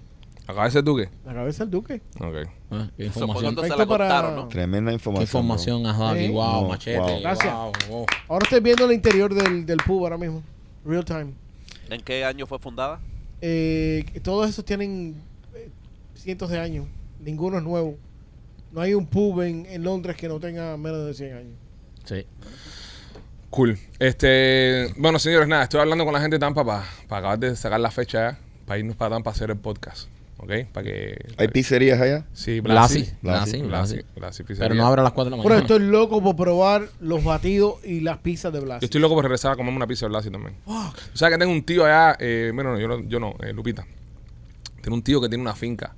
[SPEAKER 3] Acaba de ser Duque.
[SPEAKER 4] La cabeza del duque.
[SPEAKER 3] Ok.
[SPEAKER 2] Ah, qué
[SPEAKER 5] Eso fue
[SPEAKER 2] información.
[SPEAKER 5] cuando se la
[SPEAKER 4] Perfecto para-
[SPEAKER 5] cortaron, ¿no?
[SPEAKER 6] Tremenda
[SPEAKER 2] Qué
[SPEAKER 6] información.
[SPEAKER 2] información has dado aquí.
[SPEAKER 4] Sí.
[SPEAKER 2] Wow,
[SPEAKER 6] No,
[SPEAKER 2] machete.
[SPEAKER 6] wow.
[SPEAKER 4] Gracias.
[SPEAKER 2] wow, wow.
[SPEAKER 4] Ahora estoy viendo el interior del, del pub ahora mismo. Real time.
[SPEAKER 5] ¿En qué año fue fundada?
[SPEAKER 4] Eh, todos esos tienen eh, cientos de años. Ninguno es nuevo. No hay un pub en, en Londres que no tenga menos de 100 años.
[SPEAKER 2] Sí.
[SPEAKER 3] Cool. Este, bueno, señores, nada, estoy hablando con la gente de Tampa para acabar de sacar la fecha ya, para irnos para Tampa a hacer el podcast. ¿Ok? Para que.
[SPEAKER 6] ¿Hay pizzerías allá?
[SPEAKER 3] Sí,
[SPEAKER 2] Blasi.
[SPEAKER 3] Blasi.
[SPEAKER 2] Blasi.
[SPEAKER 6] Blasi,
[SPEAKER 2] Blasi.
[SPEAKER 3] Blasi. Blasi
[SPEAKER 2] Pero
[SPEAKER 3] pizzería.
[SPEAKER 2] no abre a las 4 de la
[SPEAKER 4] Pero
[SPEAKER 2] mañana.
[SPEAKER 4] estoy loco por probar los batidos y las pizzas de Blas.
[SPEAKER 3] Yo estoy loco por regresar a comerme una pizza de Blasi también. O sea que tengo un tío allá, eh, bueno, no, yo no, yo no eh, Lupita. Tengo un tío que tiene una finca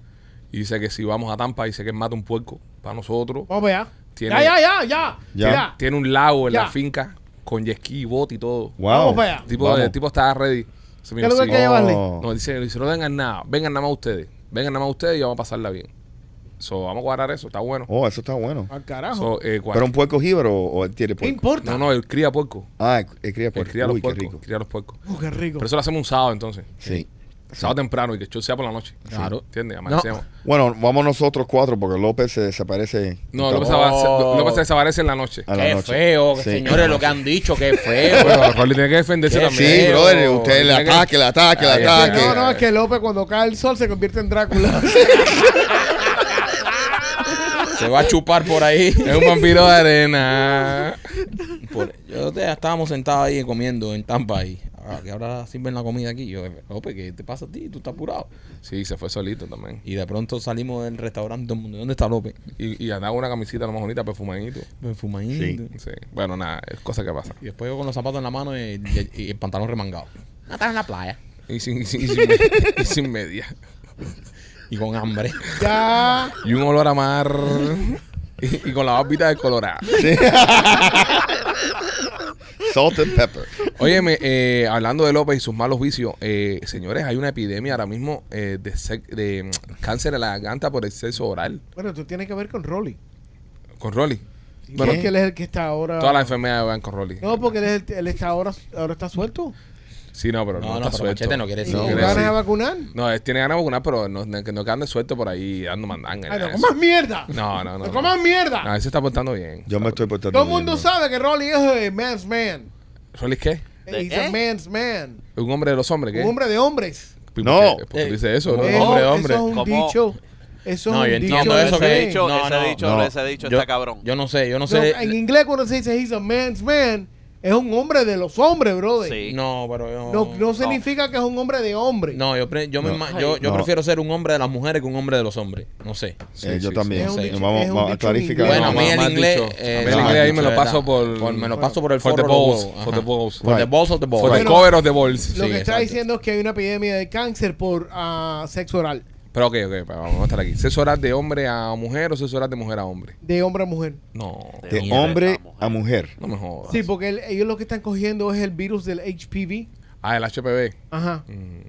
[SPEAKER 3] y dice que si vamos a Tampa, dice que él mata un puerco para nosotros.
[SPEAKER 4] Vamos allá.
[SPEAKER 3] Tiene-
[SPEAKER 4] ya, ya, ya, ya.
[SPEAKER 6] Ya.
[SPEAKER 4] Ya.
[SPEAKER 3] Tiene un lago en la
[SPEAKER 4] Ya.
[SPEAKER 3] finca con jet ski, bote y todo.
[SPEAKER 6] Wow.
[SPEAKER 4] Vamos para allá.
[SPEAKER 3] Tipo,
[SPEAKER 6] Vamos.
[SPEAKER 3] el tipo está ready. Se me
[SPEAKER 4] ¿Qué es
[SPEAKER 3] dijo,
[SPEAKER 4] lo que hay
[SPEAKER 3] sí.
[SPEAKER 4] que llevarle?
[SPEAKER 6] Oh.
[SPEAKER 3] No, dice, dice, no vengan nada, vengan nada más ustedes. Vengan nada más ustedes y vamos a pasarla bien. So, vamos a cuadrar eso, está bueno.
[SPEAKER 6] Oh, eso está bueno.
[SPEAKER 4] Al carajo.
[SPEAKER 3] So, eh, cuad-
[SPEAKER 6] ¿Pero un puerco jíbaro o, o él tiene
[SPEAKER 4] ¿Qué
[SPEAKER 6] puerco?
[SPEAKER 4] importa?
[SPEAKER 3] no, no, él cría puerco.
[SPEAKER 6] Ah, él cría
[SPEAKER 3] Él
[SPEAKER 6] puerco.
[SPEAKER 3] cría los
[SPEAKER 6] Uy, qué
[SPEAKER 3] puercos.
[SPEAKER 6] rico.
[SPEAKER 3] Cría los puercos.
[SPEAKER 4] Uh, qué rico.
[SPEAKER 3] Pero eso lo hacemos un sábado entonces.
[SPEAKER 6] Sí.
[SPEAKER 3] Sábado temprano y que el show sea por la noche.
[SPEAKER 2] Claro.
[SPEAKER 3] ¿Entiendes? Amanecemos.
[SPEAKER 6] Bueno, vamos nosotros cuatro porque López se desaparece.
[SPEAKER 3] No, López, aparece- López se desaparece en la noche.
[SPEAKER 6] a la
[SPEAKER 2] Qué
[SPEAKER 6] noche.
[SPEAKER 2] feo,
[SPEAKER 6] Sí.
[SPEAKER 2] señores, lo que han dicho, qué feo.
[SPEAKER 3] Pero Rolly tiene que defenderse
[SPEAKER 2] Qué
[SPEAKER 3] también.
[SPEAKER 6] Sí,
[SPEAKER 2] feo.
[SPEAKER 6] brother, usted el
[SPEAKER 3] Tiene que-
[SPEAKER 6] ataque, el ataque, el
[SPEAKER 3] Ay,
[SPEAKER 6] ataque.
[SPEAKER 4] No, no, es que López cuando cae el sol se convierte en Drácula.
[SPEAKER 2] Se va a chupar por ahí.
[SPEAKER 3] Es un vampiro de arena.
[SPEAKER 2] Por- yo te- estábamos sentados ahí comiendo en Tampa y ah, que ahora sirven la comida aquí. Yo, eh, López, ¿qué te pasa a ti? Tú estás apurado.
[SPEAKER 3] Sí, se fue solito también.
[SPEAKER 2] Y de pronto salimos del restaurante y todo el mundo. ¿Dónde está López?
[SPEAKER 3] Y, y andaba una camisita lo más bonita, perfumadito.
[SPEAKER 2] Me fumaí.
[SPEAKER 6] Sí.
[SPEAKER 3] Sí. Bueno, nada, es cosa que pasa.
[SPEAKER 2] Y después yo con los zapatos en la mano y, y- y el pantalón remangado. Ah, estaba en la playa.
[SPEAKER 3] Y sin, y sin, y sin, y sin media.
[SPEAKER 2] Y con hambre.
[SPEAKER 4] ya.
[SPEAKER 3] Y un olor a mar. Y, y con la barbita descolorada.
[SPEAKER 6] Salt and pepper.
[SPEAKER 3] Óyeme, eh, hablando de López y sus malos vicios, eh, señores, hay una epidemia ahora mismo eh, de, sec- de mm, cáncer en la garganta por exceso oral.
[SPEAKER 4] Bueno, tú tienes que ver con Rolly.
[SPEAKER 3] Con Rolly.
[SPEAKER 4] Sí,
[SPEAKER 3] Bueno,
[SPEAKER 4] porque él es el que está ahora.
[SPEAKER 3] Todas las enfermedades van con Rolly.
[SPEAKER 4] No, porque él, es el- él está ahora, ahora está suelto.
[SPEAKER 3] Sí, no, pero no,
[SPEAKER 2] No, no,
[SPEAKER 3] está
[SPEAKER 2] pero
[SPEAKER 3] suelto.
[SPEAKER 2] Machete no quiere
[SPEAKER 4] Y
[SPEAKER 2] decir.
[SPEAKER 3] No
[SPEAKER 4] no,
[SPEAKER 3] quiere
[SPEAKER 4] ganas de
[SPEAKER 3] decir.
[SPEAKER 4] vacunar.
[SPEAKER 3] No, es- tiene ganas de vacunar, pero no, no- que no quedan de suelto por ahí dando mandanga. y
[SPEAKER 4] Ay,
[SPEAKER 3] nada
[SPEAKER 4] no
[SPEAKER 3] de
[SPEAKER 4] comas
[SPEAKER 3] eso.
[SPEAKER 4] mierda.
[SPEAKER 3] no, no, no.
[SPEAKER 4] No
[SPEAKER 3] no.
[SPEAKER 4] comas mierda.
[SPEAKER 3] No, él se está portando bien.
[SPEAKER 6] Yo me estoy portando.
[SPEAKER 4] Todo el
[SPEAKER 6] bien,
[SPEAKER 4] mundo
[SPEAKER 6] bro.
[SPEAKER 4] sabe que Rolly es eh, man's man.
[SPEAKER 3] ¿Rolly qué?
[SPEAKER 5] ¿De
[SPEAKER 4] He's
[SPEAKER 5] qué?
[SPEAKER 4] a man's man.
[SPEAKER 3] ¿Un hombre de los hombres? ¿Qué? Pues,
[SPEAKER 4] Un hombre de hombres.
[SPEAKER 3] ¿Por
[SPEAKER 6] No.
[SPEAKER 3] qué- por qué dice eso? bro?
[SPEAKER 4] Eh,
[SPEAKER 3] hombre, hombre.
[SPEAKER 4] Eso es un
[SPEAKER 5] ¿Cómo?
[SPEAKER 4] dicho. Eso
[SPEAKER 2] No,
[SPEAKER 4] es
[SPEAKER 2] yo
[SPEAKER 4] un
[SPEAKER 2] entiendo
[SPEAKER 4] dicho.
[SPEAKER 2] eso que
[SPEAKER 4] de
[SPEAKER 2] he dicho.
[SPEAKER 4] gay.
[SPEAKER 2] No,
[SPEAKER 5] ese
[SPEAKER 2] no,
[SPEAKER 5] dicho,
[SPEAKER 6] no.
[SPEAKER 5] ese dicho
[SPEAKER 2] Yo-
[SPEAKER 5] está cabrón.
[SPEAKER 2] Yo no sé, yo no
[SPEAKER 4] No,
[SPEAKER 2] sé.
[SPEAKER 4] en inglés cuando se dice he's a man's man, es un hombre de los hombres, brother.
[SPEAKER 5] Sí.
[SPEAKER 2] No, pero yo.
[SPEAKER 4] No, no significa que es un hombre de hombre.
[SPEAKER 2] No, yo, pre- yo, me
[SPEAKER 6] No.
[SPEAKER 2] ima- yo, yo
[SPEAKER 6] No.
[SPEAKER 2] prefiero ser un hombre de las mujeres que un hombre de los hombres. No sé.
[SPEAKER 3] Sí,
[SPEAKER 6] Eh, yo
[SPEAKER 3] sí,
[SPEAKER 6] también.
[SPEAKER 4] sí. Es un dicho-
[SPEAKER 6] vamos
[SPEAKER 4] es un
[SPEAKER 6] vamos a
[SPEAKER 4] dicho
[SPEAKER 6] clarificar.
[SPEAKER 4] inglés.
[SPEAKER 2] Bueno, a
[SPEAKER 6] Vamos
[SPEAKER 2] mí
[SPEAKER 3] más-
[SPEAKER 2] el
[SPEAKER 3] más
[SPEAKER 2] inglés.
[SPEAKER 3] dicho.
[SPEAKER 2] eh,
[SPEAKER 3] A mí
[SPEAKER 6] el
[SPEAKER 2] no,
[SPEAKER 6] inglés ahí
[SPEAKER 2] más
[SPEAKER 6] me
[SPEAKER 3] lo
[SPEAKER 2] dicho,
[SPEAKER 3] paso
[SPEAKER 2] ¿verdad?
[SPEAKER 3] por-
[SPEAKER 2] Me lo paso por el
[SPEAKER 3] For the
[SPEAKER 2] forro de los
[SPEAKER 3] balls,
[SPEAKER 2] huevos,
[SPEAKER 3] for
[SPEAKER 2] ajá.
[SPEAKER 3] the balls.
[SPEAKER 2] For the
[SPEAKER 6] Right.
[SPEAKER 2] balls of the balls.
[SPEAKER 3] For the
[SPEAKER 4] Pero-
[SPEAKER 3] cover of the balls.
[SPEAKER 4] Lo
[SPEAKER 2] Sí,
[SPEAKER 4] que está
[SPEAKER 2] exacto.
[SPEAKER 4] diciendo es que hay una epidemia de cáncer por ah, sexo oral,
[SPEAKER 3] Pero ok, ok, pa- vamos a estar aquí. ¿Sexo oral de hombre a mujer o sexo oral de mujer a hombre?
[SPEAKER 4] de hombre a mujer.
[SPEAKER 3] No,
[SPEAKER 6] De hombre a mujer.
[SPEAKER 3] no me jodas.
[SPEAKER 4] Sí, porque el- ellos lo que están cogiendo es el virus del HPV,
[SPEAKER 3] Ah, el HPV.
[SPEAKER 4] ajá,
[SPEAKER 3] Mm.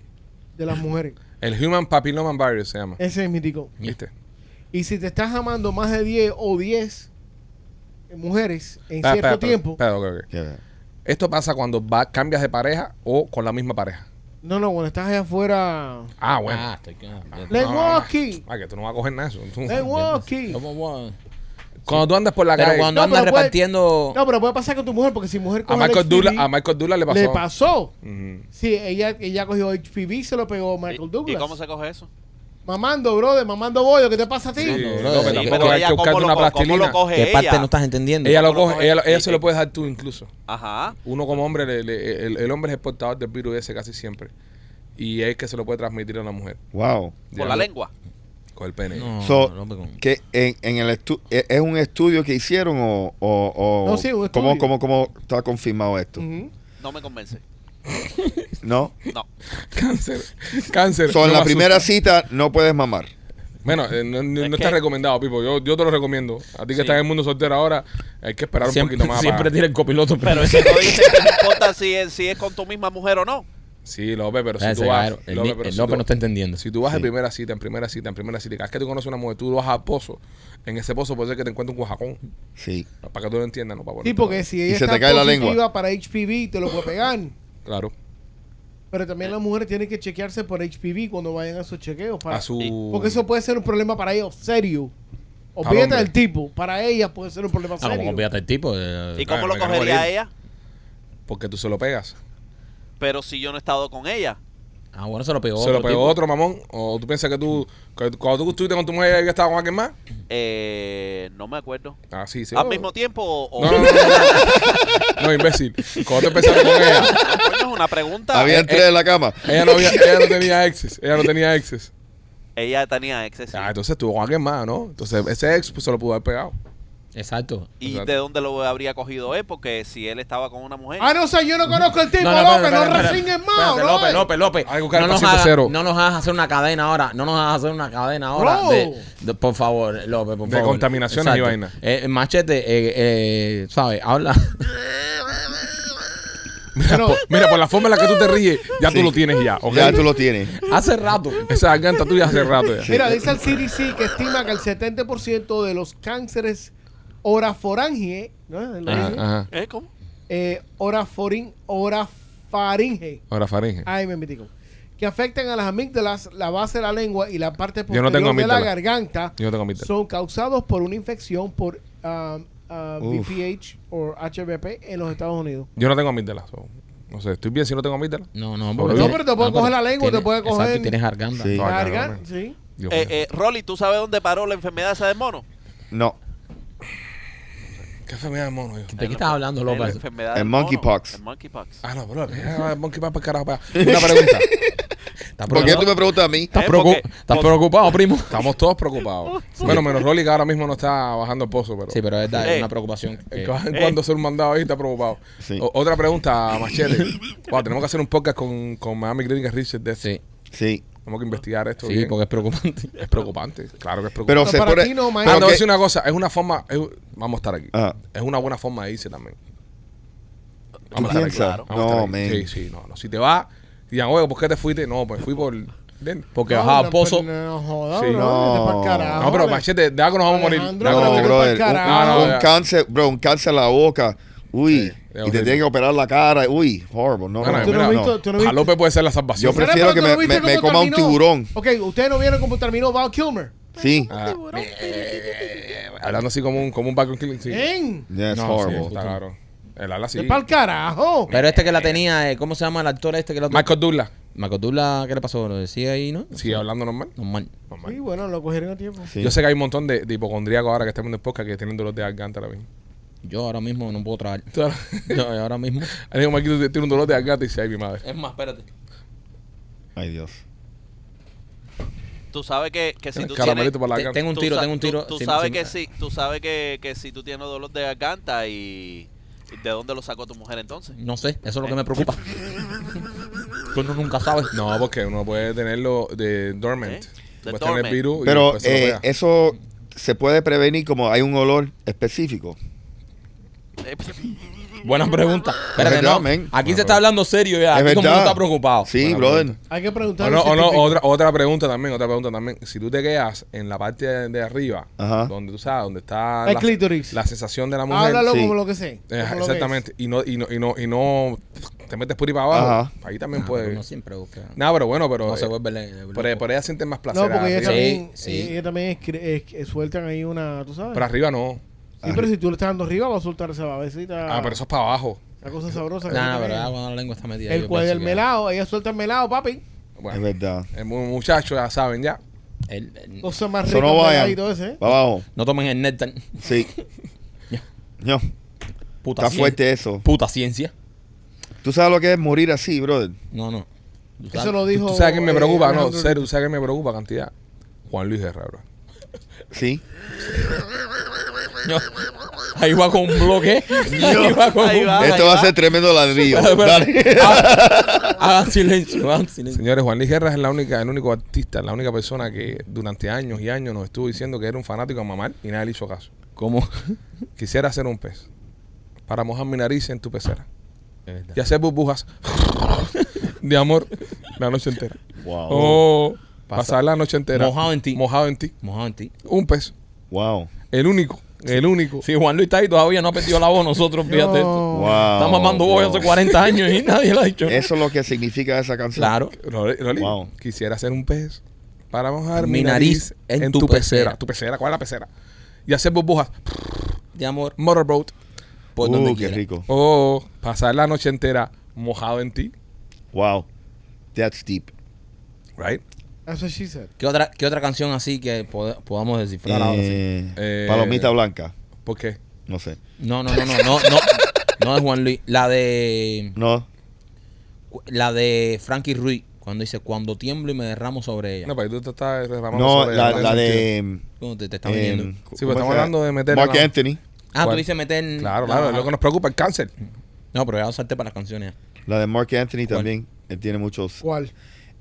[SPEAKER 4] de las mujeres.
[SPEAKER 3] El Human Papilloma Virus se llama.
[SPEAKER 4] Ese es mi tico.
[SPEAKER 3] ¿Viste?
[SPEAKER 4] Y si te estás amando más de 10 o 10 mujeres en
[SPEAKER 3] Espera,
[SPEAKER 4] cierto
[SPEAKER 3] espera, espera,
[SPEAKER 4] tiempo,
[SPEAKER 3] espera, ok, ok.
[SPEAKER 6] Yeah.
[SPEAKER 3] Esto pasa cuando va- cambias de pareja o con la misma pareja.
[SPEAKER 4] no, no, cuando estás allá afuera,
[SPEAKER 3] Ah, bueno.
[SPEAKER 2] Ah, estoy. ah, bien.
[SPEAKER 4] Let's
[SPEAKER 3] No, no,
[SPEAKER 4] walk
[SPEAKER 3] no.
[SPEAKER 4] it.
[SPEAKER 3] Ah, que tú no vas a coger nada de eso. Tú-
[SPEAKER 4] Let's walk it.
[SPEAKER 2] Vamos, vamos.
[SPEAKER 3] Cuando tú andas por la
[SPEAKER 2] ah, Pero
[SPEAKER 3] calle.
[SPEAKER 2] cuando
[SPEAKER 4] No,
[SPEAKER 2] andas
[SPEAKER 4] pero puede-
[SPEAKER 2] repartiendo.
[SPEAKER 4] No, pero puede pasar con tu mujer, porque si mujer
[SPEAKER 3] A
[SPEAKER 4] coge el
[SPEAKER 3] Michael,
[SPEAKER 4] HPV,
[SPEAKER 3] Douglas, a Michael Douglas le pasó.
[SPEAKER 4] le pasó.
[SPEAKER 3] Ujú.
[SPEAKER 4] Sí, ella, ella cogió HPV, se lo pegó Michael
[SPEAKER 5] ¿Y
[SPEAKER 4] Douglas.
[SPEAKER 5] cómo se coge eso?
[SPEAKER 4] Mamando, brother, mamando bollo, ¿qué te pasa a ti?
[SPEAKER 3] Sí,
[SPEAKER 2] no,
[SPEAKER 5] Eh,
[SPEAKER 3] no, pero
[SPEAKER 2] sí,
[SPEAKER 3] tampoco hay que buscar
[SPEAKER 5] ¿cómo
[SPEAKER 3] una
[SPEAKER 5] lo, co- cómo
[SPEAKER 3] plastilina.
[SPEAKER 5] lo coge
[SPEAKER 2] ¿Qué
[SPEAKER 5] ella?
[SPEAKER 2] parte no estás entendiendo?
[SPEAKER 3] Ella lo
[SPEAKER 5] ¿Cómo lo
[SPEAKER 3] coge,
[SPEAKER 5] coge?
[SPEAKER 3] ella, lo- ella
[SPEAKER 5] Sí,
[SPEAKER 3] se lo
[SPEAKER 5] sí.
[SPEAKER 3] puedes dar tú incluso.
[SPEAKER 5] Ajá.
[SPEAKER 3] Uno como hombre, le- le- el, el hombre es el portador del virus ese casi siempre. Y es que se lo puede transmitir a una mujer.
[SPEAKER 6] Wow.
[SPEAKER 5] Por la lengua.
[SPEAKER 3] Con el pene.
[SPEAKER 2] No,
[SPEAKER 6] So-
[SPEAKER 2] no, no, no.
[SPEAKER 6] Que en, en el estu- e, ¿Es es un estudio que hicieron o, o, o-
[SPEAKER 4] No, sí, un
[SPEAKER 6] ¿cómo,
[SPEAKER 4] estudio. Mm.
[SPEAKER 6] cómo, cómo está confirmado esto?
[SPEAKER 4] Ujú.
[SPEAKER 5] No me convence.
[SPEAKER 6] ¿No?
[SPEAKER 5] No.
[SPEAKER 3] Cáncer. Cáncer.
[SPEAKER 6] So, en
[SPEAKER 3] No
[SPEAKER 6] la
[SPEAKER 3] me
[SPEAKER 6] primera
[SPEAKER 3] asusta.
[SPEAKER 6] cita no puedes mamar.
[SPEAKER 3] Bueno, eh, no, no-
[SPEAKER 5] Es
[SPEAKER 3] no está
[SPEAKER 5] que-
[SPEAKER 3] recomendado, Pipo. Yo, yo te lo recomiendo. A ti que
[SPEAKER 5] Sí.
[SPEAKER 3] estás en el mundo soltero ahora, hay que esperar un
[SPEAKER 2] Siempre,
[SPEAKER 3] poquito más.
[SPEAKER 2] siempre
[SPEAKER 3] para-
[SPEAKER 2] tira el copiloto.
[SPEAKER 5] Pero
[SPEAKER 2] primero.
[SPEAKER 5] eso no dice que no importa si es, si es con tu misma mujer o no.
[SPEAKER 3] Sí, López, pero si
[SPEAKER 2] Ese
[SPEAKER 3] tú vas.
[SPEAKER 2] caballero, El
[SPEAKER 3] López,
[SPEAKER 2] ni-
[SPEAKER 3] pero
[SPEAKER 2] el
[SPEAKER 3] si
[SPEAKER 2] López
[SPEAKER 3] tú-
[SPEAKER 2] no está entendiendo.
[SPEAKER 3] Si tú vas en
[SPEAKER 6] Sí.
[SPEAKER 3] primera cita, en primera cita, en primera cita, cada vez que tú conoces una mujer, tú vas a pozo. En ese pozo puede ser que te encuentres un guajacón.
[SPEAKER 6] Sí.
[SPEAKER 3] Para que tú lo entiendas, no para
[SPEAKER 4] Sí,
[SPEAKER 3] ponerte-
[SPEAKER 4] porque si ella
[SPEAKER 6] se
[SPEAKER 4] está
[SPEAKER 6] te cae la
[SPEAKER 4] positiva
[SPEAKER 6] lengua.
[SPEAKER 4] para HPV, te lo puede pegar.
[SPEAKER 3] Claro.
[SPEAKER 4] Pero también las mujeres tienen que chequearse por HPV cuando vayan a sus chequeos. Para,
[SPEAKER 3] A su.
[SPEAKER 4] porque eso puede ser un problema para ellos serio.
[SPEAKER 3] Al
[SPEAKER 4] Olvídate
[SPEAKER 3] hombre.
[SPEAKER 4] del tipo. Para ellas puede ser un problema
[SPEAKER 2] Ah, como
[SPEAKER 4] serio.
[SPEAKER 2] olvídate el tipo. eh,
[SPEAKER 5] ¿Y cómo
[SPEAKER 3] Ay,
[SPEAKER 5] lo
[SPEAKER 3] me quiero
[SPEAKER 5] cogería
[SPEAKER 3] morir.
[SPEAKER 5] ella?
[SPEAKER 3] Porque tú se lo pegas.
[SPEAKER 5] Pero si yo no he estado con ella.
[SPEAKER 2] Ah, bueno, se lo pegó.
[SPEAKER 3] se lo pegó
[SPEAKER 2] tipo.
[SPEAKER 3] otro mamón. O tú piensas que tú. que cuando tú estuviste con tu mujer, ella estaba con alguien más.
[SPEAKER 5] Eh, no me acuerdo.
[SPEAKER 3] Ah, sí, sí.
[SPEAKER 5] ¿Al
[SPEAKER 3] Oh.
[SPEAKER 5] mismo tiempo o, o-
[SPEAKER 3] No, no, no, no, no. No, imbécil. Cuando tú empezaste con ella,
[SPEAKER 5] Coño, es una pregunta.
[SPEAKER 6] Había tres en la cama.
[SPEAKER 3] ella no, había- ella no tenía exes. Ella no tenía exes.
[SPEAKER 5] Ella tenía exceso.
[SPEAKER 3] Ah, entonces estuvo con alguien más, ¿no? Entonces ese ex pues, se lo pudo haber pegado.
[SPEAKER 2] Exacto.
[SPEAKER 5] ¿Y
[SPEAKER 3] Exacto.
[SPEAKER 5] de dónde lo habría cogido él? Porque si él estaba con una mujer.
[SPEAKER 4] Ah, no, o sea, yo no conozco el tipo, López. No racingues más,
[SPEAKER 2] Espérate,
[SPEAKER 4] bro.
[SPEAKER 2] López, López, López.
[SPEAKER 3] Hay que buscar
[SPEAKER 2] no,
[SPEAKER 3] el
[SPEAKER 2] nos
[SPEAKER 3] paciente
[SPEAKER 2] hagas-
[SPEAKER 3] cero.
[SPEAKER 2] no nos hagas hacer una cadena ahora. No nos hagas hacer una cadena ahora.
[SPEAKER 4] Bro.
[SPEAKER 2] De, de- por favor, López, por
[SPEAKER 3] De
[SPEAKER 2] favor.
[SPEAKER 3] contaminaciones y vaina.
[SPEAKER 2] Eh, machete, eh, eh, ¿sabes? Habla.
[SPEAKER 3] Mira, por, mira, por la forma en la que tú te ríes, ya tú lo tienes ya, ¿ok?
[SPEAKER 6] Ya tú lo tienes.
[SPEAKER 2] Hace rato.
[SPEAKER 3] Esa garganta tuya hace rato ya.
[SPEAKER 4] Mira, dice el CDC que estima que el 70% de los cánceres oraforange, ¿no? Lo
[SPEAKER 3] Ajá,
[SPEAKER 4] dije.
[SPEAKER 3] ajá.
[SPEAKER 5] ¿Eh? ¿Cómo?
[SPEAKER 4] Eh, oraforin, orafaringe.
[SPEAKER 3] Ahora faringe.
[SPEAKER 4] Ay, me metico. que afectan a las amígdalas, la base de la lengua y la parte
[SPEAKER 3] Yo
[SPEAKER 4] posterior
[SPEAKER 3] no tengo
[SPEAKER 4] de la
[SPEAKER 3] amígdala.
[SPEAKER 4] garganta
[SPEAKER 3] Yo no tengo amígdala.
[SPEAKER 4] son causados por una infección por um, uh,
[SPEAKER 6] Uf.
[SPEAKER 4] VPH o HVP en los Estados Unidos.
[SPEAKER 3] Yo no tengo amígdalas. so, no sé, estoy bien si no tengo amígdalas.
[SPEAKER 2] No, no,
[SPEAKER 3] No,
[SPEAKER 2] tiene-
[SPEAKER 4] pero te puede
[SPEAKER 2] no,
[SPEAKER 4] coger la lengua,
[SPEAKER 2] tiene-
[SPEAKER 4] te puede
[SPEAKER 2] Exacto,
[SPEAKER 4] coger-
[SPEAKER 2] y tienes garganta.
[SPEAKER 6] Sí.
[SPEAKER 3] No, acá,
[SPEAKER 4] Gargan-
[SPEAKER 3] no,
[SPEAKER 4] sí.
[SPEAKER 3] Dios
[SPEAKER 5] Eh,
[SPEAKER 3] mío.
[SPEAKER 5] eh, Rolly, ¿tú sabes dónde paró la enfermedad esa del mono?
[SPEAKER 6] No.
[SPEAKER 5] eh.
[SPEAKER 3] ¿Qué enfermedad de mono? yo?
[SPEAKER 2] ¿De qué estás hablando,
[SPEAKER 5] En La
[SPEAKER 2] López?
[SPEAKER 5] enfermedad
[SPEAKER 6] El
[SPEAKER 5] del
[SPEAKER 6] monkeypox.
[SPEAKER 5] mono, El monkeypox.
[SPEAKER 3] Ah, no, bro. ¿qué? Ah, monkey va para carajo. para allá.
[SPEAKER 6] Una pregunta.
[SPEAKER 2] ¿Estás
[SPEAKER 6] ¿Por qué
[SPEAKER 2] preocupado?
[SPEAKER 6] tú me preguntas a mí?
[SPEAKER 2] ¿Estás
[SPEAKER 5] Eh,
[SPEAKER 2] preocu-
[SPEAKER 5] porque-
[SPEAKER 2] estás preocupado, primo?
[SPEAKER 3] Estamos todos preocupados. Bueno, menos Rolly, que ahora mismo no está bajando el pozo, pero.
[SPEAKER 2] Sí, pero es verdad, es
[SPEAKER 5] Eh.
[SPEAKER 2] una preocupación.
[SPEAKER 3] De
[SPEAKER 2] que-
[SPEAKER 3] vez en
[SPEAKER 5] Eh.
[SPEAKER 3] cuando ser un mandado ahí está preocupado.
[SPEAKER 6] Sí.
[SPEAKER 3] O- otra pregunta, Machete. Wow, tenemos que hacer un podcast con, con Miami Clinic Research de esto.
[SPEAKER 2] Sí,
[SPEAKER 6] Sí.
[SPEAKER 3] Tenemos que investigar esto.
[SPEAKER 2] sí,
[SPEAKER 3] bien.
[SPEAKER 2] porque es preocupante.
[SPEAKER 3] es preocupante. Claro que es
[SPEAKER 6] Pero
[SPEAKER 3] preocupante.
[SPEAKER 4] No,
[SPEAKER 6] se
[SPEAKER 4] para
[SPEAKER 6] pone.
[SPEAKER 4] ti no,
[SPEAKER 6] pero
[SPEAKER 3] ah, no,
[SPEAKER 6] que-
[SPEAKER 3] es una cosa. Es una forma. es- vamos a estar aquí.
[SPEAKER 6] Ah.
[SPEAKER 3] Es una buena forma de irse también.
[SPEAKER 6] ¿Tú
[SPEAKER 3] a estar aquí,
[SPEAKER 6] piensas?
[SPEAKER 3] vamos a estar
[SPEAKER 6] No,
[SPEAKER 3] aquí.
[SPEAKER 6] man.
[SPEAKER 3] Sí, sí, no, no. Si te vas, digan, oye, ¿por qué te fuiste? No, pues fui por. ¿entiendes?
[SPEAKER 2] Porque
[SPEAKER 4] No, pues,
[SPEAKER 2] bajaba
[SPEAKER 4] no,
[SPEAKER 2] pozo.
[SPEAKER 4] pero No, joda,
[SPEAKER 3] ah, Sí.
[SPEAKER 4] bro,
[SPEAKER 6] No.
[SPEAKER 4] vete pa'l carajo,
[SPEAKER 3] No, pero
[SPEAKER 4] vale.
[SPEAKER 3] Machete, de algo nos vamos a morir. De
[SPEAKER 4] Alejandro,
[SPEAKER 3] algo nos
[SPEAKER 6] No,
[SPEAKER 4] Pero
[SPEAKER 3] vamos a
[SPEAKER 4] vete
[SPEAKER 3] morir.
[SPEAKER 6] brother.
[SPEAKER 4] pa'l
[SPEAKER 6] Un,
[SPEAKER 4] carajo.
[SPEAKER 6] un
[SPEAKER 3] No, no,
[SPEAKER 6] cáncer, bro, un cáncer en la boca. Uy. y
[SPEAKER 3] horrible.
[SPEAKER 6] te tienen que operar la cara. Uy, horrible. No,
[SPEAKER 3] No,
[SPEAKER 6] no,
[SPEAKER 3] no,
[SPEAKER 4] Tú no
[SPEAKER 3] mira,
[SPEAKER 4] has visto- tú no has
[SPEAKER 3] Para
[SPEAKER 4] visto-
[SPEAKER 3] López puede ser la salvación.
[SPEAKER 6] Yo prefiero-
[SPEAKER 4] Espera, pero
[SPEAKER 6] que
[SPEAKER 4] tú
[SPEAKER 6] me-
[SPEAKER 4] no viste
[SPEAKER 6] me-
[SPEAKER 4] cómo
[SPEAKER 6] me coma un
[SPEAKER 4] terminó.
[SPEAKER 6] tiburón.
[SPEAKER 4] Ok, ustedes no vieron cómo terminó Val Kilmer.
[SPEAKER 6] Sí.
[SPEAKER 3] Ah, eh, hablando así como un, como un background killing. Sí.
[SPEAKER 4] Bien.
[SPEAKER 6] Yes,
[SPEAKER 3] No, sí,
[SPEAKER 6] horrible.
[SPEAKER 3] está claro. El ala sí.
[SPEAKER 4] De pa'l carajo.
[SPEAKER 2] Pero este que la tenía, eh, ¿cómo se llama el actor este que la
[SPEAKER 3] Michael Douglas.
[SPEAKER 2] Marco Dula, ¿qué le pasó? ¿Lo decía ahí, no?
[SPEAKER 3] Sigue hablando normal.
[SPEAKER 2] Normal.
[SPEAKER 3] normal.
[SPEAKER 4] Sí, bueno, lo cogieron a tiempo.
[SPEAKER 6] Sí.
[SPEAKER 3] Yo sé que hay un montón de, de hipocondríacos ahora que están en el podcast que tienen dolor de garganta ahora mismo.
[SPEAKER 2] Yo ahora mismo no puedo traer.
[SPEAKER 3] Tú ahora-
[SPEAKER 2] Yo ahora mismo.
[SPEAKER 3] Alguien como aquí tiene un dolor de garganta y dice, ay, mi madre.
[SPEAKER 2] Es más, espérate.
[SPEAKER 6] Ay, Dios.
[SPEAKER 5] Tú sabes que, que si
[SPEAKER 3] Tienes
[SPEAKER 5] tú
[SPEAKER 3] caramelito
[SPEAKER 5] tienes...
[SPEAKER 3] por la
[SPEAKER 2] Te-
[SPEAKER 3] garganta.
[SPEAKER 2] tengo un
[SPEAKER 5] tú
[SPEAKER 2] tiro,
[SPEAKER 5] sa-
[SPEAKER 2] tengo un
[SPEAKER 5] tú-
[SPEAKER 2] tiro.
[SPEAKER 5] Tú,
[SPEAKER 2] Sí,
[SPEAKER 5] sabes,
[SPEAKER 2] sí.
[SPEAKER 5] que, si, tú sabes que, que si tú tienes dolor de garganta y... y ¿De dónde lo sacó tu mujer entonces?
[SPEAKER 2] No sé, eso es lo que me preocupa. Tú no- nunca sabes.
[SPEAKER 3] No, porque uno puede tenerlo de dormant.
[SPEAKER 5] ¿Eh?
[SPEAKER 3] Tú
[SPEAKER 5] De
[SPEAKER 3] puedes tener
[SPEAKER 5] dormant.
[SPEAKER 3] virus y
[SPEAKER 6] Pero
[SPEAKER 3] después se lo
[SPEAKER 6] eh,
[SPEAKER 3] pega.
[SPEAKER 6] eso se puede prevenir como hay un olor específico.
[SPEAKER 5] Eh,
[SPEAKER 2] Buena pregunta. Espérate,
[SPEAKER 6] verdad,
[SPEAKER 2] no. Aquí
[SPEAKER 6] man.
[SPEAKER 3] Bueno,
[SPEAKER 2] se está
[SPEAKER 3] bueno.
[SPEAKER 2] hablando serio ya. Aquí
[SPEAKER 6] es
[SPEAKER 2] todo el mundo
[SPEAKER 6] verdad.
[SPEAKER 2] está preocupado. Ah,
[SPEAKER 6] Sí,
[SPEAKER 3] Buena
[SPEAKER 6] brother.
[SPEAKER 4] Hay que
[SPEAKER 3] O
[SPEAKER 4] preguntarle.
[SPEAKER 3] no, o no,
[SPEAKER 4] científico.
[SPEAKER 3] otra, otra pregunta también, otra pregunta también. Si tú te quedas en la parte de, de arriba,
[SPEAKER 6] Ajá.
[SPEAKER 3] donde tú sabes, donde está
[SPEAKER 4] El
[SPEAKER 3] la,
[SPEAKER 4] clítoris.
[SPEAKER 3] la sensación de la mujer.
[SPEAKER 4] Háblalo
[SPEAKER 6] Sí.
[SPEAKER 4] como lo que sé.
[SPEAKER 3] Eh,
[SPEAKER 4] como lo que es.
[SPEAKER 3] exactamente. Y no, y no, y no, y no te metes por ahí para abajo.
[SPEAKER 6] Ajá.
[SPEAKER 3] Ahí
[SPEAKER 2] No,
[SPEAKER 4] Ah,
[SPEAKER 3] también
[SPEAKER 2] pero
[SPEAKER 3] puede.
[SPEAKER 2] uno siempre busca. No,
[SPEAKER 3] Nada, pero bueno, pero.
[SPEAKER 2] se
[SPEAKER 3] eh,
[SPEAKER 2] vuelve. le- le-
[SPEAKER 3] por, ahí- por ella sienten más placer.
[SPEAKER 4] No, porque ellos
[SPEAKER 3] arriba.
[SPEAKER 2] Sí,
[SPEAKER 4] también,
[SPEAKER 2] sí.
[SPEAKER 4] ellos también es- es- es- sueltan ahí una, tú sabes.
[SPEAKER 3] Pero arriba no.
[SPEAKER 4] Sí, pero si tú le estás dando arriba, va a soltar esa babecita.
[SPEAKER 3] Ah, pero eso es para abajo.
[SPEAKER 4] La cosa sabrosa. que
[SPEAKER 2] No, no,
[SPEAKER 4] tiene.
[SPEAKER 2] pero ya cuando la lengua está metida.
[SPEAKER 4] el
[SPEAKER 2] yo
[SPEAKER 4] cuello del
[SPEAKER 2] pienso que-
[SPEAKER 4] melado, ellas sueltan melado, papi.
[SPEAKER 3] Bueno,
[SPEAKER 6] Es verdad.
[SPEAKER 3] el mu- muchacho ya saben, ya.
[SPEAKER 2] el- el-
[SPEAKER 4] Cosa más rica.
[SPEAKER 6] Eso no
[SPEAKER 4] el
[SPEAKER 6] vayan.
[SPEAKER 4] meladito ese, ¿eh?
[SPEAKER 6] Va abajo.
[SPEAKER 2] no tomen el néctar.
[SPEAKER 6] Sí.
[SPEAKER 2] Ya.
[SPEAKER 6] No,
[SPEAKER 2] Puta
[SPEAKER 6] está
[SPEAKER 2] ciencia.
[SPEAKER 6] fuerte eso.
[SPEAKER 2] Puta ciencia.
[SPEAKER 6] ¿Tú sabes lo que es morir así, brother?
[SPEAKER 2] No, no.
[SPEAKER 4] Eso lo dijo.
[SPEAKER 3] ¿Tú sabes quién me
[SPEAKER 4] eh,
[SPEAKER 3] preocupa? No,
[SPEAKER 4] Alejandro
[SPEAKER 3] serio, ¿tú sabes quién me preocupa cantidad? Juan Luis Guerra, bro.
[SPEAKER 6] Sí.
[SPEAKER 2] Yo- Ahí va con un bloque. Ahí va con
[SPEAKER 5] Ahí
[SPEAKER 2] un
[SPEAKER 5] va.
[SPEAKER 2] bloque.
[SPEAKER 6] Esto va a ser tremendo ladrillo. Dale.
[SPEAKER 2] Hagan- Hagan silencio, hagan silencio.
[SPEAKER 3] Señores, Juan Luis Guerra es la única, el único artista, la única persona que durante años y años nos estuvo diciendo que era un fanático a mamar y nadie le hizo caso.
[SPEAKER 2] ¿Cómo?
[SPEAKER 3] Quisiera ser un pez para mojar mi nariz en tu pecera y hacer burbujas de amor la noche entera.
[SPEAKER 6] Wow.
[SPEAKER 3] Oh,
[SPEAKER 2] Pasa-
[SPEAKER 3] pasar la noche entera
[SPEAKER 2] Mojado en ti.
[SPEAKER 3] Mojado en ti.
[SPEAKER 2] Mojado en ti.
[SPEAKER 3] Un pez,
[SPEAKER 6] Wow.
[SPEAKER 3] el único, el único.
[SPEAKER 2] Si Juan Luis está ahí todavía no ha perdido la voz nosotros, fíjate esto.
[SPEAKER 4] No.
[SPEAKER 6] Wow.
[SPEAKER 2] Está mamando voz hace 40 años y nadie lo ha dicho.
[SPEAKER 6] Eso es lo que significa esa canción.
[SPEAKER 2] Claro.
[SPEAKER 3] Rolly, Rolly,
[SPEAKER 6] Wow.
[SPEAKER 3] quisiera ser un pez para mojar
[SPEAKER 2] Mi
[SPEAKER 3] mi
[SPEAKER 2] nariz
[SPEAKER 3] nariz,
[SPEAKER 2] en
[SPEAKER 3] en,
[SPEAKER 2] tu
[SPEAKER 3] tu, pecera.
[SPEAKER 2] pecera.
[SPEAKER 3] Tu pecera, ¿cuál es la pecera? Y hacer burbujas,
[SPEAKER 2] De amor.
[SPEAKER 3] motorboat.
[SPEAKER 2] Por
[SPEAKER 6] uh,
[SPEAKER 2] donde
[SPEAKER 6] qué
[SPEAKER 2] quiera.
[SPEAKER 6] rico.
[SPEAKER 3] Oh, pasar la noche entera mojado en ti,
[SPEAKER 6] Wow. That's deep.
[SPEAKER 3] right?
[SPEAKER 4] That's what she said.
[SPEAKER 2] ¿Qué otra, ¿Qué otra canción así que pod- podamos descifrar ahora sí?
[SPEAKER 6] Eh,
[SPEAKER 3] Eh,
[SPEAKER 6] Palomita blanca.
[SPEAKER 3] ¿Por qué?
[SPEAKER 6] No sé.
[SPEAKER 2] No, no, no, no, no, no. No es Juan Luis. La de.
[SPEAKER 6] No.
[SPEAKER 2] La de Frankie Ruiz. Cuando dice, cuando tiemblo y me derramo sobre ella.
[SPEAKER 3] No, pero tú te estás pues, reclamando
[SPEAKER 6] No,
[SPEAKER 3] sobre-
[SPEAKER 6] la,
[SPEAKER 3] sobre
[SPEAKER 6] la
[SPEAKER 3] el sentido.
[SPEAKER 6] de.
[SPEAKER 2] ¿Cómo te, te está
[SPEAKER 6] eh,
[SPEAKER 2] viniendo?
[SPEAKER 6] ¿cómo
[SPEAKER 3] Sí, pero
[SPEAKER 6] se
[SPEAKER 3] estamos
[SPEAKER 6] llama?
[SPEAKER 3] hablando de meter
[SPEAKER 6] Mark
[SPEAKER 3] la-
[SPEAKER 6] Anthony.
[SPEAKER 2] Ah, tú
[SPEAKER 3] ¿cuál?
[SPEAKER 2] dices meter.
[SPEAKER 3] Claro, claro,
[SPEAKER 2] Ah,
[SPEAKER 3] es lo que nos preocupa el cáncer.
[SPEAKER 6] Mm.
[SPEAKER 2] No, pero ya lo salté para las canciones.
[SPEAKER 6] La de Mark Anthony
[SPEAKER 2] ¿Cuál?
[SPEAKER 6] también. Él tiene muchos.
[SPEAKER 4] ¿Cuál?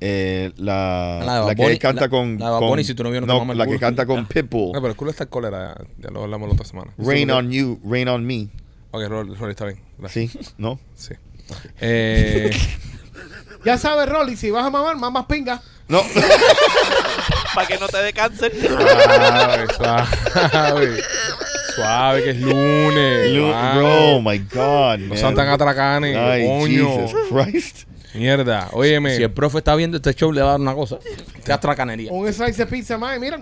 [SPEAKER 6] eh, la,
[SPEAKER 2] Ah, La de Bad
[SPEAKER 6] la que
[SPEAKER 2] Bunny,
[SPEAKER 6] él canta
[SPEAKER 2] la-
[SPEAKER 6] con.
[SPEAKER 2] la de Bad
[SPEAKER 6] con-
[SPEAKER 2] Bunny, si tú no vieron, te mama el
[SPEAKER 6] la que
[SPEAKER 2] culo.
[SPEAKER 6] canta con
[SPEAKER 3] No,
[SPEAKER 6] Pitbull.
[SPEAKER 3] pero el culo está en cólera, ya, ya lo hablamos la otra semana.
[SPEAKER 6] Rain
[SPEAKER 3] Sí,
[SPEAKER 6] on you, rain on me.
[SPEAKER 3] Ok, Rolly, Rolly, está bien. Gracias.
[SPEAKER 6] Sí, ¿no?
[SPEAKER 3] Sí. Eh,
[SPEAKER 4] Ya sabes, Rolly, si vas a mamar, mamas pinga.
[SPEAKER 6] No.
[SPEAKER 5] Para que no te dé cáncer.
[SPEAKER 3] suave, suave. Suave, que es lunes.
[SPEAKER 6] Lu-
[SPEAKER 3] suave.
[SPEAKER 6] Bro, my God,
[SPEAKER 3] No
[SPEAKER 6] man.
[SPEAKER 3] sean tan atracanes,
[SPEAKER 6] Ay,
[SPEAKER 3] coño.
[SPEAKER 6] Jesus Christ.
[SPEAKER 3] Mierda, óyeme.
[SPEAKER 2] Si el profe está viendo este show, le va a dar una cosa. Te atracanería.
[SPEAKER 4] Un slice de pizza más, y mira.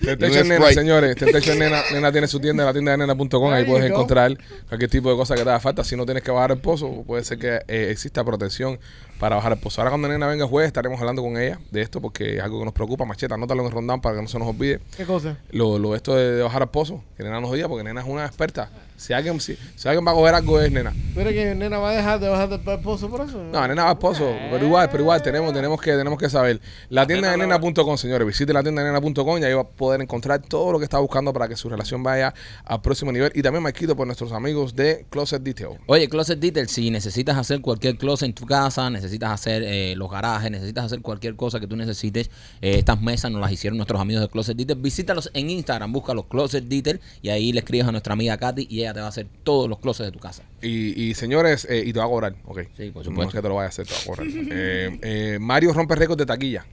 [SPEAKER 3] Temptation
[SPEAKER 6] Un
[SPEAKER 3] Nena,
[SPEAKER 6] Sprite.
[SPEAKER 3] señores. Temptation Nena, Nena tiene su tienda, la tienda de nena.com. Ahí
[SPEAKER 4] There
[SPEAKER 3] puedes
[SPEAKER 4] you go.
[SPEAKER 3] encontrar cualquier tipo de cosa que te haga falta. Si no tienes que bajar el pozo, puede ser que eh, exista protección para bajar el pozo. Ahora cuando Nena venga jueves estaremos hablando con ella de esto porque es algo que nos preocupa. Macheta, anótalo en rondán para que no se nos olvide.
[SPEAKER 4] ¿Qué cosa?
[SPEAKER 3] Lo, lo esto de, de bajar al pozo, que Nena nos diga porque Nena es una experta. Si alguien, si, si alguien va a coger algo es Nena.
[SPEAKER 4] Pero que nena va a dejar de bajar del pozo por eso.
[SPEAKER 3] No, nena va al pozo, pero igual, pero igual tenemos, tenemos que, tenemos que saber. La tienda de nena.com, señores, visite la tienda de nena.com y ahí va a poder encontrar todo lo que está buscando para que su relación vaya al próximo nivel. Y también me quito por nuestros amigos de Closet Detail.
[SPEAKER 2] Oye, Closet Detail, si necesitas hacer cualquier closet en tu casa, necesitas hacer eh, los garajes, necesitas hacer cualquier cosa que tú necesites, eh, estas mesas nos las hicieron nuestros amigos de Closet Detail. Visítalos en Instagram, búscalos Closet Detail y ahí le escribes a nuestra amiga Katy y ella te va a hacer todos los closets de tu casa.
[SPEAKER 3] Y, y, señores, eh, y te va a cobrar, ok.
[SPEAKER 2] Sí, por
[SPEAKER 3] No es
[SPEAKER 2] supuesto.
[SPEAKER 3] que te lo vaya a hacer, te va a cobrar. Eh, eh, Mario rompe récord de taquilla.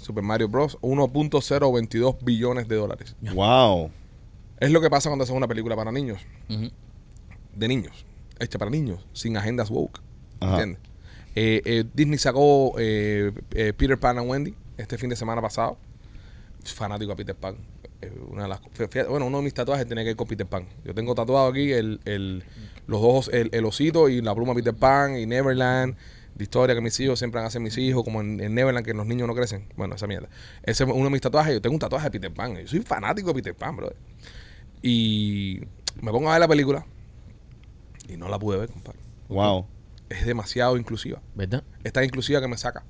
[SPEAKER 3] Super Mario Bros. 1.022 billones de dólares.
[SPEAKER 6] Wow.
[SPEAKER 3] Es lo que pasa cuando haces una película para niños.
[SPEAKER 2] Ujú.
[SPEAKER 3] de niños, hecha para niños, sin agendas woke.
[SPEAKER 6] Ajá.
[SPEAKER 3] ¿Entiendes? Eh, eh, Disney sacó eh, eh, Peter Pan and Wendy este fin de semana pasado. Fanático a Peter Pan. Eh, una de las, fí- fíjate, bueno, uno de mis tatuajes tenía que ir con Peter Pan. Yo tengo tatuado aquí el, el- los ojos, el, el osito y la pluma Peter Pan y Neverland. De historia que mis hijos siempre hacen mis hijos, como en, en Neverland, que los niños no crecen. Bueno, esa mierda. Ese es uno de mis tatuajes. Yo tengo un tatuaje de Peter Pan. Yo soy fanático de Peter Pan, brother. Y me pongo a ver la película y no la pude ver, compadre.
[SPEAKER 6] Wow.
[SPEAKER 3] Es demasiado inclusiva.
[SPEAKER 2] ¿Verdad?
[SPEAKER 3] Está inclusiva que me saca.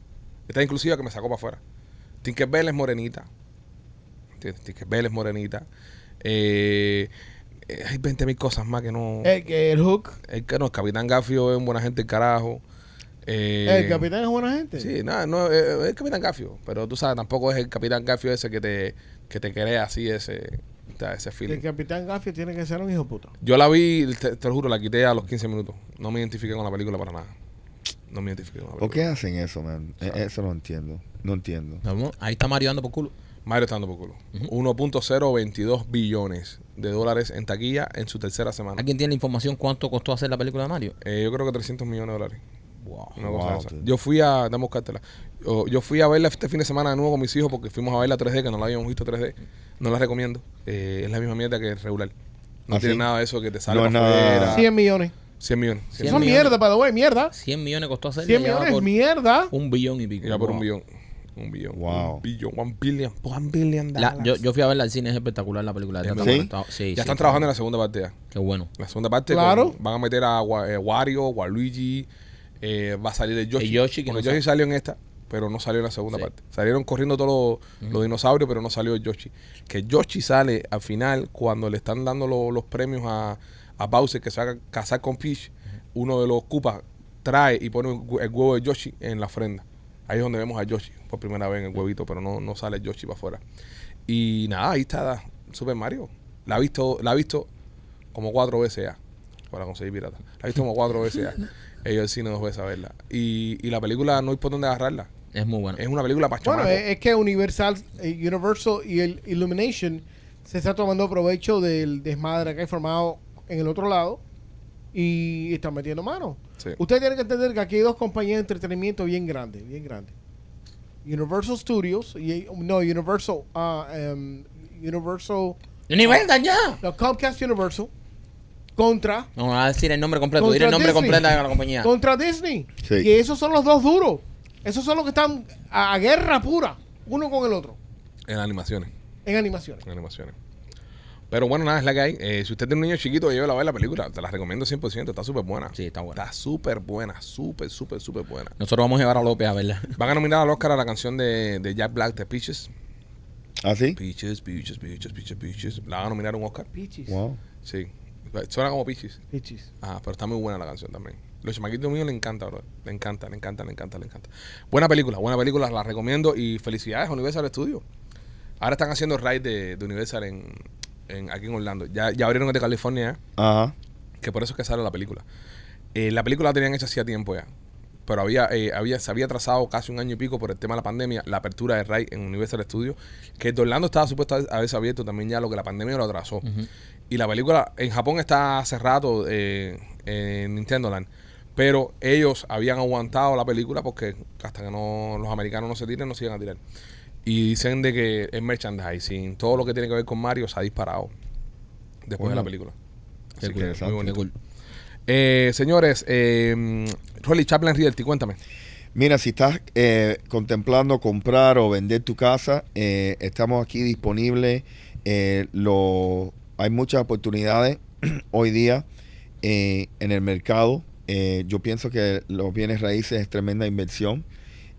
[SPEAKER 3] Está inclusiva que me sacó para afuera. Tinkerbell es morenita. ¿Entiendes? Tinkerbell es morenita. Eh, eh, hay 20 mil cosas más que no.
[SPEAKER 4] El, Eh, que el hook.
[SPEAKER 3] El, que no, el Capitán Gafio es un buena gente, el carajo. Eh,
[SPEAKER 4] el capitán es buena gente.
[SPEAKER 3] Sí, nada, no, eh, es el Capitán Gafio. Pero tú sabes, tampoco es el Capitán Gafio ese que te, que te crea así ese, o sea, ese feeling.
[SPEAKER 4] El capitán Gaffio tiene que ser un hijo puta.
[SPEAKER 3] Yo la vi, te, te lo juro, la quité a los 15 minutos. No me identifiqué con la película para nada. No me identifiqué con la película.
[SPEAKER 6] ¿Por qué hacen eso, man? E- Eso no entiendo. No entiendo.
[SPEAKER 2] Vamos, Ahí está Mario dando por culo.
[SPEAKER 3] Mario está dando por culo. 1.022 billones de dólares en taquilla en su tercera semana.
[SPEAKER 2] ¿Alguien tiene la información cuánto costó hacer la película de Mario?
[SPEAKER 3] Eh, yo creo que 300 millones de dólares.
[SPEAKER 2] Wow.
[SPEAKER 3] Una cosa
[SPEAKER 6] Wow,
[SPEAKER 3] de esa.
[SPEAKER 6] dude.
[SPEAKER 3] Yo fui a, dame a buscártela. Yo, yo fui a verla este fin de semana de nuevo con mis hijos porque fuimos a verla 3D, que no la habíamos visto 3D. No la recomiendo. Eh, es la misma mierda que regular. No
[SPEAKER 6] ¿Ah,
[SPEAKER 3] tiene
[SPEAKER 6] sí?
[SPEAKER 3] nada de eso que te sale
[SPEAKER 6] No es
[SPEAKER 3] para
[SPEAKER 6] nada-
[SPEAKER 3] afuera.
[SPEAKER 6] Ah.
[SPEAKER 4] 100 millones.
[SPEAKER 3] 100 millones. 100
[SPEAKER 2] 100
[SPEAKER 4] Son
[SPEAKER 2] millones.
[SPEAKER 4] mierda, para the way, mierda.
[SPEAKER 2] 100 millones costó hacerla.
[SPEAKER 4] 100
[SPEAKER 2] y ya va
[SPEAKER 4] millones
[SPEAKER 2] por
[SPEAKER 4] mierda.
[SPEAKER 2] Un billón y pico.
[SPEAKER 3] Y va por un
[SPEAKER 2] Wow.
[SPEAKER 3] billón. Un billón.
[SPEAKER 6] Wow.
[SPEAKER 3] Un billón. One billion. One billion
[SPEAKER 2] La-
[SPEAKER 3] dollars.
[SPEAKER 2] yo, yo fui a verla al cine, es espectacular la película. Está
[SPEAKER 6] ¿Sí?
[SPEAKER 2] conectado. Sí, sí,
[SPEAKER 3] ya están trabajando en la segunda parte. ya.
[SPEAKER 2] Qué bueno.
[SPEAKER 3] La segunda parte
[SPEAKER 4] Claro.
[SPEAKER 3] con- van a meter a Wa- eh, Wario, Waluigi, eh, va a salir el Yoshi.
[SPEAKER 2] El Yoshi que
[SPEAKER 3] Porque
[SPEAKER 2] no
[SPEAKER 3] Yoshi salió en esta, pero no salió en la segunda
[SPEAKER 2] Sí.
[SPEAKER 3] parte. Salieron corriendo todos los, los dinosaurios, pero no salió el Yoshi. Que Yoshi sale al final cuando le están dando lo- los premios a, a Bowser que se haga casar con Peach. Uno de los Koopas trae y pone un hue- el huevo de Yoshi en la ofrenda. Ahí es donde vemos a Yoshi por primera vez en el huevito, pero no, no sale el Yoshi para afuera. Y nada, ahí está Super Mario. La ha visto, la ha visto como cuatro veces ya. Para conseguir pirata. Pues La he visto como cuatro veces ya. He ido al cine dos veces a verla. Y, y la película no hay por dónde agarrarla.
[SPEAKER 2] Es muy bueno.
[SPEAKER 3] Es una película para
[SPEAKER 4] Bueno,
[SPEAKER 3] chamacos.
[SPEAKER 4] es, es que Universal, eh, Universal y el Illumination se está tomando provecho del desmadre que hay formado en el otro lado y están metiendo mano.
[SPEAKER 3] Sí.
[SPEAKER 4] Ustedes tienen que entender que aquí hay dos compañías de entretenimiento bien grandes, bien grandes. Universal Studios y no Universal, ah, em, Universal,
[SPEAKER 2] ¡Nivel dañado!
[SPEAKER 4] no, Comcast Universal contra
[SPEAKER 2] No, va a decir el nombre completo.
[SPEAKER 4] Contra
[SPEAKER 2] Dile el nombre
[SPEAKER 4] Disney.
[SPEAKER 2] completo de la compañía.
[SPEAKER 4] contra Disney.
[SPEAKER 6] Sí.
[SPEAKER 4] Y esos son los dos duros. Esos son los que están a, a guerra pura, uno con el otro,
[SPEAKER 3] En animaciones.
[SPEAKER 4] en animaciones.
[SPEAKER 3] En animaciones. Pero bueno, nada, es la que hay. Eh, si usted tiene un niño chiquito, llévela a ver la película. Te la recomiendo 100%. Está súper buena.
[SPEAKER 2] Sí, está buena.
[SPEAKER 3] Está súper buena. Súper, súper, súper buena.
[SPEAKER 2] Nosotros vamos a llevar a López a verla.
[SPEAKER 3] Van a nominar al Oscar a la canción de, de Jack Black, de Peaches.
[SPEAKER 6] ¿Así?
[SPEAKER 3] Peaches, Peaches, Peaches, Peaches, Peaches. La van a nominar a un Oscar.
[SPEAKER 4] Pichis.
[SPEAKER 6] Wow.
[SPEAKER 3] Sí. Suena como Peaches.
[SPEAKER 4] Pichis.
[SPEAKER 3] Ah, pero está muy buena la canción también. Los chamaquitos míos le encanta, bro. Le encanta, le encanta, le encanta, le encanta. Buena película, buena película, la recomiendo y felicidades a Universal Studios. Ahora están haciendo raid de, de Universal en, en- aquí en Orlando. Ya, ya abrieron el de California, ¿eh?
[SPEAKER 6] Ajá.
[SPEAKER 3] que por eso es que sale la película. Eh, la película la tenían hecha hacía tiempo ya. Pero había, eh, había, se había trazado casi un año y pico por el tema de la pandemia, la apertura de Raid en Universal Studios, que el de Orlando estaba supuesto a haberse abierto también ya, lo que la pandemia lo atrasó. Y la película en Japón está hace rato eh, en Nintendo Land. Pero ellos habían aguantado la película porque hasta que no, los americanos no se tiren, no se iban a tirar. Y dicen de que el merchandising, todo lo que tiene que ver con Mario se ha disparado después de la
[SPEAKER 6] Bueno.
[SPEAKER 3] película.
[SPEAKER 6] Qué
[SPEAKER 3] Así que,
[SPEAKER 6] interesante.
[SPEAKER 3] muy bonito.
[SPEAKER 2] Qué cool.
[SPEAKER 3] Eh, señores, eh, Rolly Chaplin Realty, cuéntame.
[SPEAKER 6] Mira, si estás eh, contemplando comprar o vender tu casa, eh, estamos aquí disponibles. Eh, lo- hay muchas oportunidades hoy día eh, en el mercado. Eh, yo pienso que los bienes raíces es tremenda inversión.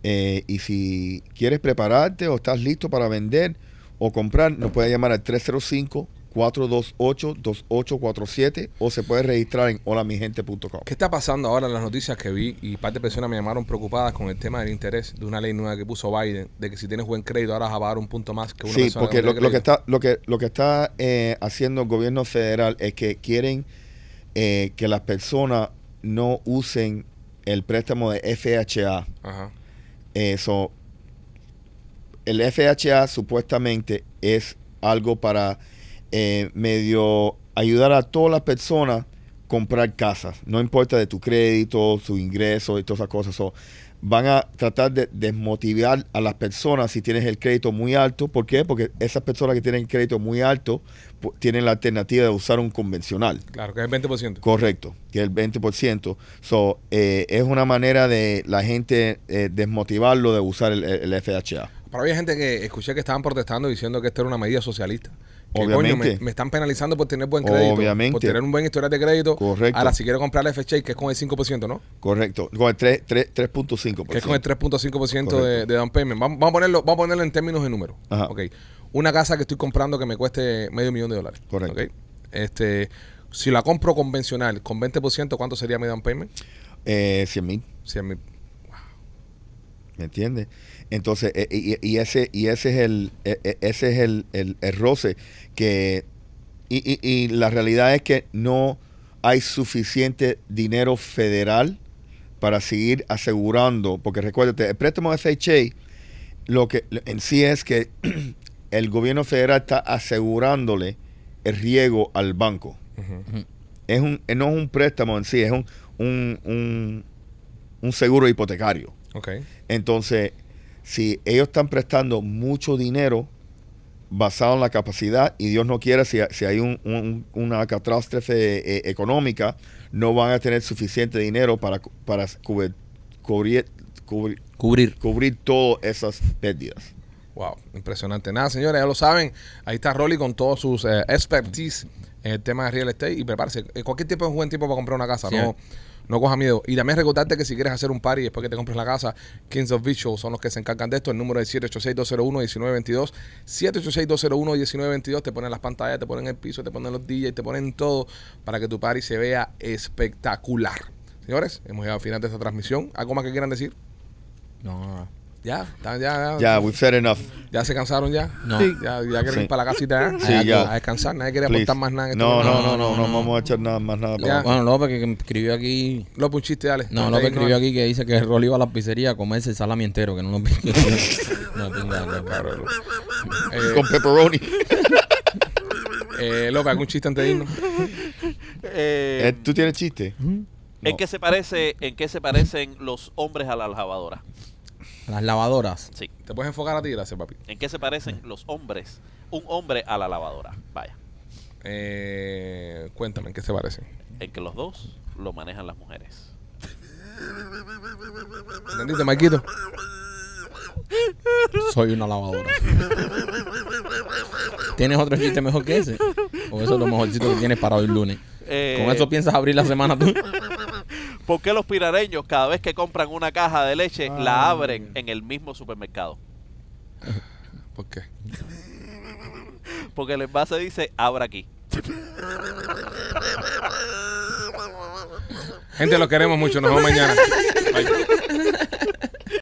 [SPEAKER 6] Eh, y si quieres prepararte o estás listo para vender o comprar, nos puedes llamar al 305-428-2847 o se puede registrar en holamigente.com.
[SPEAKER 3] ¿Qué está pasando ahora en las noticias que vi? Y parte de personas me llamaron preocupadas con el tema del interés de una ley nueva que puso Biden, de que si tienes buen crédito ahora vas a pagar un punto más que una
[SPEAKER 6] Sí,
[SPEAKER 3] persona
[SPEAKER 6] porque
[SPEAKER 3] no
[SPEAKER 6] lo,
[SPEAKER 3] tiene
[SPEAKER 6] lo que
[SPEAKER 3] crédito.
[SPEAKER 6] está, lo que, lo que está eh, haciendo el gobierno federal es que quieren eh, que las personas no usen el préstamo de FHA.
[SPEAKER 3] Ajá.
[SPEAKER 6] Eh, so, el FHA supuestamente es algo para eh, medio ayudar a todas las personas a comprar casas, no importa de tu crédito, su ingreso y todas esas cosas. So, van a tratar de desmotivar a las personas si tienes el crédito muy alto. ¿Por qué? Porque esas personas que tienen el crédito muy alto pu- tienen la alternativa de usar un convencional.
[SPEAKER 3] Claro, que es el 20%.
[SPEAKER 6] Correcto, que el 20%. So, eh, es una manera de la gente eh, desmotivarlo de usar el, el FHA.
[SPEAKER 3] Pero había gente que escuché que estaban protestando diciendo que esta era una medida socialista. Que, coño,
[SPEAKER 6] Obviamente.
[SPEAKER 3] me, me están penalizando por tener buen crédito.
[SPEAKER 6] Obviamente.
[SPEAKER 3] Por tener un buen historial de crédito.
[SPEAKER 6] Correcto.
[SPEAKER 3] Ahora, si quiero comprar la FHA, que es con el 5%, ¿no?
[SPEAKER 6] Correcto, con el tres- tres- 3.5%.
[SPEAKER 3] Que es con el 3.5% de,
[SPEAKER 6] Correcto.
[SPEAKER 3] de down payment. Vamos, vamos a ponerlo, vamos a ponerlo en términos de número.
[SPEAKER 6] Ajá.
[SPEAKER 3] Ok. Una casa que estoy comprando que me cueste medio millón de dólares.
[SPEAKER 6] Correcto.
[SPEAKER 3] Ok. Este, si la compro convencional con 20%, ¿cuánto sería mi down payment?
[SPEAKER 6] Eh, 100 mil,
[SPEAKER 3] Si en mi-
[SPEAKER 6] ¿me entiendes? Entonces, eh, y, y ese, y ese es el, eh, eh, ese es el, el- el roce que... Y, y- y la realidad es que no hay suficiente dinero federal para seguir asegurando, porque recuérdate, el préstamo FHA lo que en sí es que el gobierno federal está asegurándole el riego al banco.
[SPEAKER 3] Ujú.
[SPEAKER 6] Es un, eh, no es un préstamo en sí, es un, un, un- un seguro hipotecario.
[SPEAKER 3] Ok.
[SPEAKER 6] Entonces, si ellos están prestando mucho dinero basado en la capacidad, y Dios no quiera, si, si hay un- un- una catástrofe eh, económica, no van a tener suficiente dinero para, cu- para cubrir- cubrir- cubrir,
[SPEAKER 2] Cubrir.
[SPEAKER 6] cubrir todas esas pérdidas.
[SPEAKER 3] Wow, impresionante. Nada, señores, ya lo saben. Ahí está Rolly con todos sus eh, expertise en el tema de real estate. Y prepárese. Eh, Cualquier tiempo es un buen tiempo para comprar una casa.
[SPEAKER 2] Sí.
[SPEAKER 3] No, no coja miedo. Y también recordarte que si quieres hacer un party después que te compres la casa, Kings of Visual son los que se encargan de esto. El número es 786-201-1922. 786-201-1922. Te ponen las pantallas, te ponen el piso, te ponen los DJs, te ponen todo para que tu party se vea espectacular. Señores, hemos llegado al final de esta transmisión. ¿Algo más que quieran decir?
[SPEAKER 2] No,
[SPEAKER 3] Ya, ¿Están ya,
[SPEAKER 6] Ya, we've said enough.
[SPEAKER 3] ¿Ya se cansaron ya?
[SPEAKER 2] no, no.
[SPEAKER 4] Sí.
[SPEAKER 3] Ya, ya quieren
[SPEAKER 6] Sí.
[SPEAKER 3] ir para la casita ¿eh?
[SPEAKER 6] Sí,
[SPEAKER 3] a,
[SPEAKER 6] ya.
[SPEAKER 3] a descansar. Nadie quiere
[SPEAKER 6] Please.
[SPEAKER 3] aportar más nada. en este
[SPEAKER 6] No,
[SPEAKER 3] momento.
[SPEAKER 6] no, no, no, no, vamos a echar nada más nada. para
[SPEAKER 3] Ya.
[SPEAKER 6] abajo.
[SPEAKER 2] Ah. Bueno, López que, que me escribió aquí.
[SPEAKER 3] López, un chiste, dale.
[SPEAKER 2] No, López
[SPEAKER 3] Antes de irnos.
[SPEAKER 2] escribió aquí que dice que Rolly iba a la pizzería a comerse el salami entero, que no lo pidió. no, pinga, no, cabrón.
[SPEAKER 3] Eh,
[SPEAKER 6] Con pepperoni.
[SPEAKER 3] eh, López, algún chiste antes de irnos.
[SPEAKER 5] Eh,
[SPEAKER 6] Eh, ¿Tú tienes chiste?
[SPEAKER 5] ¿En qué se parece, en qué se parecen los hombres a la lavadora?
[SPEAKER 2] Las lavadoras.
[SPEAKER 5] Sí.
[SPEAKER 3] Te puedes enfocar a ti, gracias, papi.
[SPEAKER 5] ¿En qué se parecen los hombres? Un hombre a la lavadora. Vaya.
[SPEAKER 3] Eh, cuéntame, ¿en qué se parece?
[SPEAKER 5] En que los dos lo manejan las mujeres.
[SPEAKER 3] ¿Entendiste, Marquito?
[SPEAKER 2] Soy una lavadora. ¿Tienes otro chiste mejor que ese? O eso es lo mejorcito que tienes para hoy lunes.
[SPEAKER 5] Eh,
[SPEAKER 2] Con eso piensas abrir la semana tú.
[SPEAKER 5] ¿Por qué los pirareños cada vez que compran una caja de leche la abren en el mismo supermercado?
[SPEAKER 3] ¿Por qué?
[SPEAKER 5] Porque el envase dice abra aquí.
[SPEAKER 3] Gente, los queremos mucho. Nos vemos mañana. Bye.